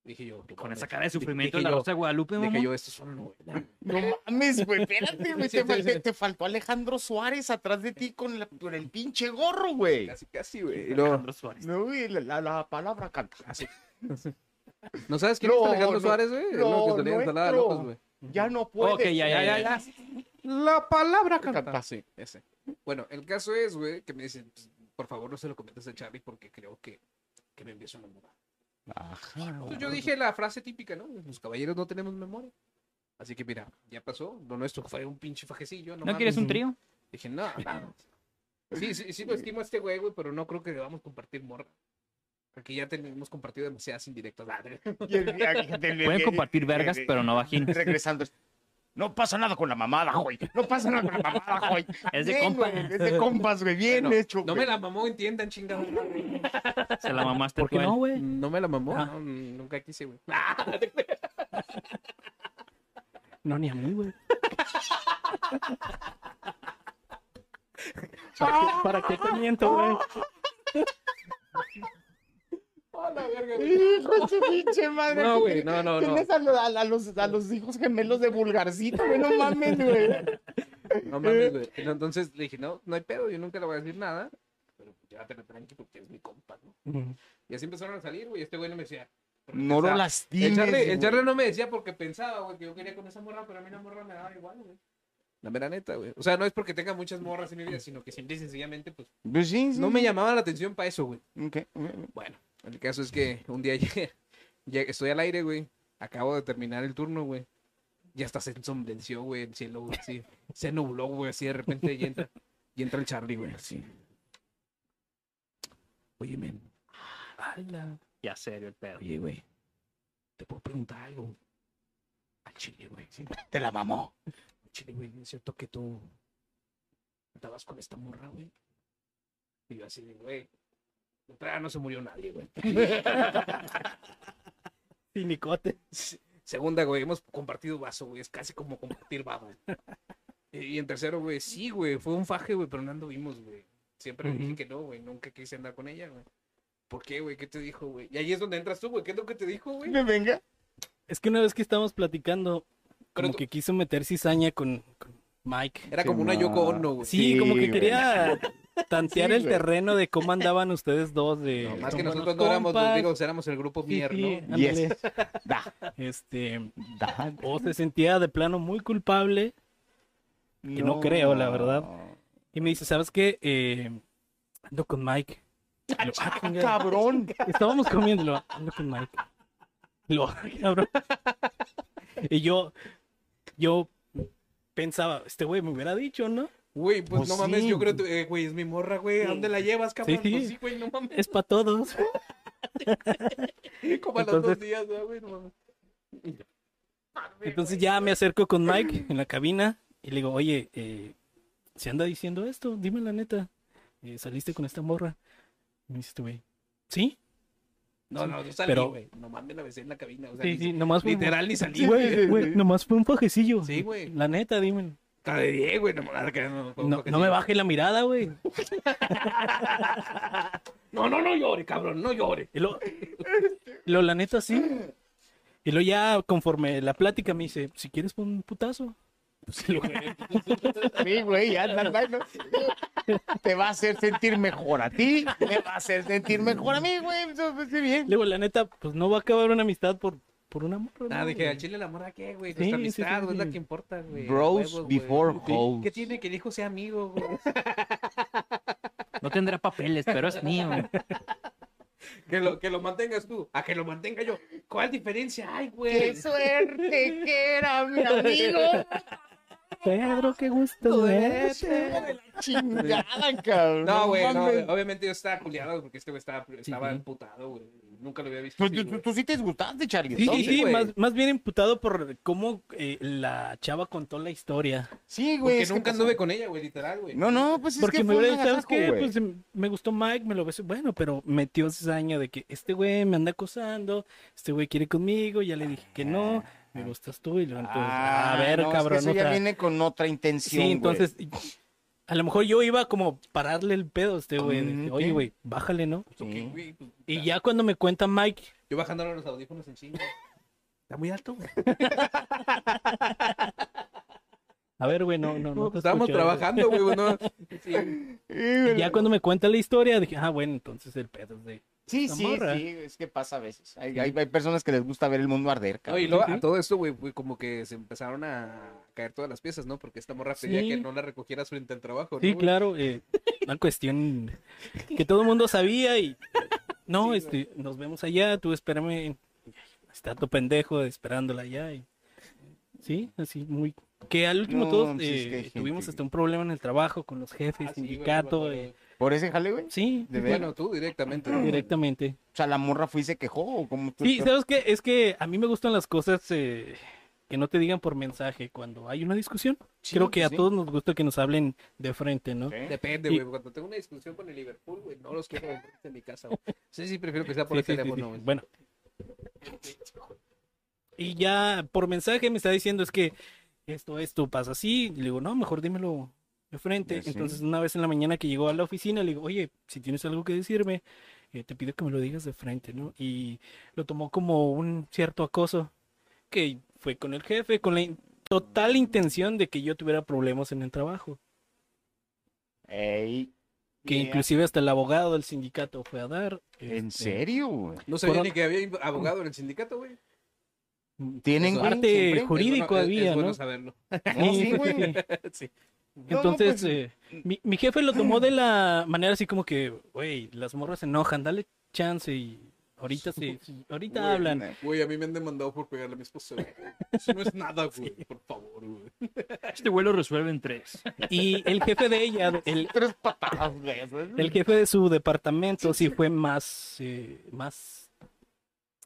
D: Dije yo. no
E: Con
D: mames.
E: esa cara de
D: Dije-
E: sufrimiento de
D: dije
E: la
D: yo-
E: Rosa de Guadalupe,
D: Dije
E: mamón.
D: yo, esto es una novela.
A: No mames, güey, espérate, güey.
D: Sí,
A: Te, fal-
D: sí, sí.
A: te- te faltó Alejandro Suárez atrás de ti con, la- con el pinche gorro, güey.
D: Casi, casi, güey. Y luego,
E: Alejandro Suárez.
A: No, güey, la, la- la palabra canta.
D: ¿No sabes quién es
A: No,
D: Alejandro
A: no,
D: Suárez, güey? Es
A: no,
D: lo que se le ensalada de
A: nuestro.
D: locos, güey.
A: Ya no puede.
E: Ok, ya, ya, ya, ya.
D: La palabra
A: canta.
D: canta. Sí, ese. Bueno, el caso es, güey, que me dicen, "Pues, por favor, no se lo comentes a Charlie porque creo que, que me empiezo a enamorar.
A: Ajá.
D: Entonces, yo dije la frase típica, ¿no? Los caballeros no tenemos memoria. Así que mira, ya pasó. Lo nuestro fue un pinche fajecillo.
E: ¿No
D: mames.
E: quieres un trío?
D: Dije, no, no. Sí, sí, sí lo estimo a este güey, güey, pero no creo que debamos compartir morra. Porque ya tenemos compartido demasiadas indirectas. Ah,
A: Y el- del- del-
E: Pueden compartir vergas, pero no vaginas.
A: Regresando. No pasa nada con la mamada, güey. No pasa nada con la mamada, güey.
E: Es de
A: Bien,
E: compa.
A: güey, Es de compas, güey. Bien
D: Bueno,
A: hecho.
D: No
A: güey.
D: me la mamó, entiendan, chingada. madre.
E: Se la mamaste
B: ¿Por qué
E: tú a él.
B: no, güey?
D: No me la mamó.
B: Ah.
D: no, nunca quise, güey.
B: No, ni a mí, güey. ¿Para qué, para qué te miento, güey?
D: Ah, la verga, güey.
A: Hijo de su pinche madre.
D: No, güey, no, no, no.
A: Tienes a, lo- a- a los, a los hijos gemelos de vulgarcito, güey. No mames, güey.
D: No mames, güey. No, Entonces le dije, no, no hay pedo, yo nunca le voy a decir nada. Pero pues, llévatelo tranqui porque es mi compa, ¿no? Y así empezaron a salir, güey. y Este güey no me decía. porque
A: No lo
D: pensaba-
A: lastimes.
D: El Charlie, el
A: güey.
D: Charlie no me decía porque pensaba, güey, que yo quería con esa morra, pero a mí la morra me daba igual, güey. La mera neta, güey. O sea, no es porque tenga muchas morras en mi vida, sino que simple y sencillamente, pues,
A: Pues sí, sí.
D: no me llamaba la atención para eso, güey.
A: Ok.
D: Bueno, el caso es que un día [LAUGHS] llegué, llegué- estoy al aire, güey. Acabo de terminar el turno, güey. Ya hasta se ensombreció, güey, el cielo, güey, así. Se nubló, güey, así de repente y entra, y entra el Charlie, güey, así. Oye, men,
E: Ya serio el pedo.
D: oye, güey, te puedo preguntar algo. Al chile, güey. sí, Al
A: Te la mamó.
D: chile, güey, es cierto que tú estabas con esta morra, güey. Y yo así, de, güey, todavía no se murió nadie,
E: [LAUGHS]
D: güey.
B: Cinicote.
D: Segunda, güey, hemos compartido vaso, güey. Es casi como compartir
B: [LAUGHS]
D: baba. y, y en tercero, güey, sí, güey. Fue un faje, güey, pero no anduvimos, güey. Siempre le dije
B: Ujú.
D: que no, güey. Nunca quise andar con ella, güey. ¿Por qué, güey? ¿Qué te dijo, güey? Y ahí es donde entras tú, güey. ¿Qué es lo que te dijo, güey?
A: Me venga.
B: Es que una vez que estábamos platicando,
D: Pero
B: como
D: tú-
B: que quiso meter cizaña con, con Mike.
D: Era como una Yoko Ono, güey.
B: Sí,
A: Sí,
B: como que
A: güey. [LAUGHS]
B: quería tantear
A: Sí,
B: el
A: güey.
B: terreno de cómo andaban ustedes dos. De,
D: No, más que
B: como los
D: nosotros no éramos los
B: compas.
D: amigos, éramos el grupo
B: Sí,
D: Mier,
B: sí,
D: ¿no?
B: ándale.
A: [LAUGHS] Yes. Da.
B: Este,
A: Da.
B: o se sentía de plano muy culpable
A: Que
B: no creo, la verdad. y me dice, ¿sabes qué? Eh, ando con Mike. Y lo- ah, chinga.
A: Cabrón.
B: Estábamos comiendo, lo- ando con Mike. [LAUGHS] Lo, cabrón. Y yo, yo, pensaba, este güey me hubiera dicho, ¿no?
D: Güey, pues,
A: Pues
D: no mames,
A: sí.
D: yo creo, que, eh, güey, es mi morra, güey. ¿A dónde la llevas, cabrón?
B: Sí.
D: Pues sí, güey, no
B: [LAUGHS]
D: mames.
B: Es para todos.
D: Como a los
B: Entonces-
D: dos días, ¿no, güey, no mames.
B: Entonces ya me acerco con Mike en la cabina y le digo, oye, eh, se anda diciendo esto, dime la neta. eh, ¿Saliste con esta morra? Y me dice este güey, ¿sí?
D: No, no, no salí,
B: pero-
D: güey. No mames, la besé en la cabina. O sea,
B: Sí,
D: ni-
B: sí, nomás fue un-
D: literal, ni salí,
B: Sí,
D: güey.
B: güey, güey, nomás fue un pajecillo.
D: Sí, güey.
B: La neta, dímelo.
D: Está de 10, güey. No, nada que- no,
B: No, no me baje la mirada, güey.
D: [LAUGHS] No, no, no llore, cabrón, no llore.
B: Y lo, lo la neta sí. Y luego ya conforme la plática me dice, si quieres pon un putazo. Pues, [LAUGHS]
A: Sí, güey, ya anda, güey, ¿no? Te va a hacer sentir mejor a ti, me va a hacer sentir mejor a mí, güey. Eso, pues, sí, bien.
B: Le digo, la neta, pues no va a acabar una amistad por, por una morra.
D: Nada,
A: Ah,
B: ¿no,
D: dije,
B: güey?"
D: al chile la morra, ¿qué, güey?
B: Sí,
D: Nuestra
B: sí, sí,
D: amistad, güey, es
B: sí.
D: la que importa, güey.
A: Bros
D: Huevos, güey.
A: before
D: Sí,
A: hoes.
D: [LAUGHS] ¿Qué tiene que el hijo sea amigo, güey?
E: No tendrá papeles, pero es mío.
D: Que lo, que lo mantengas tú, a que lo mantenga yo. ¿Cuál diferencia hay,
A: ¡Qué
D: güey?
A: suerte que era mi amigo!
B: Pedro, qué gusto verte.
A: eh. Chingada, cabrón.
D: No, güey, no,
A: mames.
D: obviamente yo estaba culiado porque este güey estaba, estaba emputado, güey. Nunca lo había visto.
A: Pues,
D: así,
A: tú,
D: güey.
A: tú- tú sí te disgustaste, Charlie.
B: Sí,
A: entonces.
B: sí,
D: Sí,
B: sí,
D: güey.
B: más, más bien imputado por cómo eh, la chava contó la historia.
A: Sí, güey.
D: Porque
A: es que
D: nunca
A: pasó.
D: anduve con ella, güey, literal, güey.
A: No, no, pues es
B: Porque
A: que fue
B: me
A: un
B: hubiera dicho, ¿sabes
A: agasajo,
B: qué?
A: güey.
B: Pues, em, me gustó Mike, me lo besó. Bueno, pero metió cizaña de que este güey me anda acosando, este güey quiere conmigo, ya le dije que no, me gustas tú y lo entonces,
A: Ah,
B: a ver,
A: no, es que
B: cabrón,
A: eso ya
B: otra-
A: viene con otra
B: Sí,
A: intención, güey.
B: entonces a lo mejor yo iba como a pararle el pedo a este güey, de que,
A: Mm,
B: oye
A: sí.
B: güey, bájale, ¿no?
D: Ok,
A: Sí.
D: güey, pues,
B: Y ya cuando me cuenta Mike,
D: Yo bajándole los audífonos en chinga. Está muy alto, güey.
B: a ver, güey, no, no, no. te
D: Estábamos
B: escuché, güey.
D: trabajando, güey. No,
B: Y ya cuando me cuenta la historia, dije, ah, bueno, entonces el pedo es de
A: Sí,
B: la
A: sí,
B: morra.
A: sí, es que pasa a veces. Hay, hay, hay personas que les gusta ver el mundo arder,
D: No,
A: cabrón.
D: y luego
B: Sí, sí.
D: a todo esto, güey, fue como que se empezaron a caer todas las piezas, ¿no? Porque esta morra pedía
B: Sí.
D: que no la recogieras frente al trabajo, ¿no?
B: Sí,
D: güey?
B: claro, eh, una cuestión que todo el mundo sabía y no, este, nos vemos allá, tú espérame, está tu pendejo esperándola allá y sí, así muy que al último
A: No,
B: todos
A: sí, es que
B: eh,
A: hay gente
B: tuvimos
A: que-
B: hasta un problema en el trabajo con los jefes,
D: Ah, sí, güey,
B: sindicato,
D: me acuerdo,
B: eh,
A: ¿Por ese jale, güey?
B: sí,
A: De
D: güey.
A: ver.
D: Bueno, tú directamente. ¿no?
B: directamente.
A: O sea, la morra fue y se quejó. ¿o cómo tú-
B: Sí,
A: tú-
B: sabes que es que a mí me gustan las cosas eh, que no te digan por mensaje cuando hay una discusión.
D: Sí,
B: Creo que a
D: sí.
B: todos nos gusta que nos hablen de frente, ¿no?
A: ¿Eh?
D: Depende,
B: Y-
D: güey. Cuando tengo una discusión con el Liverpool, güey, no los quiero en mi casa, güey. Sí, sí, prefiero que sea por
B: Sí,
D: el
B: sí, sí,
D: teléfono,
B: sí.
D: güey.
B: Bueno. Y ya por mensaje me está diciendo es que esto, esto pasa así. Y le digo, no, mejor dímelo de frente.
A: Ya, sí.
B: Entonces una vez en la mañana que llegó a la oficina, le digo, oye, si tienes algo que decirme, eh, te pido que me lo digas de frente, ¿no? Y lo tomó como un cierto acoso, que fue con el jefe, con la in- total intención de que yo tuviera problemas en el trabajo.
A: Ey,
B: Que
A: yeah.
B: inclusive hasta el abogado del sindicato fue a dar.
A: ¿En
B: este,
A: serio, güey?
D: No sabía
B: Fueron-
D: ni que había abogado en el sindicato, güey.
B: mm,
A: ¿Tienen
D: Eso,
A: güey,
B: arte
A: siempre?
B: ju- Jurídico
D: es bueno, es-
B: había,
D: es bueno
B: ¿no?
D: saberlo.
A: No, sí,
B: Sí, [LAUGHS]
A: güey.
B: sí, sí.
D: Sí.
A: No,
B: Entonces,
A: no, pues,
B: eh, mi, mi jefe lo tomó de la manera así como que, güey, las morras se enojan, dale chance y ahorita sí, ahorita
D: Güey,
B: hablan.
A: eh,
D: Güey, a mí me han demandado por pegarle a mi esposa, güey. Eso no es nada, güey. Por favor, güey.
E: Este güey lo resuelve en tres.
B: Y el jefe de ella, el,
A: Tres patadas, güey. eso es-
B: el jefe de su departamento sí fue más, eh, más,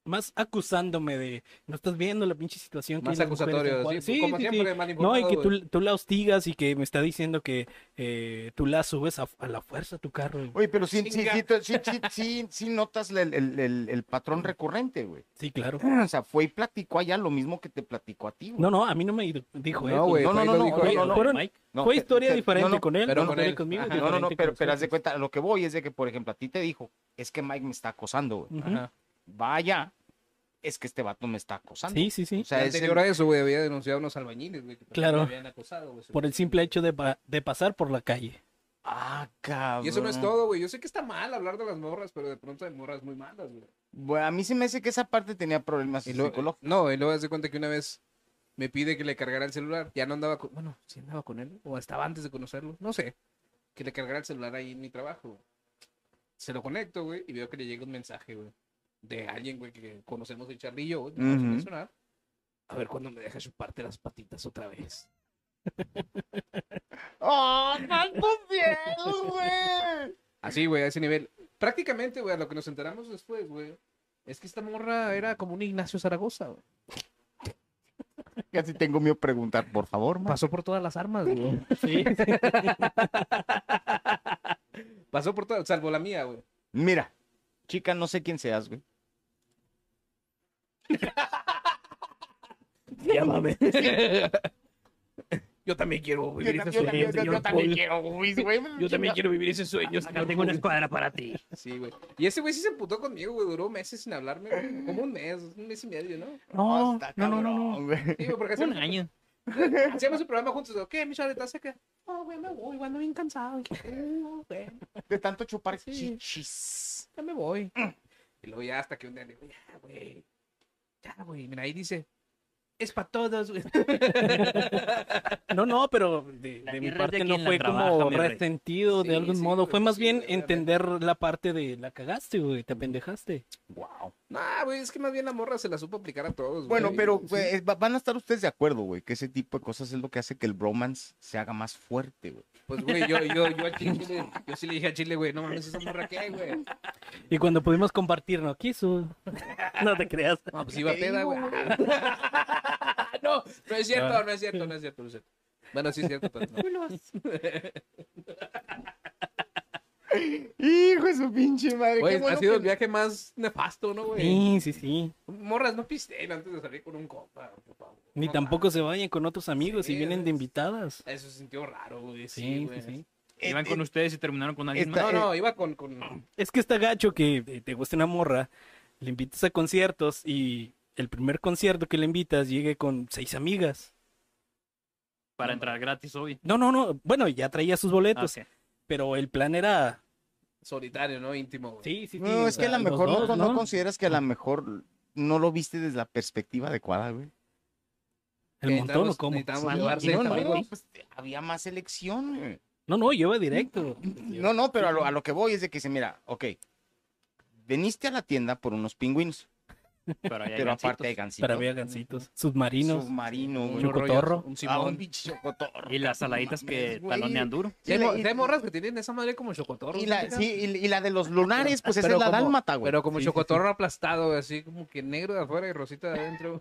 B: más acusándome de, no estás viendo la pinche situación. que
D: Más
B: hay en las mujeres en
D: acusatorio.
B: Juárez?"
D: Sí, pues, como
B: sí, sí.
D: siempre, mal
B: No, y
D: informado,
B: que
D: güey.
B: tú, tú la hostigas y que me está diciendo que eh, tú la subes a, a la fuerza a tu carro.
A: Oye, pero sí, sí,
D: Chinga.
A: sí, tú- sí, sí, sí, sí notas el, el- el- el patrón recurrente, güey. [CLEARS THROAT]
B: Sí, claro.
A: O sea, fue y platicó allá lo mismo que te platicó a ti, güey.
B: No, no, a mí no me dijo
D: No,
B: eso.
D: güey,
A: no,
D: ahí
A: no,
D: lo
A: no,
D: dijo
A: no,
D: él.
B: no, no. Fueron-
A: No,
B: Fue
A: te-
B: historia
A: te-
B: diferente
A: no, no,
B: con él,
D: pero
B: no
D: con
B: historia
D: él.
B: conmigo.
D: Ajá.
A: No, no, no,
B: diferente
A: pero,
B: con
A: pero haz de
B: nosotros.
A: cuenta, lo que voy es de que, por ejemplo, a ti te dijo, es que Mike me está acosando, güey.
B: Ujú.
D: Ajá.
A: Vaya, es que este vato me está acosando.
B: Sí, sí, sí.
A: O sea, es
D: anterior
A: el-
D: a eso, güey, había denunciado a unos albañiles, güey. que también
B: Claro.
D: lo habían acosado, güey.
B: Por el simple hecho de, pa- de pasar por la calle.
A: Ah, cabrón.
D: Y eso no es todo, güey. Yo sé que está mal hablar de las morras, pero de pronto hay morras muy malas, güey.
A: Bueno, a mí se me hace que esa parte tenía problemas
D: Y luego-
A: psicológicos.
D: No, y luego haz de cuenta que una vez me pide que le cargara el celular. Ya no andaba con. Bueno, sí andaba con él. O estaba antes de conocerlo. No sé. Que le cargara el celular ahí en mi trabajo. güey. Se lo conecto, güey. Y veo que le llega un mensaje, güey. De alguien, güey, que conocemos el charrillo, güey. No vamos a
A: Ujú.
D: mencionar. A ver cuándo me deja chuparte las patitas otra vez.
A: ¡Oh, santo
D: [LAUGHS]
A: cielo, güey!
D: Así, güey, a ese nivel. Prácticamente, güey, a lo que nos enteramos después, güey, es que esta morra era como un Ignacio Zaragoza, güey.
A: Casi tengo miedo a preguntar, por favor, ma.
D: Pasó por todas las armas, güey. [LAUGHS]
B: Sí,
D: Pasó por todas, salvo la mía, güey.
A: Mira, chica, no sé quién seas, güey.
B: [LAUGHS] llámame.
D: [LAUGHS] Yo también quiero vivir ese
B: también-
D: sueño,
B: yo- yo- yo
D: señor
B: también
D: Paul.
A: quiero, güey, güey.
D: Yo también quiero vivir ese sueño,
E: Acá
D: señor
E: tengo una
D: Paul.
E: escuadra para ti.
D: Sí, güey. Y ese güey sí se emputó conmigo, güey. Duró meses sin hablarme, güey. Como un mes, un mes y medio, ¿no?
B: No, no, no, no, no.
D: Sí, güey, porque
E: Un
D: hacíamos,
E: año.
D: [LAUGHS] hacíamos el programa juntos. ¿no? ¿Qué, mi chale, estás acá? Oh, güey, me voy, güey, ando bien cansado. Oh, güey,
A: De tanto chupar
D: Sí.
A: chichis.
D: ya me voy. Y luego ya hasta que un día le digo, ya, güey. Ya, güey. Mira, ahí dice, es para todos, güey. [LAUGHS]
B: No, no, pero de,
E: La
B: de mi
E: tierra es
B: parte
E: de
B: no
E: quien la
B: fue
E: trabaja,
B: como
E: mi rey.
B: resentido
D: Sí,
B: de algún
D: sí,
B: modo.
D: güey,
B: Fue más
D: sí,
B: bien
D: obviamente.
B: entender la parte de la cagaste, güey, te pendejaste.
A: Wow.
D: No, güey, es que más bien la morra se la supo aplicar a todos, güey.
A: Bueno, pero
D: Sí.
A: güey, va- van a estar ustedes de acuerdo, güey, que ese tipo de cosas es lo que hace que el bromance se haga más fuerte, güey.
D: Pues, güey, yo, yo, yo a Chile, yo sí le dije a Chile, güey, no mames, esa morra qué, güey.
B: Y cuando pudimos compartir, no
E: [LAUGHS]
B: quiso. No te creas.
D: No, pues iba a peda, güey. [LAUGHS] No, no es
B: Ah.
D: cierto, no es cierto, no es cierto, no es cierto. Bueno, sí es cierto, pero no.
A: Hijo de su pinche madre.
D: Güey,
A: qué bueno
D: ha sido
A: que-
D: el viaje más nefasto, ¿no, güey?
B: Sí, sí, sí.
D: Morras, no pisten antes de salir con un compa, por favor.
B: Ni
D: No
B: tampoco
D: mames.
B: se vayan con otros amigos
D: Sí,
B: y vienen de
D: es-
B: invitadas.
D: Eso se sintió raro, güey. Sí,
B: Sí,
D: güey.
B: sí, sí.
A: Eh,
E: Iban
A: eh,
E: con ustedes y terminaron con alguien
A: esta-
E: más.
D: No, no, iba con, con...
B: Es que está gacho que eh, te guste una morra, le invites a conciertos y el primer concierto que le invitas llegue con seis amigas.
E: Para entrar gratis hoy.
B: No, no, no. Bueno, ya traía sus
E: Ah,
B: boletos,
E: ok.
B: pero el plan era.
D: solitario, ¿no? Íntimo, güey.
B: Sí, sí, sí.
A: No,
B: o
A: es que a
B: sea,
A: lo
B: los
A: mejor
B: dos,
A: no, no consideras que a lo mejor no lo viste desde la perspectiva adecuada, güey.
B: El montón o
D: Necesitamos-
B: cómo.
D: Necesitamos
B: Sí,
D: llevar
B: sí,
D: seis
B: no, no,
D: amigos.
A: pues, había más elección, güey.
B: No, no, yo iba directo.
A: No, no, pero a lo, a lo que voy es de que dice, mira, ok, veniste a la tienda por unos pingüinos,
E: Pero, ahí hay
A: pero
E: gancitos.
A: aparte hay gancitos,
B: Para ver gancitos, submarinos.
A: submarino,
D: Un
A: güey.
B: Choco-
D: rollo,
B: chocotorro.
D: Un
A: Ah, un
D: simón.
A: pinche chocotorro.
E: Y las saladitas que
A: Mames, güey.
E: talonean duro.
D: Sí, hay,
A: Y la-
D: mo- sí hay morras que tienen esa madre como chocotorro.
A: Y la,
D: ¿no?
A: sí, y, y la de los lunares, pues esa
D: Pero
A: es la
D: como-
A: dálmata, güey.
D: Pero como
B: Sí, sí,
D: chocotorro aplastado, güey, así como que negro de afuera y rosita de adentro.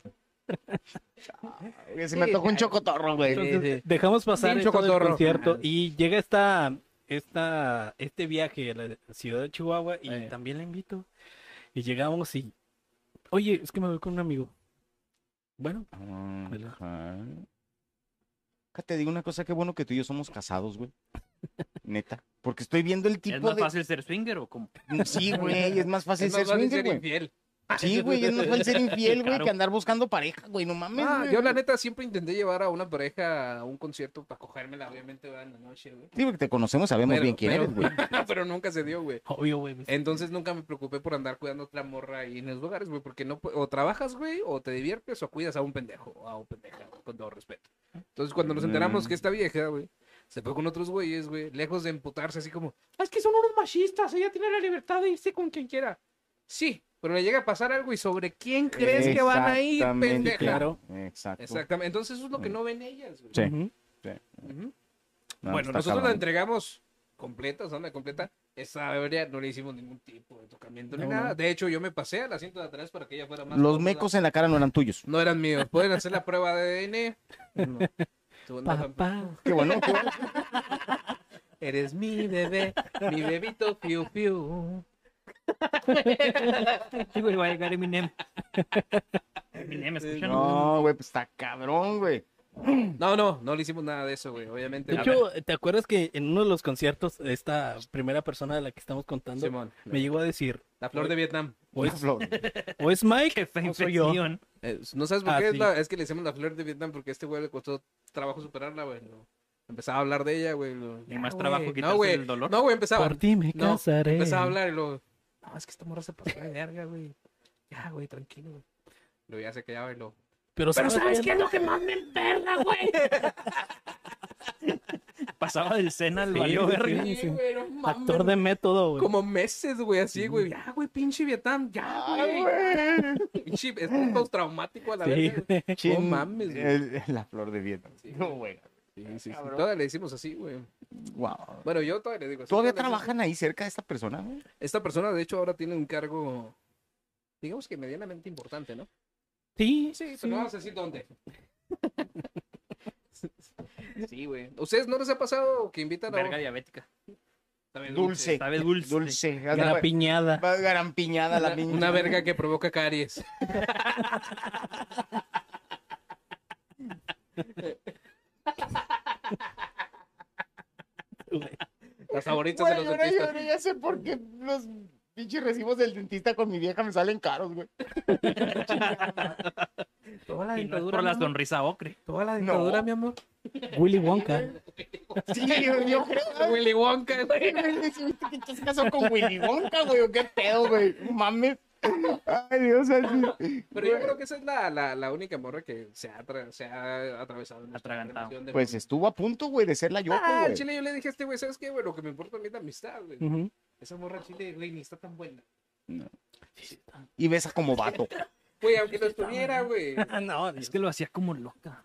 A: Se me tocó un chocotorro, güey.
B: Entonces,
D: eh, sí.
B: dejamos pasar
D: Bien
B: esto del
D: chocotorro.
B: concierto y llega esta, esta, este viaje a la ciudad de Chihuahua y
D: Eh.
B: también la invito. Y llegamos y, oye, es que me voy con un amigo. Bueno, ¿Verdad?
A: Ajá. Acá Te digo una cosa, qué bueno que tú y yo somos casados, güey. Neta. Porque estoy viendo el tipo
E: ¿Es más
A: de.
E: fácil ser swinger o cómo?
A: [LAUGHS] Sí, güey, es más fácil
D: Es más
A: ser
D: fácil
A: swinger,
D: ser
A: güey.
D: infiel.
A: Sí, güey, es más fácil
D: [LAUGHS]
A: ser infiel, güey,
E: Claro.
A: que andar buscando pareja, güey. No mames,
D: Ah,
A: güey.
D: yo la neta siempre intenté llevar a una pareja a un concierto para cogérmela, obviamente, ¿verdad? en la noche, güey. [LAUGHS]
A: Sí, porque te conocemos, sabemos
D: Pero-
A: bien quién
D: pero-
A: eres, güey.
D: Pero nunca se dio, güey.
B: obvio, güey. pues,
D: Entonces nunca me preocupé por andar cuidando a otra morra ahí en los lugares, güey, porque no pu- o trabajas, güey, o te diviertes o cuidas a un pendejo, o a un pendeja, güey, con todo respeto. Entonces cuando nos enteramos que esta vieja, güey, se fue con otros güeyes, güey, lejos de emputarse así como, "Ah, es que son unos machistas, ella tiene la libertad de irse con quien quiera. Sí, pero le llega a pasar algo y sobre quién crees que van a ir,
A: Exactamente,
D: pendeja.
B: Claro.
A: Exacto.
D: Exactamente, entonces eso es lo que no ven ellas, güey.
A: Sí.
B: Ujú.
D: Ujú.
A: No,
D: Bueno,
A: Ah, está
D: nosotros la
A: cabrón.
D: entregamos completa, o sea, una completa. Esa área no le hicimos ningún tipo de tocamiento ni
B: No,
D: nada.
B: no.
D: De hecho, yo me pasé al asiento de atrás para que ella fuera más.
A: Los
D: cómoda.
A: mecos en la cara no eran tuyos.
D: No eran míos. Pueden hacer la prueba de ADN. No. Tú andas-
B: Papá.
A: Qué bueno.
D: [LAUGHS]
A: qué bueno.
D: Eres mi bebé, mi bebito, piu piu.
E: Sí, güey, va a llegar Eminem. [LAUGHS] Eminem, escuchan.
A: No, güey, pues está cabrón, güey.
D: No, no, no le hicimos nada de eso, güey. Obviamente.
B: De
D: A
B: hecho, ¿te acuerdas que en uno de los conciertos, esta primera persona de la que estamos
D: ver,
B: contando
D: Simón, la-
B: me llegó a
D: [LAUGHS]
B: decir,
D: la flor de Vietnam.
B: o es,
A: Flor.
B: o es
E: Qué
B: Mike,
E: fea
B: o soy yo.
E: infección.
D: Eh, no sabes por
B: Ah,
D: qué es,
B: sí.
D: la- es que le hicimos la flor de Vietnam porque a este güey le costó trabajo superarla, güey. Lo- Empezaba a hablar de ella, güey. lo-
E: Y más
D: Ah,
E: trabajo
D: güey.
E: quitarse
D: no, güey.
E: el dolor.
D: No, güey, empezaba.
B: Por ti me
D: No,
B: casaré.
D: Empezaba a hablar y luego, no, es que esta morra se pasó de verga, güey. Ya, güey, tranquilo, güey. Luego ya se callaba y lo.
B: Pero, ¿sabes qué?
E: Pasaba del Sena al
B: Sí, [LAUGHS]
E: valió
B: sí,
E: verga.
B: sí.
D: no mames,
B: Actor de
D: güey.
B: método, güey.
D: Como meses, güey, así, güey. Ya, güey, pinche Vietnam, ya, güey. Pinche, es un postraumático a la
B: Sí,
D: verga, güey.
B: güey.
D: No mames, güey.
A: El- La flor de Vietnam.
D: Sí,
A: No, güey.
D: Sí, sí, sí.
A: Cabrón.
D: Todavía le decimos así, güey.
A: Wow.
D: Bueno, yo todavía le digo así.
A: ¿Todavía
D: Todavía le-
A: trabajan ahí cerca de esta persona? güey?
D: Esta persona, de hecho, ahora tiene un cargo, digamos que medianamente importante, ¿no?
B: Sí,
D: Sí, pero no vamos a decir dónde. [LAUGHS] sí, güey. ¿Ustedes no les ha pasado que invitan a...
E: Verga diabética.
D: También
A: Dulce.
E: Sabe dulce.
A: Dulce.
B: y
D: pues.
B: la piñada.
A: Va garampiñada la
D: Una,
A: pinche.
D: una verga que provoca
B: [LAUGHS]
D: caries. Las favoritas
A: Güey,
D: de los
A: ahora yo-
D: dentistas.
A: ahora ya sé por qué los pinches recibos del dentista con mi vieja me salen caros, güey.
D: Toda la
E: Y no es por la
D: mi amor.
E: sonrisa ocre.
D: Toda la
A: dentadura,
D: mi amor.
B: Willy Wonka.
A: Sí, [LAUGHS] yo, yo creo. güey.
D: Willy Wonka, güey.
A: ¿Qué te casó con Willy Wonka, güey? ¿O qué pedo, güey? Mames. Ay, Dios, así.
D: Pero yo creo que esa es la, la, la única morra que se ha, atra- se ha atravesado. en nuestra
E: Atragantado.
D: relación de-
A: Pues estuvo a punto, güey, de ser la Yoko,
D: Ah, al
A: güey.
D: chile yo le dije a este güey, ¿sabes qué, güey? Lo que me importa a mí es la amistad, güey. [LAUGHS]
B: Ujú.
D: Esa morra al chile, güey, ni está tan buena.
A: Y besa como vato.
D: Güey, aunque lo estuviera, güey.
B: [LAUGHS] no,
E: Es que lo hacía como loca.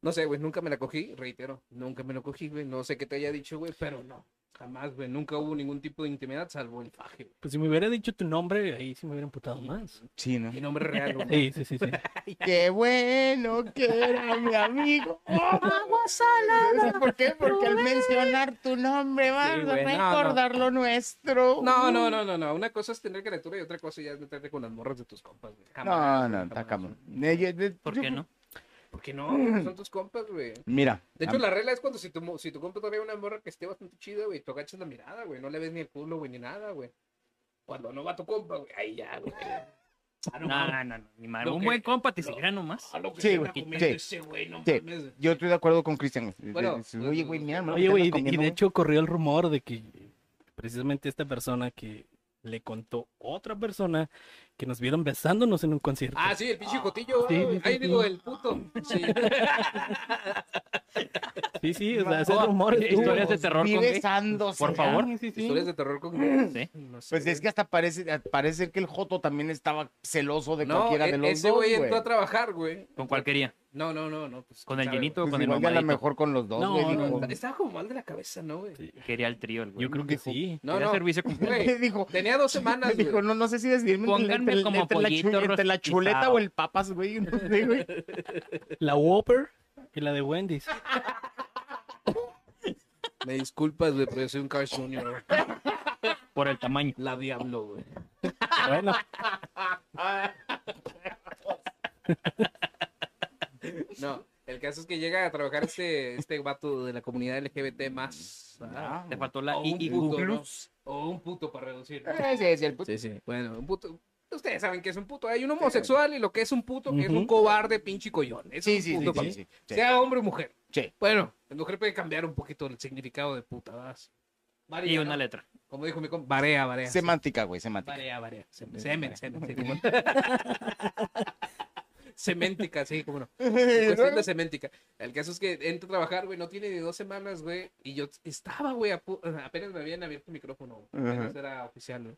D: No sé, güey, nunca me la cogí, reitero, nunca me lo cogí, güey. No sé qué te haya dicho, güey, pero no. Jamás, güey, nunca hubo ningún tipo de intimidad salvo el faje, güey.
B: pues si me hubiera dicho tu nombre, ahí sí me hubiera emputado
D: [LAUGHS]
B: más.
A: Sí, ¿no?
D: Mi nombre real,
A: [LAUGHS]
D: güey.
B: Sí, sí, sí. sí.
A: Qué bueno que era mi amigo. Vamos a la. ¿Por qué? Porque al mencionar tu nombre vas a
D: güey, no, no.
A: recordar lo nuestro.
D: No, no, no, no, no. Una cosa es tener criatura y otra cosa ya es meterte con las morras de tus compas, güey.
A: No,
D: Jamás, güey,
A: no,
D: jamás.
A: está cabrón. Eh, yo- de-
E: ¿Por
A: yo-
E: qué no?
D: ¿Por qué no? güey? Son tus compas, güey.
A: Mira.
D: De hecho,
A: am-
D: la regla es cuando si tu, mo- si tu compa todavía una morra que esté bastante chida, güey, tú agachas la mirada, güey. No le ves ni el culo, güey, ni nada, güey. Cuando no va tu compa, güey, ahí ya, güey.
E: No, no, no. no, ni madre.
D: Ah, Lo
E: Un
D: que-
E: buen compa te seguirá nomás.
D: A lo que
A: Sí,
D: se
A: güey,
D: está comiendo
A: sí.
D: ese güey, no
A: Sí.
D: mames.
A: yo estoy de acuerdo con Cristian. De-
D: Bueno,
A: de- de- Oye, güey, mira, me lo
B: Oye, güey, y
A: están
B: de- y
A: comiendo,
B: de hecho corrió el rumor de que precisamente esta persona que le contó otra persona que nos vieron besándonos en un concierto.
D: Ah, sí, el pinche Jotillo.
B: Sí,
D: ah, güey.
B: sí,
D: Ahí
B: sí.
D: digo, el puto. [LAUGHS] Sí.
B: sí, sí, o
D: [LAUGHS]
B: sea, ese rumor estuvo-
E: Historias de terror
A: Y
E: con gay.
A: besándose.
E: Por favor.
B: Sí, sí, sí.
D: Historias de terror con.
E: Sí.
D: No sé,
A: Ah, Pues es que
D: güey.
A: hasta parece, parece que el Joto también estaba celoso de
D: No,
A: cualquiera
D: e-
A: de los
D: ese
A: dos.
D: güey entró
A: güey.
D: a trabajar, güey.
E: ¿Con cuál quería?
D: No, no, no, no. Pues,
E: ¿Con el
D: sabe,
E: llenito o
A: Pues
E: con el
A: igual ya a lo
E: mamadito?
A: mejor con los dos,
B: No,
A: güey.
B: no,
A: dijo.
D: güey. Estaba como mal de la cabeza, ¿no, güey?
E: Quería el trío el güey.
B: Yo creo que sí.
D: No,
E: Quería
D: no.
E: servicio completo.
D: Güey,
A: Me [LAUGHS] dijo,
D: Tenía dos
A: me
D: semanas, güey.
A: dijo, no, no sé si decidirme entre,
E: Pónganme
A: entre-
E: como
A: entre la, chu-
E: pollito
A: entre la chuleta
E: rostizado.
A: o el papas, güey. No sé, güey.
B: La Whopper y la de Wendy's.
D: Me disculpas, güey, pero yo soy un Carl Jr.
E: Por el tamaño.
D: La diablo, güey. [LAUGHS]
B: Bueno,
D: No, el caso es que llega a trabajar este, este vato de la comunidad LGBT más. ah,
E: Te faltó la
D: o un
E: I y
D: puto,
E: Google.
D: ¿no? O un puto para reducir. ¿no?
A: Eh, sí, sí, el puto-
D: Sí, sí. Bueno, un puto. Ustedes saben que es un puto. Hay un homosexual y lo que es un puto, que es un
B: Ujú.
D: cobarde, pinche collón. Eso
A: Sí,
D: es
A: sí,
D: un
A: sí,
D: puto para
A: sí,
D: mí.
A: sí, sí.
D: Sea hombre o mujer.
A: Sí.
D: Bueno, la mujer puede cambiar un poquito el significado de puta. ¿verdad? Varía,
E: Y
D: ¿no?
E: una letra.
D: Como dijo mi compa, varea, varea.
A: Semántica, güey, semántica.
D: Varea, varea. Sem- Semen, semen. semen. [LAUGHS] Seméntica, sí, como [LAUGHS] no. Cuestión de seméntica. El caso es que entro a trabajar, güey, no tiene ni dos semanas, güey. Y yo estaba, güey, a pu- apenas me habían abierto el micrófono. güey, Apenas
A: Ajá.
D: era oficial, ¿no?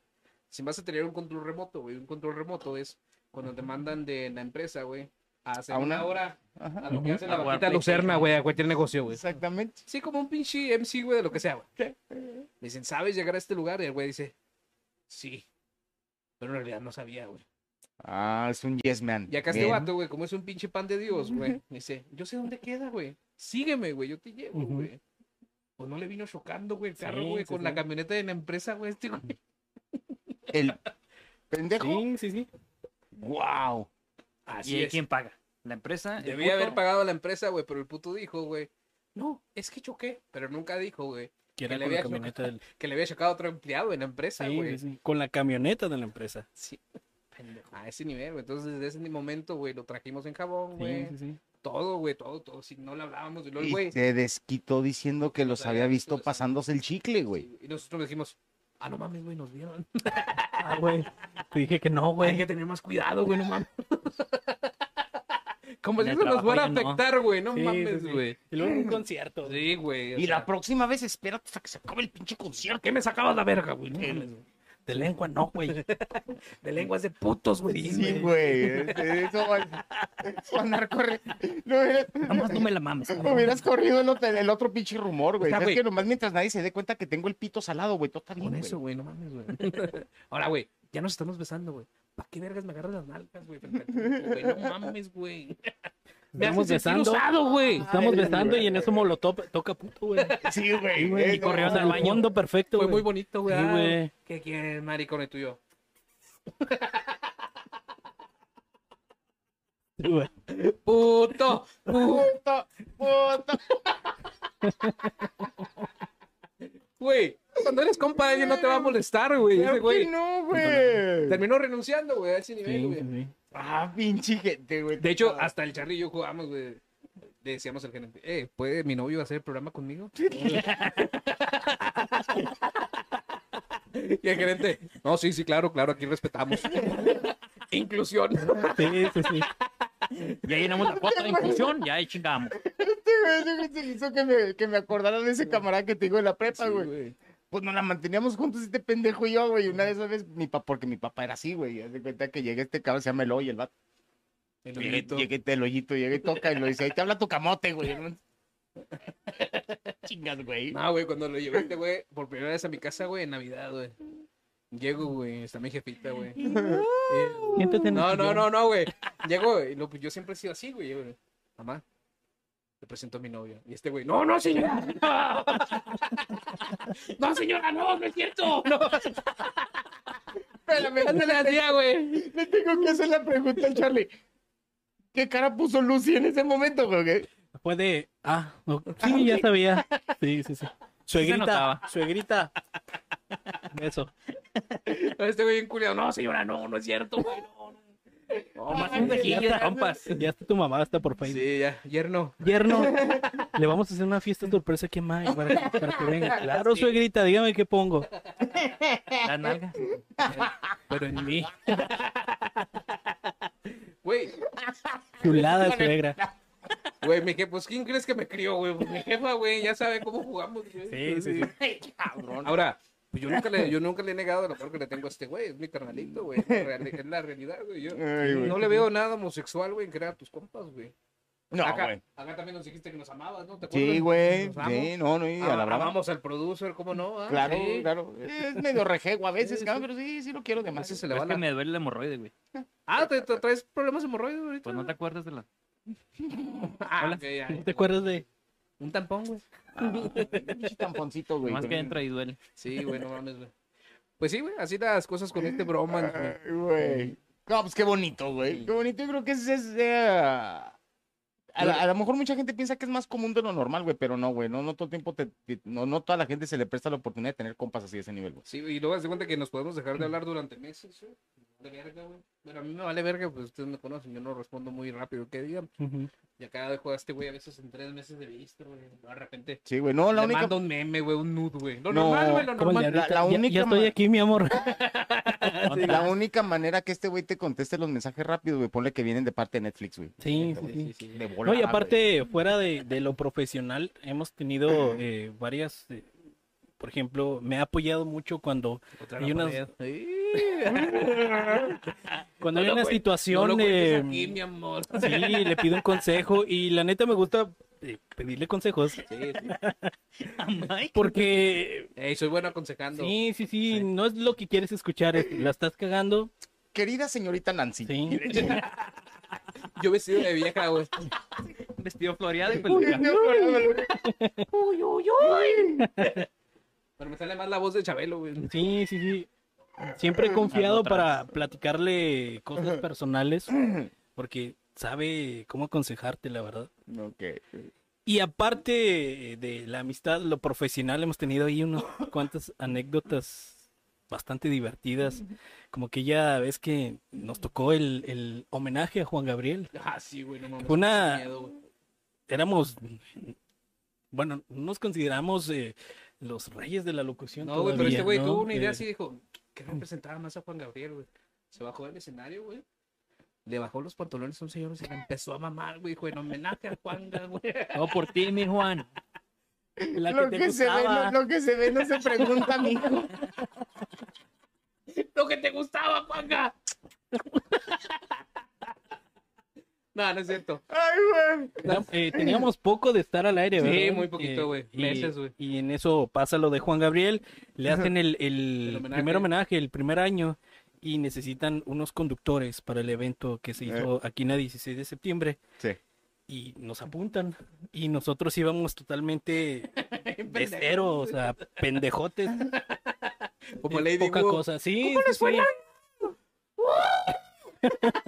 D: Si vas a tener un control remoto, güey, un control remoto es cuando te mandan de la empresa, güey, a hacer
A: A
D: una...
A: una-
D: hora
A: Ajá.
D: a lo que hace la
E: A jugar
D: vaquita Lucerna,
E: PlayStation.
D: güey, a cualquier negocio, güey.
A: Exactamente.
D: Sí, como un pinche MC, güey, de lo que sea, güey. Me dicen, ¿sabes llegar a este lugar? Y el güey dice, sí. Pero en realidad no sabía, güey.
A: Ah, es un yes man.
D: Y acá este
A: Bien.
D: vato, güey, como es un pinche pan de Dios, güey. Me dice, yo sé dónde queda, güey. Sígueme, güey, yo te llevo,
B: Ujú.
D: güey. Pues no le vino chocando, güey, el
B: Sí,
D: carro, güey,
B: sí,
D: con la
B: sí.
D: camioneta de la empresa, güey, este, güey.
A: El pendejo.
B: sí, sí, sí.
A: Wow.
E: ¿Y
D: Así
E: ahí
D: es.
E: quién paga? ¿La empresa? ¿El
D: Debía haber
E: puto?
D: pagado a la empresa, güey, pero el puto dijo, güey, no, es que choqué. Pero nunca dijo, güey,
B: Que
D: Que
B: era
D: le
B: con la
D: había
B: camioneta del...
D: [LAUGHS] que le había chocado a otro empleado en la empresa,
B: Sí,
D: güey.
B: sí, sí. Con la camioneta de la empresa.
D: Sí. A ese nivel, güey. Entonces, desde ese momento, güey, lo trajimos en jabón,
B: Sí,
D: güey.
B: sí, sí.
D: Todo, güey, todo, todo. Si no le hablábamos, y luego el
A: Y
D: güey.
A: se desquitó diciendo que los
D: había
A: había
D: visto
A: visto
D: besando.
A: pasándose el chicle, güey.
D: Y nosotros dijimos, ah, no mames, güey, nos vieron. [LAUGHS]
B: Ah, güey. Te dije que no,
D: Hay
B: güey.
D: que tener más cuidado, güey, no mames. Como
E: En
D: si
E: el
D: eso nos
E: trabajo
D: fuera a
E: ya no.
D: afectar, güey, no,
B: Sí, sí,
D: mames,
B: sí.
D: güey.
B: Y luego en
D: [LAUGHS]
B: un concierto. güey.
D: Sí, güey. o
A: Y la
D: sea,
A: próxima vez espérate hasta que se acabe el pinche concierto.
D: ¿Por qué me sacabas la verga, güey? No
A: El-
D: mames, güey.
B: De lengua no, güey.
D: De lenguas de putos, güey.
A: Sí, güey. este, Eso va, eso va a andar corre- [LAUGHS] No, hubieras-
E: Nada más no me la mames.
A: no hubieras corrido el otro, el otro pinche rumor, güey.
D: Está,
A: Es
D: güey.
A: que nomás mientras nadie se dé cuenta que tengo el pito salado, güey. Todo está bien,
D: Con
A: güey.
D: eso, güey, no mames, güey. [LAUGHS] Ahora, güey, ya nos estamos besando, güey. ¿Para qué vergas me agarras las nalgas, güey? frente a ti, güey? No mames, güey. Me
B: Estamos
D: haces sentir
B: besando.
D: usado, güey.
B: Estamos besando y en eso Molotov toca puto, güey.
A: Sí, güey.
B: güey,
A: eh, no,
E: corrió hasta el
B: El
E: baño.
B: fondo perfecto,
D: Fue
B: güey.
D: muy bonito, güey.
B: Sí,
D: Ah,
B: güey.
D: ¿Qué quieres, maricón, el tuyo?
B: Sí, güey.
D: ¡Puto! ¡Puto!
A: puto, puto.
D: Güey, cuando eres compa de alguien no te va a molestar, güey. Ese
A: Claro que
D: güey
A: no, güey.
D: terminó renunciando, güey, a ese nivel,
B: Sí,
D: güey.
B: sí, sí.
A: Ah, pinche gente, güey. Ah.
D: De hecho, hasta el charrillo jugamos, güey. Le decíamos al gerente, eh, ¿puede mi novio hacer el programa conmigo? [LAUGHS] y el gerente, no, sí, sí, claro, claro, aquí
B: [LAUGHS]
D: respetamos. Inclusión.
B: Sí, sí, sí.
E: Ya llenamos la cuota de inclusión, ya ahí chingamos.
A: Este güey, ese güey se hizo que me, que me acordara de ese camarada que te digo de la prepa, güey. pues nos la manteníamos juntos este pendejo y yo, güey. y Una de esas veces, mi papá, porque mi papá era así, güey. Haz de cuenta que llegué este cabrón, se llama Eloy, el vato.
D: El
A: Llegué,
D: hoyito.
A: llegué el hoyito, llegué y toca y lo dice, ahí te habla tu camote, güey. Chingas, güey.
D: No, güey, cuando lo llevé, este güey, por primera vez a mi casa, güey, en Navidad, güey. Llego, güey, está mi jefita, güey. Eh,
B: Siéntate en el
D: No, no,
B: sillón.
D: no, no, güey. Llego, güey, lo- yo siempre he sido así, güey. yo, Mamá, te presento a mi novia. Y este güey, no, no, [LAUGHS] señora. No, señora, no, no es cierto. No,
A: Espérame,
D: no le hacía, güey.
A: le tengo que hacer la pregunta al [LAUGHS] Charlie. ¿Qué cara puso Lucy en ese momento, güey?
B: Fue de. Ah, no. sí, ya sabía. Sí, sí, sí. Suegrita.
E: notaba.
B: Suegrita. Eso.
D: Este güey enculeado, no, señora, no, no es cierto, güey. No, no.
E: O más un
B: ya,
E: de
B: está,
E: compas.
B: ya está tu mamá, está por Facebook.
D: Sí, ya, yerno.
B: Yerno, le vamos a hacer una fiesta sorpresa aquí a Mike para, para que venga. Claro, suegrita, dígame qué pongo.
E: Las [LAUGHS] nalgas. Pero en mí.
D: Güey,
B: Chulada, suegra.
D: güey, me pues, ¿quién crees que me crió, güey? Pues, Mi jefa, güey, ya sabe cómo jugamos, güey.
B: Sí, sí, sí.
D: Ahora, pues yo nunca le, yo nunca le he negado el amor que le tengo a este güey, es mi carnalito, güey. Es la real- es la realidad, güey. Yo
A: Ay, güey.
D: no le veo nada homosexual, güey, en crear tus compas, güey.
A: No,
D: acá,
A: güey.
D: acá también nos dijiste que nos amabas, ¿no? ¿Te acuerdas?
A: Sí, güey.
D: Nos amo.
A: Sí, no, no, y a
D: Ah,
A: la brava.
D: amamos al producer, ¿cómo no? Ah,
A: Claro,
D: sí.
A: claro. Es medio rejego a veces,
D: Sí, sí.
A: cabrón, pero sí, sí lo quiero de
D: A
A: más. [LAUGHS]
D: veces se le
E: Pero
D: va
E: Es que
D: la-
E: me duele el hemorroide, güey.
D: Ah, ¿te, te traes problemas hemorroides ahorita?
E: Pues no te acuerdas de la.
D: Ah,
E: Hola.
D: ok, ya,
B: ¿No
D: ya.
B: te acuerdas de
D: Un tampón, güey.
A: Pinche tamponcito, güey.
E: Más que entra y duele.
D: Sí, güey, no mames, güey. Pues sí, güey, así las cosas con
A: [LAUGHS]
D: este broma. güey.
A: Ay, güey. No, pues qué bonito, güey. Qué bonito. Yo creo que ese es. eh, a, la- a lo mejor mucha gente piensa que es más común de lo normal, güey, pero no, güey. No, no todo el tiempo te, te- no, no toda la gente se le presta la oportunidad de tener compas así de ese nivel, güey.
D: Sí, y luego haz de cuenta que nos podemos dejar de hablar durante meses, güey. De verga, güey. Pero a mí me vale verga, pues ustedes me conocen, yo no respondo muy rápido, que digan.
B: Ujú.
D: Y acá dejo a este güey a veces en tres meses de visto, güey. De repente
A: Sí, güey. No, la
D: le
A: única.
D: mando un meme, güey, un nude, güey. Lo
A: No,
D: normal, güey, lo
B: ¿Cómo
D: normal.
B: le
A: la-
B: ahorita?
A: la
B: Ya-
A: única
B: ya, estoy
A: ma-
B: aquí, mi amor.
A: La única manera que este güey te conteste los mensajes rápido, güey, ponle que vienen de parte de Netflix, güey.
B: Sí, sí, sí.
D: Sí, sí, sí.
A: De
B: No,
A: volada,
B: y
A: güey.
B: aparte, fuera de, de lo profesional, hemos tenido eh, varias. eh, por ejemplo, me ha apoyado mucho cuando
D: Otra
B: hay
D: la
B: unas-
D: pared. Sí.
B: Cuando
D: No
B: hay
D: lo
B: una
D: cuel-
B: situación,
D: No lo cuelgues
B: eh,
D: aquí, mi amor.
B: [LAUGHS] sí, le pido un consejo y la neta me gusta eh, pedirle consejos
D: Sí, sí.
B: porque
D: Ey, soy bueno aconsejando.
B: sí, sí, sí, no es lo que quieres escuchar, es- la estás cagando,
A: Querida señorita Nancy.
B: sí,
D: Yo vestido de vieja, güey.
E: Vestido floreado y pues peluca.
D: Pero me sale más la voz de Chabelo, güey.
B: sí, sí, sí. Siempre he confiado para platicarle cosas personales porque sabe cómo aconsejarte, la verdad.
A: Ok.
B: Y aparte eh, de la amistad, lo profesional, hemos tenido ahí unas cuantas anécdotas bastante divertidas. Como que ya ves que nos tocó el, el homenaje a Juan Gabriel.
D: Ah, sí, güey, no mames.
B: Una-
D: qué miedo, güey.
B: Éramos, bueno, no nos consideramos eh, los reyes de la locución.
D: No, güey, pero
B: todavía,
D: este güey
B: ¿no?
D: tuvo una idea
B: Eh,
D: así dijo, ¿qué representaba más a Juan Gabriel, güey? Se bajó del escenario, güey. Le bajó los pantalones a un señor y se le empezó a mamar, güey. Dijo, en homenaje a Juan Gabriel, güey. [LAUGHS]
E: No, por ti, mi Juan.
B: La que
A: lo,
B: te
A: que se ve,
B: gustaba. [LAUGHS]
A: no, lo que se ve no se pregunta, mijo.
D: Lo que te gustaba, Juanga. [LAUGHS] no, no es cierto.
B: Era-
D: [LAUGHS]
B: eh, teníamos poco de estar al aire,
D: Sí,
B: ¿verdad?
D: muy poquito,
B: Eh,
D: güey.
B: y-
D: Meses, güey.
B: Y en eso pasa lo de Juan Gabriel. Le hacen el, el
D: El homenaje.
B: primer homenaje, el primer año. Y necesitan unos conductores para el evento que se hizo aquí en la 16 de septiembre.
A: Sí.
B: Y nos apuntan. Y nosotros íbamos
D: [LAUGHS]
B: totalmente de cero, o sea, pendejotes.
D: Como
B: Eh,
D: Lady
B: Poca
D: Wu.
B: cosa, sí. sí, sí. [LAUGHS]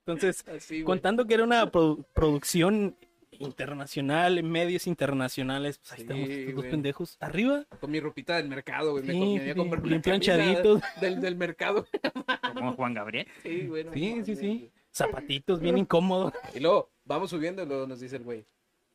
B: Entonces,
D: Así, güey.
B: Contando que era una produ- producción internacional, en medios internacionales, pues ahí
D: Sí,
B: estamos estos dos
D: güey.
B: pendejos. Arriba,
D: Con mi ropita del mercado, güey. Me,
B: Sí,
D: com- me
B: sí,
D: había
B: sí.
D: comprado una
B: Bien
D: camisa
B: planchaditos.
D: Del, del mercado. [LAUGHS]
E: Como Juan Gabriel.
D: Sí, güey. no
B: sí, sí,
D: mames,
B: sí. Zapatitos, bien incómodos.
D: Y luego vamos subiendo y luego nos dice el güey,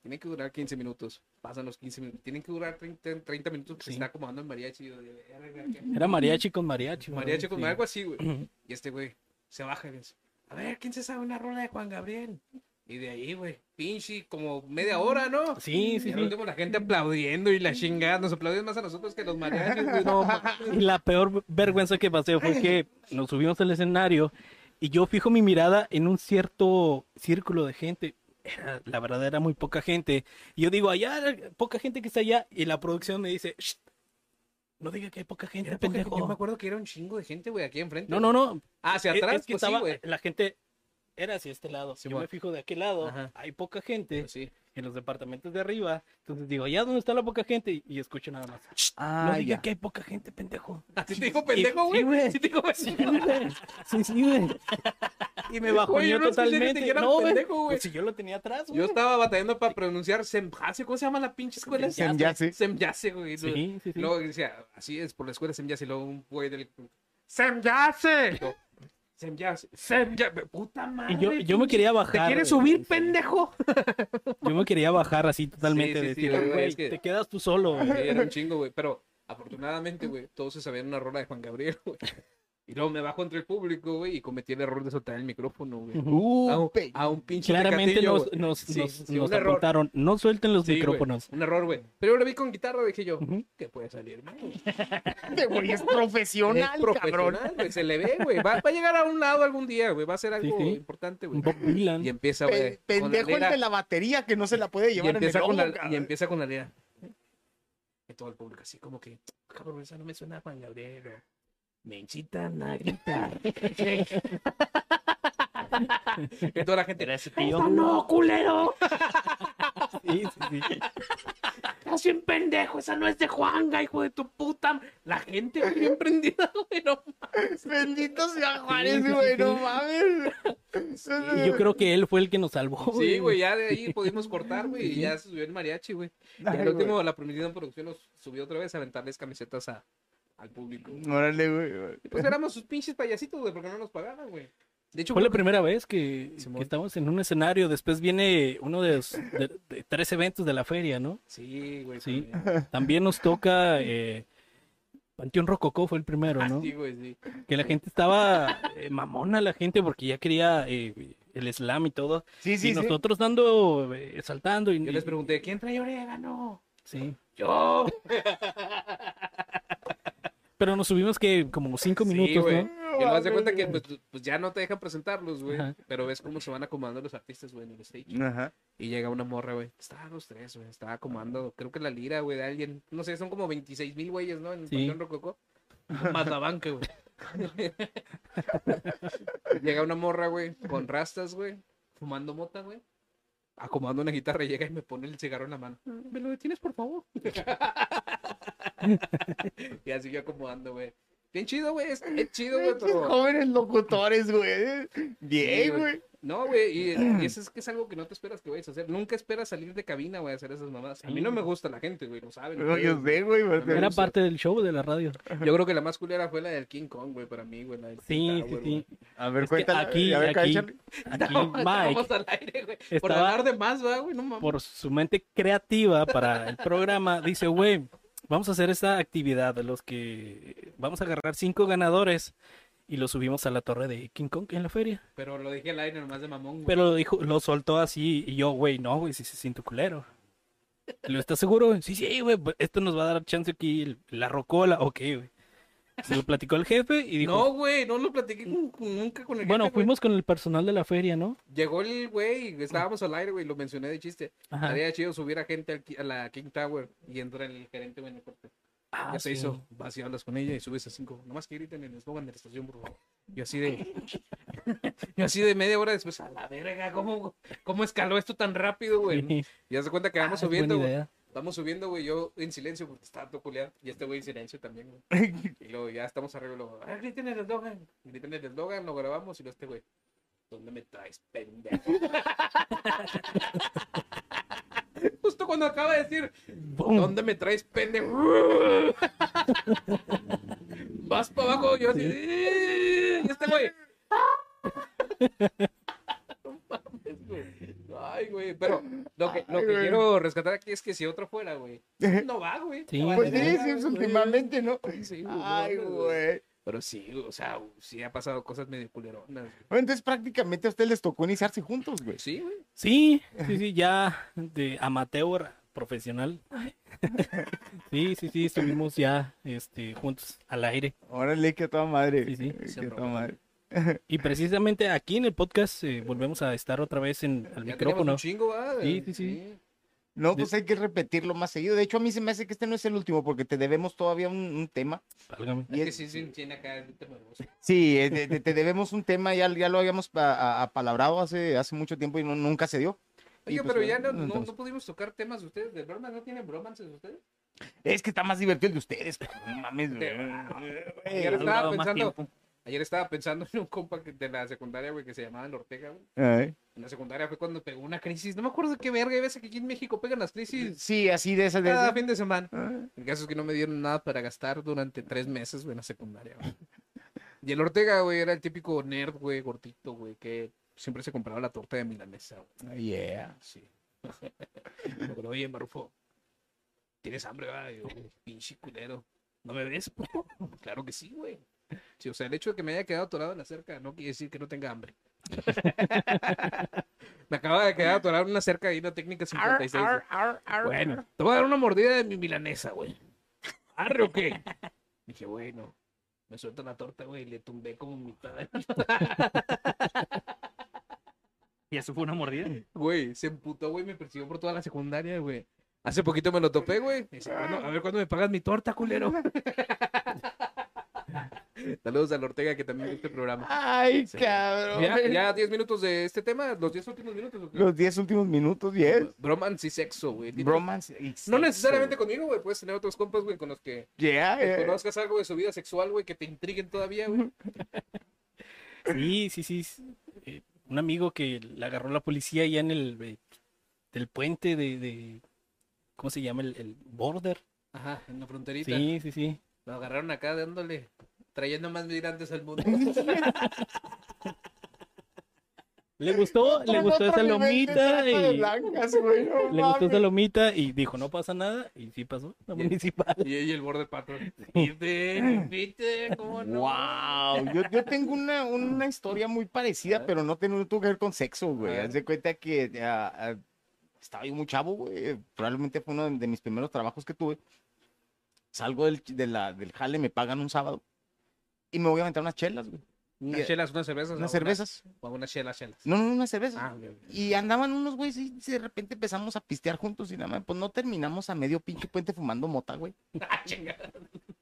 D: tiene que durar 15 minutos. Pasan los 15 minutos. Tienen que durar 30, 30 minutos porque
B: Sí.
D: se está acomodando el mariachi. y yo de, "Verga, ¿qué?".
B: [LAUGHS] Era mariachi con mariachi. ¿verdad?
D: Mariachi con
B: Sí.
D: algo así, güey.
B: [CLEARS THROAT] Ujú.
D: Y este güey se baja y dice, a ver, ¿quién se sabe una rola de Juan Gabriel? Y de ahí, güey, pinche, como media hora, ¿no?
B: Sí, sí,
D: Y al
B: sí.
D: último la gente aplaudiendo y la chingada. Nos aplauden más a nosotros que los mariachis, güey. [LAUGHS] No, mames.
B: Y la peor vergüenza que pasé fue que nos subimos al escenario y yo fijo mi mirada en un cierto círculo de gente. Era- la verdad era muy poca gente. Y yo digo, allá, poca gente que está allá. Y la producción me dice, "Shh, no diga que hay poca gente,
D: Era poca-
B: pendejo.
D: Yo me acuerdo que era un chingo de gente, güey, aquí enfrente.
B: No, no, no.
D: Ah, hacia
B: Es-
D: atrás,
B: es que
D: pues sí,
B: estaba, eh,
D: güey.
B: la gente era hacia este lado.
D: Sí,
B: Yo
D: bueno.
B: me fijo de aquel lado,
D: Ajá.
B: hay poca gente
D: Pues sí.
B: en los departamentos de arriba. Entonces digo, ¿ya dónde está la poca gente? Y, y escucho nada más.
A: Ah,
B: no diga
A: ya.
B: que hay poca gente, pendejo.
D: Así te dijo pendejo,
B: Sí,
D: güey.
B: güey.
D: [LAUGHS] Sí te dijo pendejo.
B: Sí, sí, güey. Y me
D: Oye,
B: bajoneó
D: yo no escuché que te
B: totalmente.
D: dijeran
B: no, güey.
D: pendejo, güey.
B: Pues si yo lo tenía atrás, güey.
D: Yo estaba batallando para pronunciar Semjace. ¿Cómo se llama la pinche escuela?
B: Semjace.
A: Semjace.
D: Semjace, güey.
B: Sí, sí, sí.
D: Luego decía, así es, por la escuela Semjace. Y luego un güey del... ¡Semjace! Yo, Semjace. Semjace. Puta madre.
B: Y yo, yo me quería
D: ¿Te
B: bajar.
D: quieres
B: güey.
D: subir, pendejo?
B: Yo me quería bajar así totalmente.
D: Sí, sí, sí,
B: decirle,
D: güey,
B: güey,
D: es que-
B: te quedas tú solo,
D: Sí,
B: güey.
D: Era [LAUGHS] un chingo, güey. Pero afortunadamente, güey, todos se sabían una rola de Juan Gabriel, güey. Y luego me bajo entre el público, güey, y cometí el error de soltar el micrófono, güey.
B: Uh,
D: A un, a un pinche
B: Claramente
D: tecatillo,
B: nos,
D: güey.
B: nos,
D: Sí,
B: nos,
D: sí,
B: nos
D: un error.
B: apuntaron, no suelten los
D: Sí, güey,
B: micrófonos.
D: un error, güey. Pero yo lo vi con guitarra, dije yo, "Mm,
B: Ujú.
D: que puede salir mal.
A: Este [LAUGHS] güey es
D: Es
A: profesional, cabrón.
D: profesional, güey, se le ve, güey. Va, va a llegar a un lado algún día, güey. Va a ser algo
B: sí.
D: importante, güey.
B: Un Bob
D: [LAUGHS]
B: Dylan.
D: Y empieza, güey.
A: Pe-
D: con
A: Pendejo el
D: lira-
A: de la batería que no se la puede
D: y
A: llevar en el
D: empieza con la-
A: hombro,
D: Y
A: cabrón.
D: empieza con la lira. Y todo el público así como que, cabrón, esa no me suena a Juan Gabriel. o, Me incitan a gritar. [LAUGHS] y toda la gente,
B: Era ese tío.
D: "Esa no, culero!
B: [LAUGHS] Sí, sí, sí.
D: ¡Estás bien pendejo! ¡Esa no es de Juanga, hijo de tu puta! m-". La gente güey, bien prendida, güey. no
A: Bendito sea
B: Sí,
A: Juárez,
B: sí, sí,
A: güey, no
B: sí.
A: mames.
B: Y
D: [LAUGHS]
B: yo creo que él fue el que nos salvó.
D: Sí, güey, ya de ahí pudimos cortar, güey, y ya se subió el mariachi, güey. Y
A: Ay,
D: al último,
A: güey.
D: la prometida producción nos subió otra vez a aventarles camisetas a, al público.
A: Órale, güey.
D: Y pues éramos sus pinches payasitos, güey, porque no nos pagaban, güey. De hecho,
B: Fue la
D: creo
B: primera vez que,
D: Simón.
B: que estamos en un escenario. Después viene uno de los de- de tres eventos de la feria, ¿no?
D: que- Sí, güey.
B: Sí.
D: también.
B: También nos toca eh, Panteón Rococó, fue el primero, ¿no?
D: Ah, Sí, güey, sí.
B: Que la gente estaba eh, mamona, la gente, porque ya quería eh, el slam y todo.
A: Sí, sí,
B: y
A: sí.
B: nosotros dando, eh, saltando. Y,
D: Yo les pregunté, ¿quién trae orégano?
B: Sí.
D: ¡Yo!
B: [LAUGHS] Pero nos subimos que como cinco
D: sí,
B: minutos,
D: güey.
B: ¿no?
D: Y luego haz de cuenta que pues, pues ya no te dejan presentarlos, güey.
B: Ajá.
D: Pero ves cómo se van acomodando los artistas, güey, en el stage.
A: Ajá.
D: Y llega una morra, güey. Estaban los tres, güey. Estaba comando, creo que la lira, güey, de alguien. No sé, son como 26 mil güeyes, ¿no? En el
B: Sí.
D: Panteón Rococó. Más la banca, güey. [LAUGHS] llega una morra, güey, con rastas, güey. Fumando mota, güey. Acomodando una guitarra, llega y me pone el cigarro en la mano. ¿Me lo detienes, por favor? [LAUGHS] y así yo acomodando, güey. Bien chido, güey. Es, es chido, güey,
A: Estos
D: pero...
A: jóvenes locutores, güey.
D: Sí,
A: Bien,
D: güey.
A: güey.
D: No, güey,
B: [CLEARS THROAT]
D: y, y eso es que es algo que no te esperas que vayas a hacer. Nunca esperas salir de cabina, güey, a hacer esas mamadas. A mí no me gusta la gente, güey, lo saben.
A: No, yo
D: ustedes.
A: sé, güey. pero-
D: me
B: Era
D: gusta.
B: parte del show de la radio.
D: [LAUGHS] Yo creo que la más culera fue la del King Kong, güey, para mí, güey. La del King
B: Sí, sí,
D: Tower,
B: sí.
D: güey.
A: A ver,
B: Es que
A: cuéntala.
B: aquí,
A: a ver,
B: aquí,
A: cállate.
B: aquí
D: Estábamos-
B: Mike,
D: [LAUGHS] estábamos al aire, güey. Por
B: estaba-
D: hablar de más, ¿verdad, güey, no mames.
B: por su mente creativa para el programa, dice, güey, vamos a hacer esta actividad, los que vamos a agarrar cinco ganadores y los subimos a la torre de King Kong en la feria.
D: Pero lo dije al aire nomás de mamón, güey.
B: Pero lo dijo, lo soltó así y yo, güey, no, güey, si se siente culero. ¿Lo estás seguro? Sí, sí, güey, pues, esto nos va a dar chance aquí el- la rocola, ok, güey. Se lo platicó al jefe y dijo.
D: No, güey, no lo platiqué con- con- nunca con el
B: bueno,
D: jefe, güey.
B: fuimos con el personal de la feria, ¿no?
D: Llegó el güey, estábamos al aire, güey, lo mencioné de chiste.
B: Ajá.
D: Estaría chido subir a gente al ki- a la King Tower y entra el gerente, güey, en el corte.
B: Ah,
D: ya se
B: sí.
D: hizo, vas y hablas con ella y subes a cinco. Nomás que griten el eslogan de la estación, por favor. Yo así de. [LAUGHS] Yo así de media hora después, a la verga, ¿cómo, cómo escaló esto tan rápido, güey?
B: Sí.
D: Y haz de cuenta que
B: Ah,
D: vamos
B: es
D: subiendo,
B: buena
D: güey.
B: idea.
D: Estamos subiendo, güey, yo en silencio, porque estaba todo culiado. Y este güey en silencio también, güey. Y luego ya estamos arriba, y luego, ah, griten el eslogan. Griten el eslogan, lo grabamos y luego este güey. ¿Dónde me traes, pendejo? [LAUGHS] Justo cuando acaba de decir,
B: ¡Bum!
D: ¿dónde me traes, pendejo? Vas para abajo, yo así. Y este
A: [LAUGHS]
D: güey. No mames, güey. Ay, güey, pero lo que, lo
A: Ay,
D: que
A: güey.
D: quiero rescatar aquí es que si otro fuera, güey, no va, güey.
B: Sí,
D: No va a
A: Pues
B: sí,
D: llegar,
A: sí, sí,
D: güey.
A: últimamente, ¿no?
D: Sí, güey, no
A: Ay,
D: mames,
A: güey.
D: Pero sí, güey, o sea, sí ha pasado cosas medio culeronas. güey.
A: Bueno, entonces prácticamente a ustedes les tocó iniciarse juntos, güey.
D: Sí, güey.
B: Sí, sí, sí, ya de amateur a profesional. Sí, sí, sí, estuvimos ya este, juntos al aire.
A: Órale, que a toda madre.
B: Sí, sí.
A: Que a
D: Se
A: toda madre.
B: Y precisamente aquí en el podcast eh, volvemos a estar otra vez en el
D: Ya teníamos
B: micrófono.
D: un chingo, ¿va?
B: Sí, sí, sí.
A: No, pues hay que repetirlo más seguido. De hecho, a mí se me hace que este no es el último porque te debemos todavía un, un tema.
B: Válgame.
A: Y
D: Es que
A: es-
D: sí, sí, tiene acá el tema de voz.
A: Sí, eh, te, te- te debemos un tema, ya, ya lo habíamos pa- a- apalabrado hace, hace mucho tiempo y no- nunca se dio. Y
D: Oye,
A: pues,
D: pero ya
A: bueno,
D: no, no,
A: entonces-
D: no pudimos tocar temas de ustedes. ¿De broma no tienen bromances ustedes?
A: Es que está más divertido el de ustedes, cabrón, no mames, güey.
D: [LAUGHS] Ayer
E: Ha durado
D: estaba
E: más
D: pensando,
E: tiempo.
D: ayer estaba pensando en un compa que- de la secundaria, güey, que se llamaba el Ortega, güey.
A: Ay.
D: En la secundaria fue cuando pegó una crisis. No me acuerdo de qué verga, ves que aquí en México pegan las crisis
A: Sí, así de esa de
D: cada
A: esa.
D: fin de semana.
A: Ah.
D: El caso es que no me dieron nada para gastar durante tres meses, güey, en la secundaria, güey. Y el Ortega, güey, era el típico nerd, güey, gordito, güey, que siempre se compraba la torta de milanesa, güey.
A: Ah, Yeah.
D: Sí. [LAUGHS] Me acuerdo, oye, Marufo, ¿tienes hambre, va? Y yo, pinche culero. ¿No me ves, puto?". [LAUGHS] Claro que sí, güey. Sí, o sea, el hecho de que me haya quedado atorado en la cerca no quiere decir que no tenga hambre. [LAUGHS] me acaba de quedar atorado en una cerca y una técnica 56. güey. Bueno, te voy a dar una mordida de mi milanesa, güey. ¿Arre o qué? Dije, bueno, me suelta la torta, güey, y le tumbé como mitad de
E: Y eso fue una mordida.
D: Güey, se emputó, güey, me persiguió por toda la secundaria, güey. Hace poquito me lo topé, güey. Me dice, "¿Cuándo- a ver cuándo me pagas mi torta, culero. [LAUGHS] Saludos al Ortega que también ve este programa.
A: Ay,
D: Sí.
A: cabrón.
D: Ya, ya 10 minutos de este tema, los 10 últimos minutos. ¿o qué?
A: Los 10 últimos minutos, 10.
D: Bromance y sexo, güey.
A: Bromance. y
D: No
A: sexo,
D: necesariamente
A: güey.
D: conmigo, güey. Puedes tener otros compas, güey, con los que
A: Yeah, eh.
D: conozcas algo de su vida sexual, güey, que te intriguen todavía, güey.
B: Sí, sí, sí. s- eh, un amigo que le agarró la policía allá en el eh, del puente de, de- ¿cómo se llama? El, el border.
D: Ajá, en la fronterita.
B: Sí, sí, sí.
D: Lo agarraron acá dándole, trayendo más migrantes al
A: [LAUGHS]
D: mundo.
B: Le gustó, le gustó esa lomita y [LAUGHS] le gustó esa
A: lomita.
B: lomita y dijo, no pasa nada. Y sí pasó, la municipal.
D: Y, y el borde pato. Viste, viste, cómo no.
A: Wow, yo, yo tengo una, una historia muy parecida, pero no tiene- no tuvo que ver con sexo, güey.
D: A ver.
A: Haz de cuenta que ah, ah, estaba yo muy chavo, güey. Probablemente fue uno de, de mis primeros trabajos que tuve. Salgo del, de la, del jale, me pagan un sábado y me voy a aventar unas chelas, güey.
D: Unas chelas, unas cervezas.
A: eh, Unas
D: o una-
A: cervezas.
D: O unas chelas, chelas.
A: No, no, unas cervezas.
D: Ah, ok, ok.
A: Y andaban unos güeyes y de repente empezamos a pistear juntos y nada más. Pues no terminamos a medio pinche puente fumando mota, güey.
D: [LAUGHS] Ah, chinga.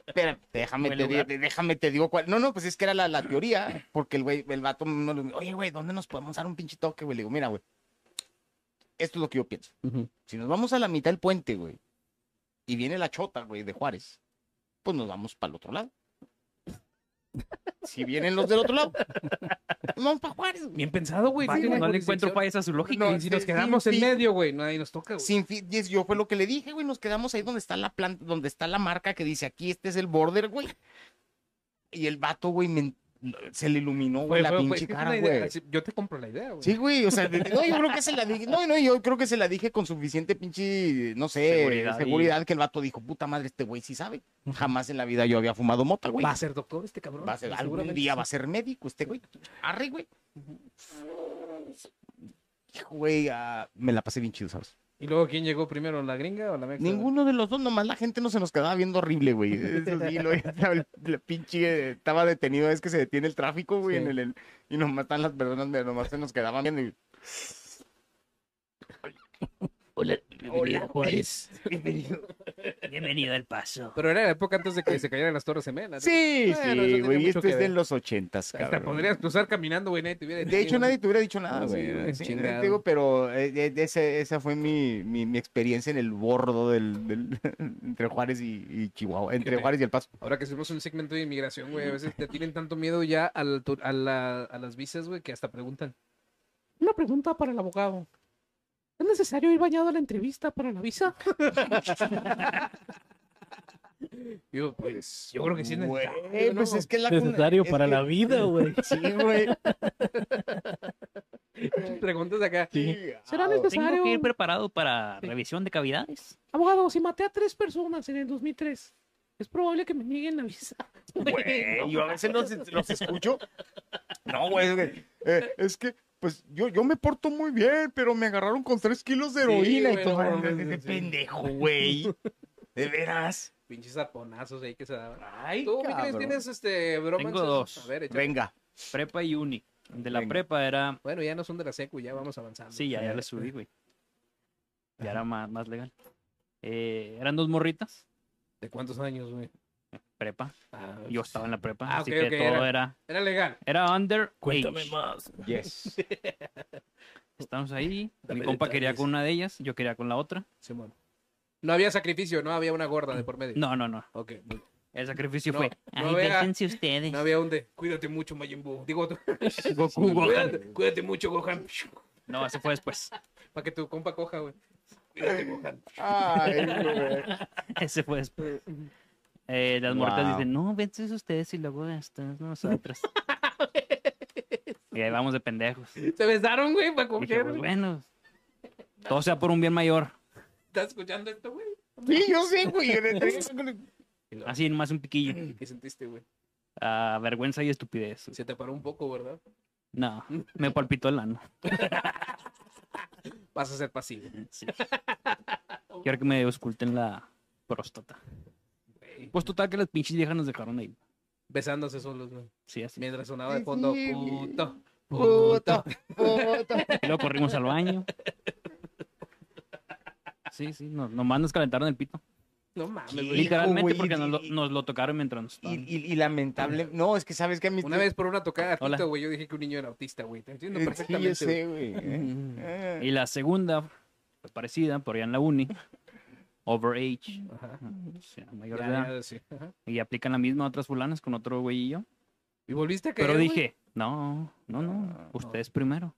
A: Espera, déjame
B: Buen
A: te, di-
B: lugar.
A: te- déjame te digo cuál. No, no, pues es que era la, la teoría, porque el güey, el vato, no lo- oye, güey, ¿dónde nos podemos dar un pinche toque, güey? Le digo, mira, güey, esto es lo que yo pienso. Si nos vamos a la mitad del puente, güey, y viene la chota, güey, de Juárez, pues nos vamos para el otro lado. Si vienen los del otro lado, nos vamos para Juárez, güey.
D: Bien pensado, Pues güey.
E: Va,
D: tiene
E: no le
D: jurisdicción.
E: encuentro fallas a su lógica.
A: No,
D: Y si nos
A: sí,
D: quedamos
A: sí,
D: en
A: sí.
D: medio, güey, nadie nos toca, güey.
A: Sin fin, y yo fue lo que le dije, güey, nos quedamos ahí donde está la planta, donde está la marca que dice aquí, este es el border, güey. Y el vato, güey, me- se le iluminó, güey,
D: Güey,
A: la
D: güey, güey,
A: pinche
D: es que es
A: cara,
D: una idea.
A: güey.
D: Sí, Yo te compro la idea, güey.
A: Sí, güey, o sea, de- no, yo creo que se la dije, no, no, yo creo que se la dije con suficiente pinche, no sé,
E: Seguridad
A: seguridad,
E: y-
A: que el vato dijo, puta madre, este güey sí sabe. Jamás en la vida yo había fumado mota, güey.
D: Va a ser doctor este cabrón.
A: Va a ser, algún
D: seguramente
A: día
D: sí.
A: va a ser médico este güey. Arre, güey. Hijo, güey, ah, me la pasé bien chido, ¿sabes?
D: ¿Y luego quién llegó primero, la gringa o la mexa?
A: Ninguno de los dos, nomás la gente no se nos quedaba viendo horrible, güey. Eso sí, lo, [LAUGHS] la, la pinche eh, estaba detenido, es que se detiene el tráfico, güey,
D: Sí.
A: en el, el- y nos matan las personas, pero nomás se nos quedaban viendo. y-
B: Hola, Juárez.
E: Bienvenido al paso.
D: Pero era la época antes de que se cayeran las Torres Gemelas. ¿no?
A: Sí,
D: Bueno, eso
A: sí,
D: tenía
A: güey,
D: mucho
A: esto
D: que
A: es de
D: ver.
A: los ochentas,
D: Hasta
A: cabrón.
D: podrías cruzar caminando, güey, nadie te hubiera
A: De hecho,
D: detenido.
A: nadie te hubiera dicho nada,
D: Ah, sí,
A: güey.
D: güey,
A: Sí,
D: chingado.
A: te digo, pero eh, eh, ese- esa fue mi, mi, mi experiencia en el bordo del, del- [LAUGHS] entre Juárez y, y Chihuahua, entre Juárez y El Paso.
D: Ahora que hacemos un segmento de inmigración, güey, a
F: [LAUGHS]
D: veces te tienen tanto miedo ya al tu- a, la- a las visas, güey, que hasta preguntan. Una pregunta para el abogado. ¿Es necesario ir bañado a la entrevista para la [LAUGHS] visa? Yo, pues, yo creo que sí es
A: Güey,
D: necesario. ¿no?
A: pues es que la cuna-
B: Necesario
A: es
B: para
A: que-
B: la vida, güey.
A: Sí, güey.
D: Preguntas acá.
F: ¿Será
E: Ah,
A: ah,
E: Tengo
D: pues,
F: necesario?
E: que ir preparado para revisión de cavidades.
F: Abogado, si maté a tres personas en el 2003, es probable que me nieguen la visa.
A: Güey, yo a veces los, los escucho. No, güey. Es que, eh, es que, pues yo, yo me porto muy bien, pero me agarraron con tres kilos de
D: Sí,
A: heroína
D: güey,
A: y todo.
D: no mames,
A: de
D: sí.
A: pendejo, güey. De veras.
D: [LAUGHS] Pinches arponazos ahí que se daban.
E: Ay,
D: ¿Tú, mi Cris,
A: cabrón.
D: tienes este bromas?
E: Tengo dos.
D: A ver, échale.
A: Venga.
E: prepa y uni. De la
A: Venga.
E: prepa era.
D: Bueno, ya no son de la secu, ya vamos avanzando.
E: Sí, ya, ya le subí, güey. Ya era más, más legal. Eh, eran dos morritas,
D: ¿De cuántos años, güey?
E: prepa.
D: Ah,
E: Yo estaba en la prepa,
D: Ah,
E: así
D: ok,
E: que
D: ok,
E: todo
D: era-
E: era.
D: Era legal.
E: Era under.
B: Cuéntame
E: age.
B: más.
A: Yes.
E: Estamos ahí.
D: Dame
E: Mi compa
D: detalles.
E: quería con una de ellas, yo quería con la otra.
D: Simón. No había sacrificio, no había una gorda de por medio.
E: No, no, no.
D: Ok.
E: El sacrificio
D: No,
E: fue.
D: no
E: Ay,
D: vea.
E: déjense ustedes.
D: No había donde. Cuídate mucho, Majin Buu. Digo,
E: [LAUGHS] Goku, Gohan.
D: cuídate, cuídate mucho, Gohan.
E: No, eso fue después. [LAUGHS]
D: Para que tu compa coja, güey. Cuídate, Gohan.
A: Ay, güey.
E: Ese
D: [LAUGHS]
E: fue después. Eh, las mortas
A: Wow.
E: dicen, no, vence ustedes y luego estás nosotros.
D: [LAUGHS]
E: y ahí vamos de pendejos.
D: Se besaron, güey, para
E: Dije,
D: coger.
E: pues,
D: güey. [LAUGHS]
E: bueno, todo sea por un bien mayor.
D: ¿Estás escuchando esto, güey?
A: Sí, yo sé, güey. en el-
E: Así nomás un
D: [CLEARS THROAT]
E: piquillo.
D: ¿Qué sentiste, güey?
E: Ah, vergüenza y estupidez.
D: Se te paró un poco, ¿verdad?
E: No, me palpitó el ano.
D: Vas a ser pasivo.
E: Quiero que me ausculten la próstata.
D: güey.
E: Pues total que las pinches viejas nos dejaron ahí.
D: Besándose solos, güey.
E: Sí, así.
D: Mientras sonaba de fondo,
A: Sí, sí, güey.
D: puto.
A: Puto, puto.
E: Y luego corrimos al baño. Sí, sí, no- nomás nos calentaron el pito.
D: No mames,
A: Sí.
D: güey.
E: Literalmente
A: güey,
E: porque
A: y-
E: nos lo,
A: y-
E: nos lo tocaron mientras nos
A: Y,
E: estaban-
A: y- y lamentable. No, es que sabes que a mí.
D: Una vez por una tocada,
E: Hola.
D: pito, güey, yo dije que un niño era autista, güey. Te entiendo
A: Eh, Sí, yo
D: perfectamente. güey.
A: sé, güey. eh.
E: Y la segunda fue parecida, por allá en la uni. Overage.
D: Ajá.
E: O sea, mayor de
D: Ya,
E: edad.
D: ya, sí. Ajá.
E: Y aplican la misma a otras fulanas con otro güey y yo.
D: Y volviste a caer,
E: Pero
D: güey.
E: dije, no, no, no.
A: Ah,
E: Ustedes primero.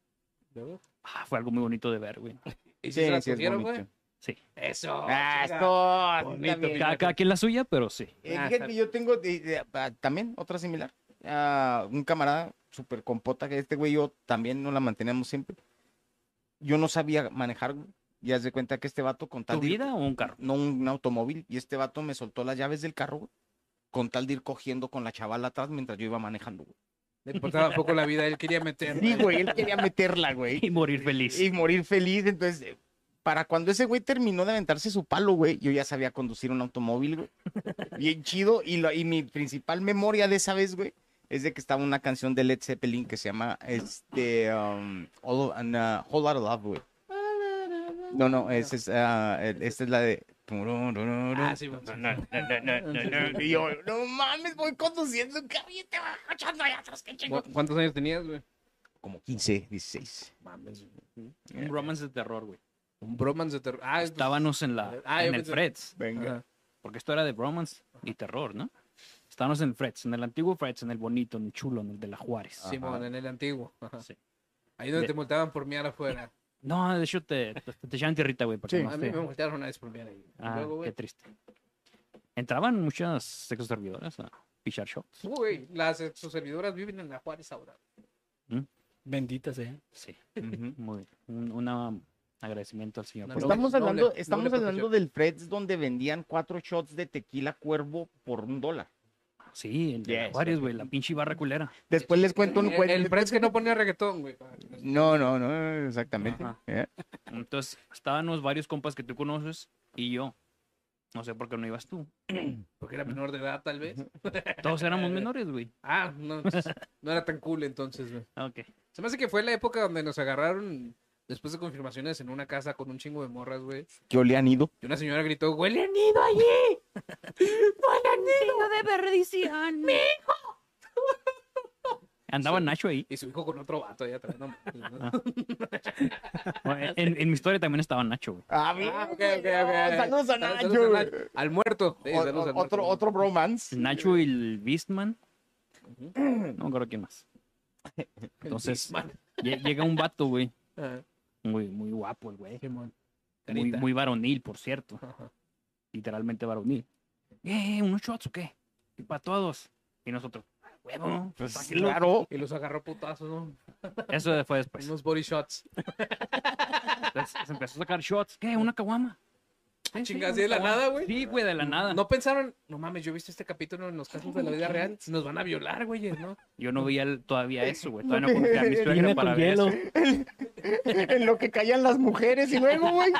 D: Luego,
E: Ah, fue algo muy bonito de ver, güey.
D: ¿Y si
A: Sí,
D: se la
A: sí, es
D: cogieron,
A: bonito.
D: güey?
E: Sí.
D: Eso.
A: Ah,
D: chinga.
A: esto.
D: Bonito,
A: también.
D: mira.
E: Cada, cada quien la suya, pero sí.
A: Eh,
D: Ah, está
A: Fíjate, yo tengo de- de- ah, también otra similar. Ah, un camarada súper compota, que este güey y yo también nos la manteníamos siempre. Yo no sabía manejar, güey. Y haz de cuenta que este vato con tal
E: ¿Tu
A: de ir-
E: vida o un carro? [LAUGHS]
A: no un automóvil, y este vato me soltó las llaves del carro, güey, con tal de ir cogiendo con la chavala atrás mientras yo iba manejando, güey.
D: Le importaba poco la vida, él quería meter.
A: Sí, güey, él quería meterla,
E: [LAUGHS]
A: güey.
E: Y morir feliz.
A: y morir feliz. Entonces, eh, para cuando ese güey terminó de aventarse su palo, güey, yo ya sabía conducir un automóvil, [LAUGHS] güey. Bien chido. Y, lo- y mi principal memoria de esa vez, güey, es de que estaba una canción de Led Zeppelin que se llama este, um, All of- and, uh, Whole Lotta Love, güey. No, no, esa es, ah, el- esta es la de...
D: Ah, sí,
B: pues,
D: bueno, sí.
A: Y yo, no mames, voy conduciendo un carro y te va escuchando allá atrás, qué chingo.
D: ¿Cu- ¿Cuántos años tenías, güey?
A: Como 15, 16.
D: Mames, güey.
E: Un romance de terror, güey.
D: Un bromance de terror. Ah, pues,
E: Estábamos en, la,
D: Ah, yo
E: en el
D: pensé-
E: Freds.
A: Venga.
D: ajá.
E: Porque esto era de romance y terror, ¿no? Estábamos en el Freds, en el antiguo Freds, en el bonito, en el chulo, en el de la Juárez.
A: Ah.
D: Simón, en el antiguo. Ajá.
E: Sí.
D: Ahí donde te
E: De-
D: multaban por miar afuera.
E: No, de hecho te, te, te llaman tierrita, güey. porque no
D: A
E: sé.
D: mí me multaron una vez por miar ahí. Y
E: Ah,
D: Luego,
E: qué
D: güey.
E: triste. Entraban muchas sexoservidoras a pichar shots.
D: Uy, las sus servidoras viven en la Juárez ahora.
B: Bendita sea.
E: Sí,
A: Ujú.
E: muy. Un una- agradecimiento al señor.
D: No,
E: por
D: no,
E: eso.
A: Estamos
D: Noble-
A: hablando,
D: noble
A: estamos hablando
D: profesión.
A: del Freds donde vendían cuatro shots de tequila cuervo por un dólar.
E: Sí, el de
A: Yes,
E: Juárez, güey, la pinche barra culera.
A: Después les cuento un
D: El,
A: cuento.
D: el Preds que no ponía reggaetón, güey.
A: No, no, no, exactamente.
E: Ajá.
A: ¿Eh?
E: Entonces, estábamos varios compas que tú conoces y yo. No sé por qué no ibas tú.
D: Porque era menor de edad, tal vez.
E: Todos éramos menores, güey.
D: Ah, no, pues, no era tan cool entonces, güey.
E: Ah, Ok.
D: Se me hace que fue la época donde nos agarraron después de confirmaciones en una casa con un chingo de morras, güey.
A: Que olía a nido.
D: Y una señora gritó, huele a nido
E: [LAUGHS]
D: allí.
E: Andaba Nacho
D: [LAUGHS]
E: ahí.
D: Y su hijo con otro vato allá atrás. No, mames, ¿no?
E: Ah. Bueno, En, en mi historia también estaba Nacho, güey.
A: Ah,
D: Ah, ok, ok, ok.
A: Saludos a Nacho.
D: Saludos a Nacho. Al muerto. Sí,
A: O- o-
D: saludos al
A: otro,
D: muerto.
A: otro bromance.
E: Nacho y el Beastman. No me acuerdo
D: [LAUGHS]
E: quién más. Entonces, lle- llega un vato, güey.
D: Ah,
E: Muy, muy guapo el güey. Muy,
D: carita.
E: muy varonil, por cierto.
D: Ajá.
E: Literalmente varonil. Eh, eh, unos shots o qué? Y para todos. Y nosotros, "Ah, huevo.
A: Pues,
E: tranquilo".
A: claro.
D: Y los agarró a putazos, ¿no?
E: Eso fue después.
D: Unos body shots.
E: Entonces, se empezó a sacar shots. ¿Qué? ¿Una caguama? Sí,
D: Chinga,
E: una
D: ¿así de la
E: caguama.
D: nada, güey?
E: Sí, güey, de la nada.
D: No pensaron, no mames, yo he visto este capítulo en los casos de la vida real. Nos van a violar, güey, ¿no?
E: Yo no veía el- todavía eso, güey. Todavía no conocía a mi suegra
B: Viene
E: para
B: con
E: ver
B: hielo.
E: eso.
A: en lo que callan las mujeres y luego, güey.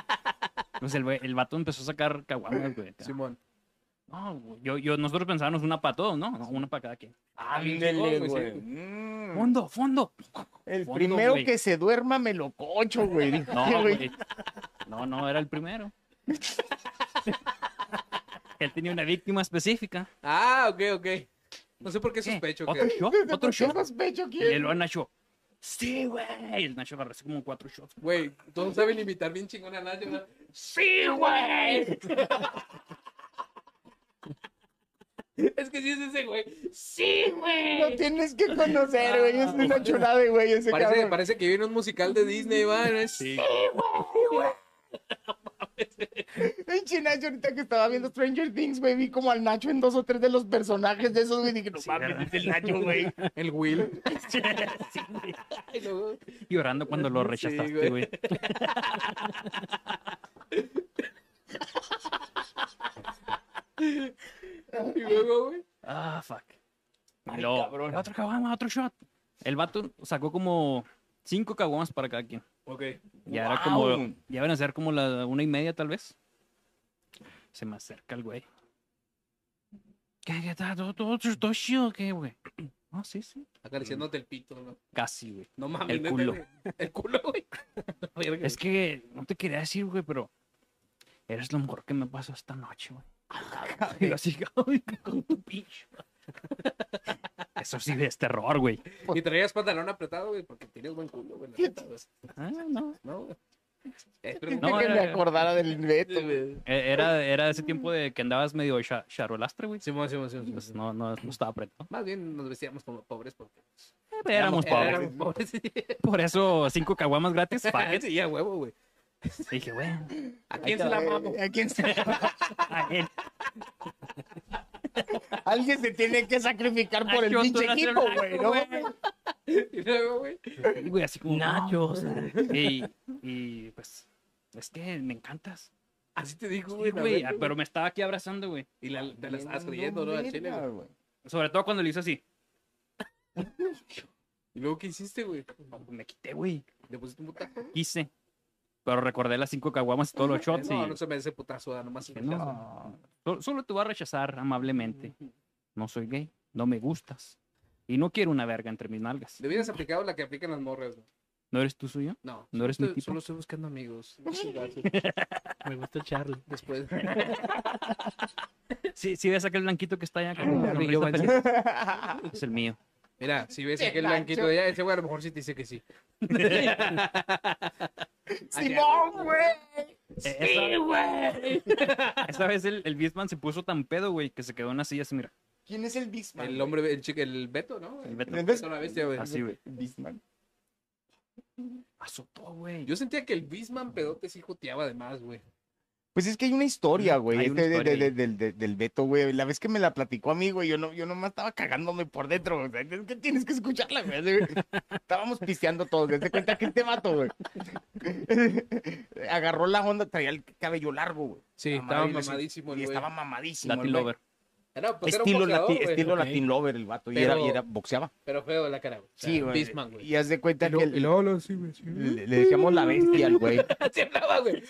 E: Entonces, el, güey- el vato empezó a sacar caguamas, güey. acá.
D: Simón.
E: No, güey, yo, yo, nosotros pensábamos una para todos, ¿no? No, Una para cada quien.
A: Ándele,
D: Ah, chingón, güey, sí.
A: güey. Mm.
E: Fondo, fondo.
A: El
E: Fondo,
A: primero
E: güey.
A: que se duerma me lo cocho, güey. Dije,
E: No,
A: güey.
E: güey. No, no, era el primero. Él tenía una víctima específica.
D: Ah, ok, ok. No sé por qué
E: ¿Qué?
D: sospecho
E: ¿Otro
D: que.
E: shot?
A: [LAUGHS]
E: ¿Otro
A: ¿Por qué
E: shot?
A: sospecho
E: Y le
A: quién?
E: lo a Nacho. Sí, güey. Y El Nacho agarró así como cuatro shots.
D: Güey, todos saben imitar bien chingón a Nacho, ¿no?
E: ¡Sí, güey!
D: Es que sí es ese, güey. ¡Sí, güey!
A: Lo tienes que conocer, güey. Es una chulada, de güey, ese
D: Parece,
A: cabrón.
D: parece que viene un musical de Disney, va. ¿no? Sí.
A: Pinche Nacho, ahorita que estaba viendo Stranger Things, güey, vi como al Nacho en dos o tres de los personajes de esos, güey. Dije, no mames, es el Nacho, güey.
D: El Will. Ay, no.
E: Llorando
D: [LAUGHS]
E: cuando lo rechazaste,
D: güey.
E: güey.
D: Y luego, güey.
E: Ah, fuck. Y luego, otro caguama, otro shot. El vato sacó como cinco caguamas para cada quien.
D: Ok.
E: Ya era como, ya van a ser como la una y media tal vez. Se me acerca el güey. ¿Qué, qué tal? ¿Todo, todo, todo chido o qué, güey? [CLEARS THROAT] No, sí, sí.
D: Acariciándote el pito, ¿no?
E: Casi, güey.
D: No mames.
E: El
D: neta,
E: culo.
D: güey. El culo, güey. [LAUGHS] La verga.
E: Es que no te quería decir, güey, pero eres lo mejor que me pasó esta noche,
A: [LAUGHS]
E: güey.
A: Ah,
E: Y lo así, "Ay, [LAUGHS] con tu pinche. [LAUGHS] Eso sí es terror, güey.
D: Y traías pantalón apretado, güey, porque tienes buen culo, güey. la neta, güey.
E: Ah, no.
D: No, güey. Eh, pero-
A: Dije que
E: era-
A: me acordara del Beto, güey.
E: Eh, Era, era ese tiempo de que andabas medio cha- charolastre, güey.
D: Simón, Simón, Simón, Simón.
E: Pues no, no, no estaba apretado.
D: Más bien nos vestíamos como pobres porque
A: Eh,
E: Éramos pobres.
D: Éramos pobres. sí.
E: Por eso, cinco
A: [LAUGHS]
E: caguamas gratis. fuck
D: [LAUGHS]
E: it.
D: Sí, a huevo, güey.
E: Dije, bueno,
D: ¿A quién se la mamo?
A: Eh, ¿A quién se... Ah,
E: a él.
A: Alguien se tiene que sacrificar por el
E: Nacho, tú
A: pinche
E: eras el
A: equipo,
E: blanco,
A: güey, ¿no?
D: Y luego, güey.
E: Y, güey, así como, nachos. Y, y, pues, es que me encantas.
D: Así te digo,
E: Sí,
D: güey.
E: güey,
D: la
E: ah,
D: verga.
E: pero me estaba aquí abrazando, güey.
D: Y la, te la estabas creyendo, ¿no? Al chile, güey. Ah,
A: güey.
E: Sobre todo cuando le hizo así.
D: ¿Y luego qué hiciste, güey?
E: Me quité, güey.
D: ¿Le pusiste un putazo?
E: Quise. Pero recordé las cinco caguamas y todos [LAUGHS] los shots.
D: no,
E: y
D: no se merece putazo, ah, nomás.
E: dije, no, so- solo te voy a rechazar amablemente. No soy gay. No me gustas. Y no quiero una verga entre mis nalgas.
D: Le hubieras aplicado la que aplican las morras, güey.
E: ¿No eres tú suyo?
D: No,
E: ¿No eres mi
D: estoy-
E: tipo?
D: Solo estoy
A: [LAUGHS]
D: buscando amigos.
B: Me gusta Charlie.
D: Después.
E: [LAUGHS] Sí, sí ves aquel blanquito que está allá. con la
D: Amigo,
E: sonrisa feliz. Es el [LAUGHS] mío.
D: Mira, si ves
A: Qué
D: aquel
A: macho.
D: blanquito de allá, ese güey a lo mejor sí te dice que sí. Ah,
A: ¡Simón, güey!
E: Eh, Esa, [LAUGHS] esa vez el, el Beastman se puso tan pedo, güey, que se quedó en una silla así, mira.
A: ¿Quién es el Bisman?
D: El hombre, el chico, el Beto, ¿no?
E: El Beto.
D: El Beto, la bestia, güey.
E: Así, güey.
A: Bisman.
E: Azotó, güey.
D: Yo sentía que el Bisman pedote sí joteaba de más, güey.
A: Pues es que hay una historia,
E: Hay
A: güey, este,
E: una
A: de- de-
E: historia
A: de-
E: ahí.
A: del- del- del Beto, güey. La vez que me la platicó a mí, güey, yo no, yo nomás estaba cagándome por dentro, güey. O sea, Es que tienes que escucharla, güey. Así, güey. Estábamos pisteando todos, desde cuenta que este vato, güey. [LAUGHS] Agarró la onda, traía el cabello largo, güey.
D: Sí,
A: Mamadísimo.
D: estaba mamadísimo el
A: Y
D: güey.
A: estaba mamadísimo.
E: Latin
A: el güey.
E: Lover.
D: Era, pues, era un
A: Estilo,
D: boxeador,
A: lati-
D: güey.
A: estilo
B: ok.
A: Latin Lover el vato. Y,
D: Pero-
A: era, y era- boxeaba.
D: Pero feo de la cara, güey. O sea,
A: Sí, güey.
D: Beastman, güey.
A: Y haz de cuenta que el-
G: sí, güey. sí.
A: le, le decíamos la bestia al güey.
D: Así hablaba, güey.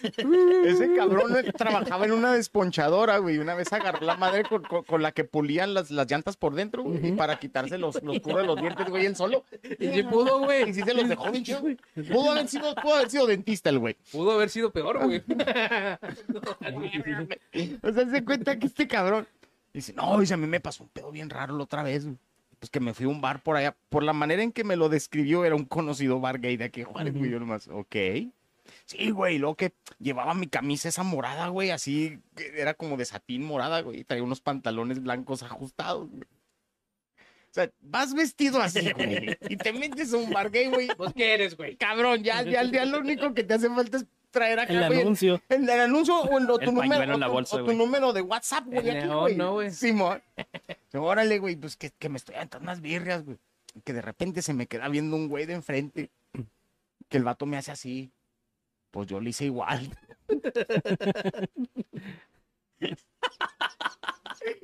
A: Ese cabrón trabajaba en una desponchadora, güey. y Una vez agarró la madre con, con- con la que pulían las, las llantas por dentro, güey. y para quitarse los, los curos de los dientes, güey, él solo. [LAUGHS]
D: Y sí pudo, güey.
A: Y sí se los
D: [LAUGHS]
A: dejó bien chido, güey. Pudo haber sido, pudo haber sido dentista el güey.
D: Pudo haber sido peor,
A: [LAUGHS]
D: güey.
A: O sea, se cuenta que este cabrón. Dice, no, dice, a mí me pasó un pedo bien raro la otra vez, güey. Pues que me fui a un bar por allá. Por la manera en que me lo describió, era un conocido bar gay de aquí, de Juárez, güey. Yo nomás, ok. Sí, güey, lo que llevaba mi camisa esa morada, güey, así, que era como de satín morada, güey. Y traía unos pantalones blancos ajustados, güey. O sea, vas vestido así, güey, y te metes a un bar gay, güey. pues,
D: ¿Vos qué eres, güey?
A: Cabrón, ya, ya, ya lo único que te hace falta es traer acá,
B: El
A: güey, el-
B: anuncio.
A: el, el anuncio o el, o tu,
E: El pañuelo
A: número,
E: en la
A: o tu-
E: bolsa,
A: o tu
E: güey.
A: número de WhatsApp, güey.
D: El
A: Aquí,
D: neón,
A: güey.
D: ¿no, güey?
A: Simón. Órale, güey, pues que, que me estoy aventando unas birrias, güey. Que de repente se me queda viendo un güey de enfrente. Que el vato me hace así. Pues yo le hice
D: [LAUGHS]
A: igual. El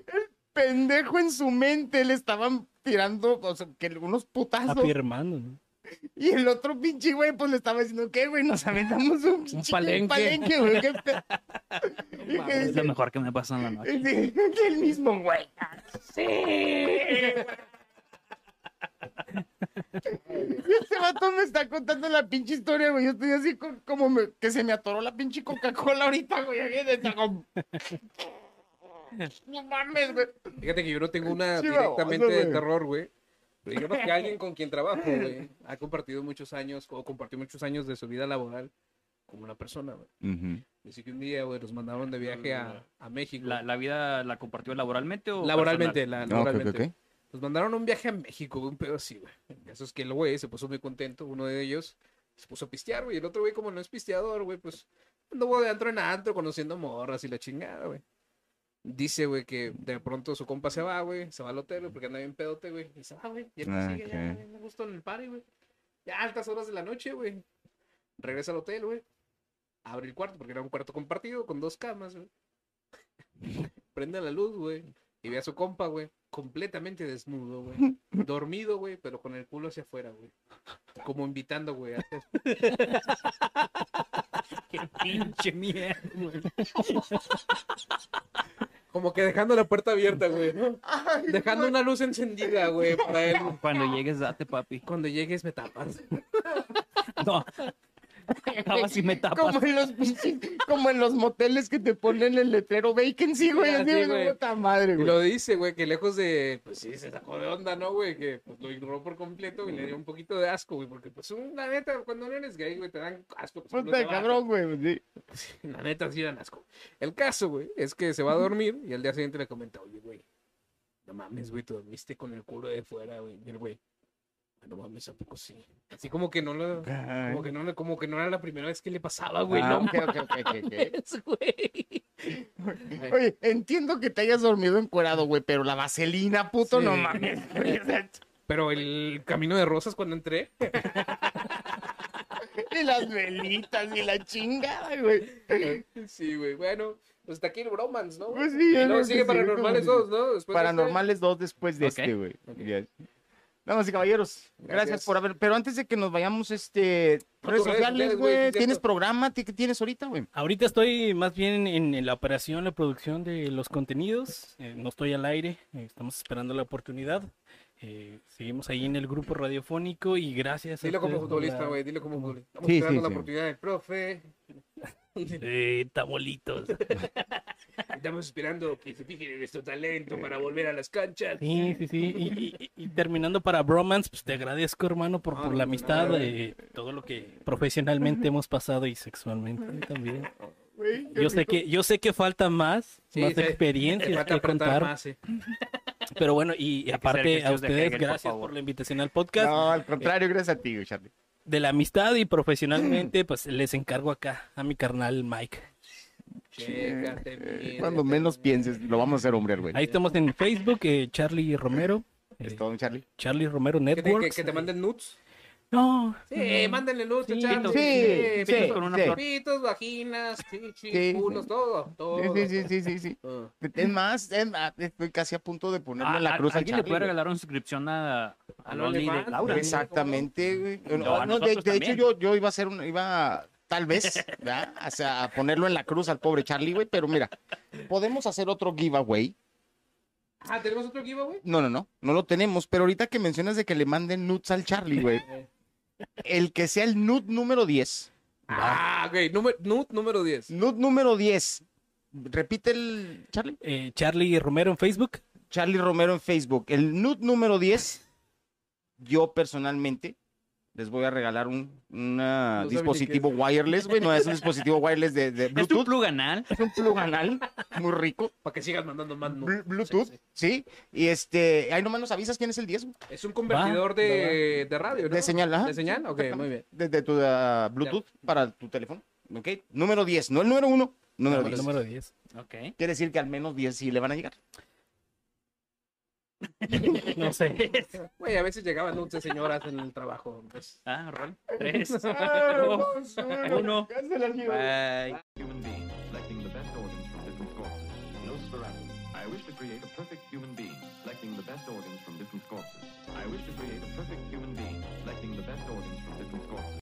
A: pendejo en su mente le estaban tirando o sea, que unos putazos.
B: Afirmando. ¿no?
A: Y el otro pinche güey, pues le estaba diciendo, ¿qué, güey? Nos aventamos un, pinche
D: palenque.
A: güey. ¿qué
E: [LAUGHS]
A: pe-?" Y que
E: Es lo
A: dice-
E: mejor que me pasó en la noche.
A: dice, "Que el mismo güey. Sí. [LAUGHS] Este vato me está contando la pinche historia, güey. Yo estoy así co- como me- que se me atoró la pinche Coca-Cola ahorita, güey. Aquí de esta com- No mames, güey.
D: Fíjate que yo no tengo una
A: Sí,
D: directamente
A: baboso,
D: de
A: güey.
D: terror, güey. Pero digamos que alguien con quien trabajo, güey, ha compartido muchos años, o compartió muchos años de su vida laboral como una persona, güey. Así que un día, güey, nos mandaron de viaje a, a México.
E: ¿La, la vida la compartió laboralmente o
D: laboralmente,
E: personal?
D: la, laboralmente. Nos mandaron a un viaje a México, güey, un pedo así, güey. El caso es que el güey se puso muy contento, uno de ellos se puso a pistear, güey. El otro güey, como no es pisteador, güey, pues anduvo de antro en antro, conociendo morras y la chingada, güey. Dice, güey, que de pronto su compa se va, güey, se va al hotel, güey, porque anda bien pedote, güey. Y se va, güey, y él me
A: Ah,
D: sigue, ya,
A: ok.
D: güey, me gustó en el party, güey. Ya altas horas de la noche, güey. Regresa al hotel, güey. Abre el cuarto, porque era un cuarto compartido con dos camas, güey. [LAUGHS] Prende la luz, güey. Y ve a su compa, güey, completamente desnudo, güey. Dormido, güey, pero con el culo hacia afuera, güey. Como invitando, güey. a-
E: Pinche mierda. güey.
D: Como que dejando la puerta abierta, güey. ¿no? Dejando una luz encendida, güey, para él.
E: Cuando llegues, date, papi.
D: Cuando llegues me tapas.
E: No. Estaba si me tapas.
A: Como en los pinches- como en los moteles que te ponen el letrero vacancy, güey.
D: Ya,
A: Así,
D: sí,
A: güey,
D: güey.
A: puta madre,
D: Y
A: güey.
D: lo dice, güey, que lejos de... Pues sí, se sacó de onda, ¿no, güey? Que pues, lo ignoró por completo y le dio un poquito de asco, güey. Porque, pues, un- la neta, cuando no eres gay, güey, te dan asco. pues, no te
A: Puta
D: va.
A: cabrón, güey. sí.
D: [LAUGHS] La neta, sí dan asco. El caso, güey, es que se va a dormir y al día siguiente le comenta, oye, güey, no mames, güey, te dormiste con el culo de fuera, güey. Y el güey, "Ah, no mames, ¿a poco sí? Así como que no lo... Como que no, le- como que no era la primera vez que le pasaba, güey.
A: Ah,
D: no
A: ok, ok, ok, ok, ok.
D: mames, güey.
A: Oye, entiendo que te hayas dormido encuerado, güey, pero la vaselina, puto,
D: Sí.
A: no mames. güey. O sea,
D: Pero el camino de rosas
A: [LAUGHS]
D: cuando entré,
A: Y las velitas y la chingada, güey.
D: Pues, sí, güey, bueno, pues hasta aquí el bromance, ¿no?
A: Pues sí, yo
D: y luego
A: creo
D: sigue
A: que sí,
D: Paranormales
A: como-
D: 2, ¿no? Después de este-
A: Paranormales 2 después de
E: Ok.
A: este, güey.
D: Ok.
A: Yes. Damas y caballeros, gracias.
D: Gracias.
A: por haber. Pero antes de que nos vayamos, este.
D: tus
A: Redes
D: redes
A: sociales,
D: sociales, güey, sí
A: güey.
D: es
A: ¿Tienes
D: cierto.
A: programa? ¿Ti- ¿Qué tienes ahorita, güey?
B: Ahorita estoy más bien en, en la operación, la producción de los contenidos. Eh, no estoy al aire, eh, estamos esperando la oportunidad. Eh, seguimos ahí en el grupo radiofónico y gracias. a
D: Dilo como
B: ustedes por
D: futbolista,
B: la-
D: güey, dilo como futbolista. Estamos
A: este, Sí, sí,
D: esperando la
A: sí.
D: oportunidad del profe.
B: Eh, tabolitos.
D: Estamos esperando que se fijen en nuestro talento para volver a las canchas.
B: Sí, sí, sí. Y, y- y- y terminando para Bromance, pues te agradezco, hermano, por,
D: No,
B: por
D: no,
B: la
D: no,
B: amistad,
D: nada.
B: eh, todo lo que profesionalmente hemos pasado y sexualmente también.
A: Güey, qué
B: Yo sé
A: rico.
B: que, yo sé que falta más,
D: Sí,
B: más
D: sí. Te
B: experiencias
D: falta
B: que
D: apretar
B: contar.
D: más, eh.
B: Pero bueno, y, y
E: que ser
B: aparte a
E: gestos de
B: ustedes,
E: Hegel, por
B: gracias por,
E: favor.
B: la invitación al podcast.
A: No, al contrario, gracias a ti, güey, Charlie.
B: De la amistad y profesionalmente, pues les encargo acá a mi carnal Mike.
D: [LAUGHS] Chécate,
A: Eh,
D: mira,
A: Cuando
D: te-
A: menos pienses, lo vamos a hacer hombre, güey.
B: Ahí estamos en Facebook, eh, Charlie Romero, eh,
A: Es todo, Charlie.
B: Charlie Romero
D: Que te, que-
B: Networks.
D: que te manden nudes.
B: No.
D: Sí, mándenle luz,
B: Sí,
D: chachas.
E: pitos.
A: Sí,
E: pitos
A: sí,
E: con una
A: sí.
E: flor.
D: Pitos, vaginas, chichis,
A: Sí.
D: culos, todo, todo.
A: Sí, sí, sí, sí, sí.
D: Ah.
A: Es más, es más, estoy casi a punto de ponerme
E: Ah,
A: la
E: ¿al-
A: cruz al
E: Alguien le
A: Charlie.
E: puede
A: güey.
E: regalar una suscripción a, a
D: Al
E: Lonely de
D: OnlyFans,
E: Laura.
D: güey.
A: Exactamente, güey.
E: No,
A: No,
E: a
A: no, de,
E: nosotros
A: de hecho,
E: también.
A: yo, yo iba a hacer un, iba, tal vez, ¿verdad? O sea, a ponerlo en la cruz al pobre Charlie, güey, pero mira, podemos hacer otro giveaway.
D: Ah, ¿tenemos otro giveaway?
A: No, no, no, no lo tenemos, pero ahorita que mencionas de que le manden nudes al Charlie, güey.
D: Eh.
A: El que sea el nude número 10.
D: Ah, güey, número, nude número 10.
A: Nude número 10. Repite el Charlie.
B: Eh, Charlie Romero en Facebook.
A: Charlie Romero en Facebook. El nude número 10, yo personalmente les voy a regalar un una
D: No sabe ni
A: dispositivo wireless, güey. No, es un dispositivo wireless de, de
E: Es tu
A: Bluetooth.
E: plug anal.
A: Es un plug anal, muy rico.
D: Para que sigas mandando más nudes.
A: Blu- Bluetooth,
D: Sí,
A: sí, Y este, ahí nomás nos avisas quién es el 10, güey.
D: sí. Es un convertidor de, de radio, ¿no?
A: De señal, ajá.
D: ¿De señal? Ok, muy bien.
A: De, de tu ah, Bluetooth para tu teléfono. ¿Ok? Número 10, no el número 1, número 10.
B: Número 10.
E: Ok.
A: Quiere decir que al menos 10 sí le van a llegar.
B: No sé.
D: Güey, a veces llegaban nudes de señoras en el trabajo. pues.
E: [LAUGHS] Ah, rol. Tres.
A: Uno.
E: Uno. Bye.
H: human being, selecting the best organs from different corpses. No sporadic. I wish to create a perfect human being, selecting the best organs from different corpses. I wish to create a perfect human being, selecting the best organs from different corpses.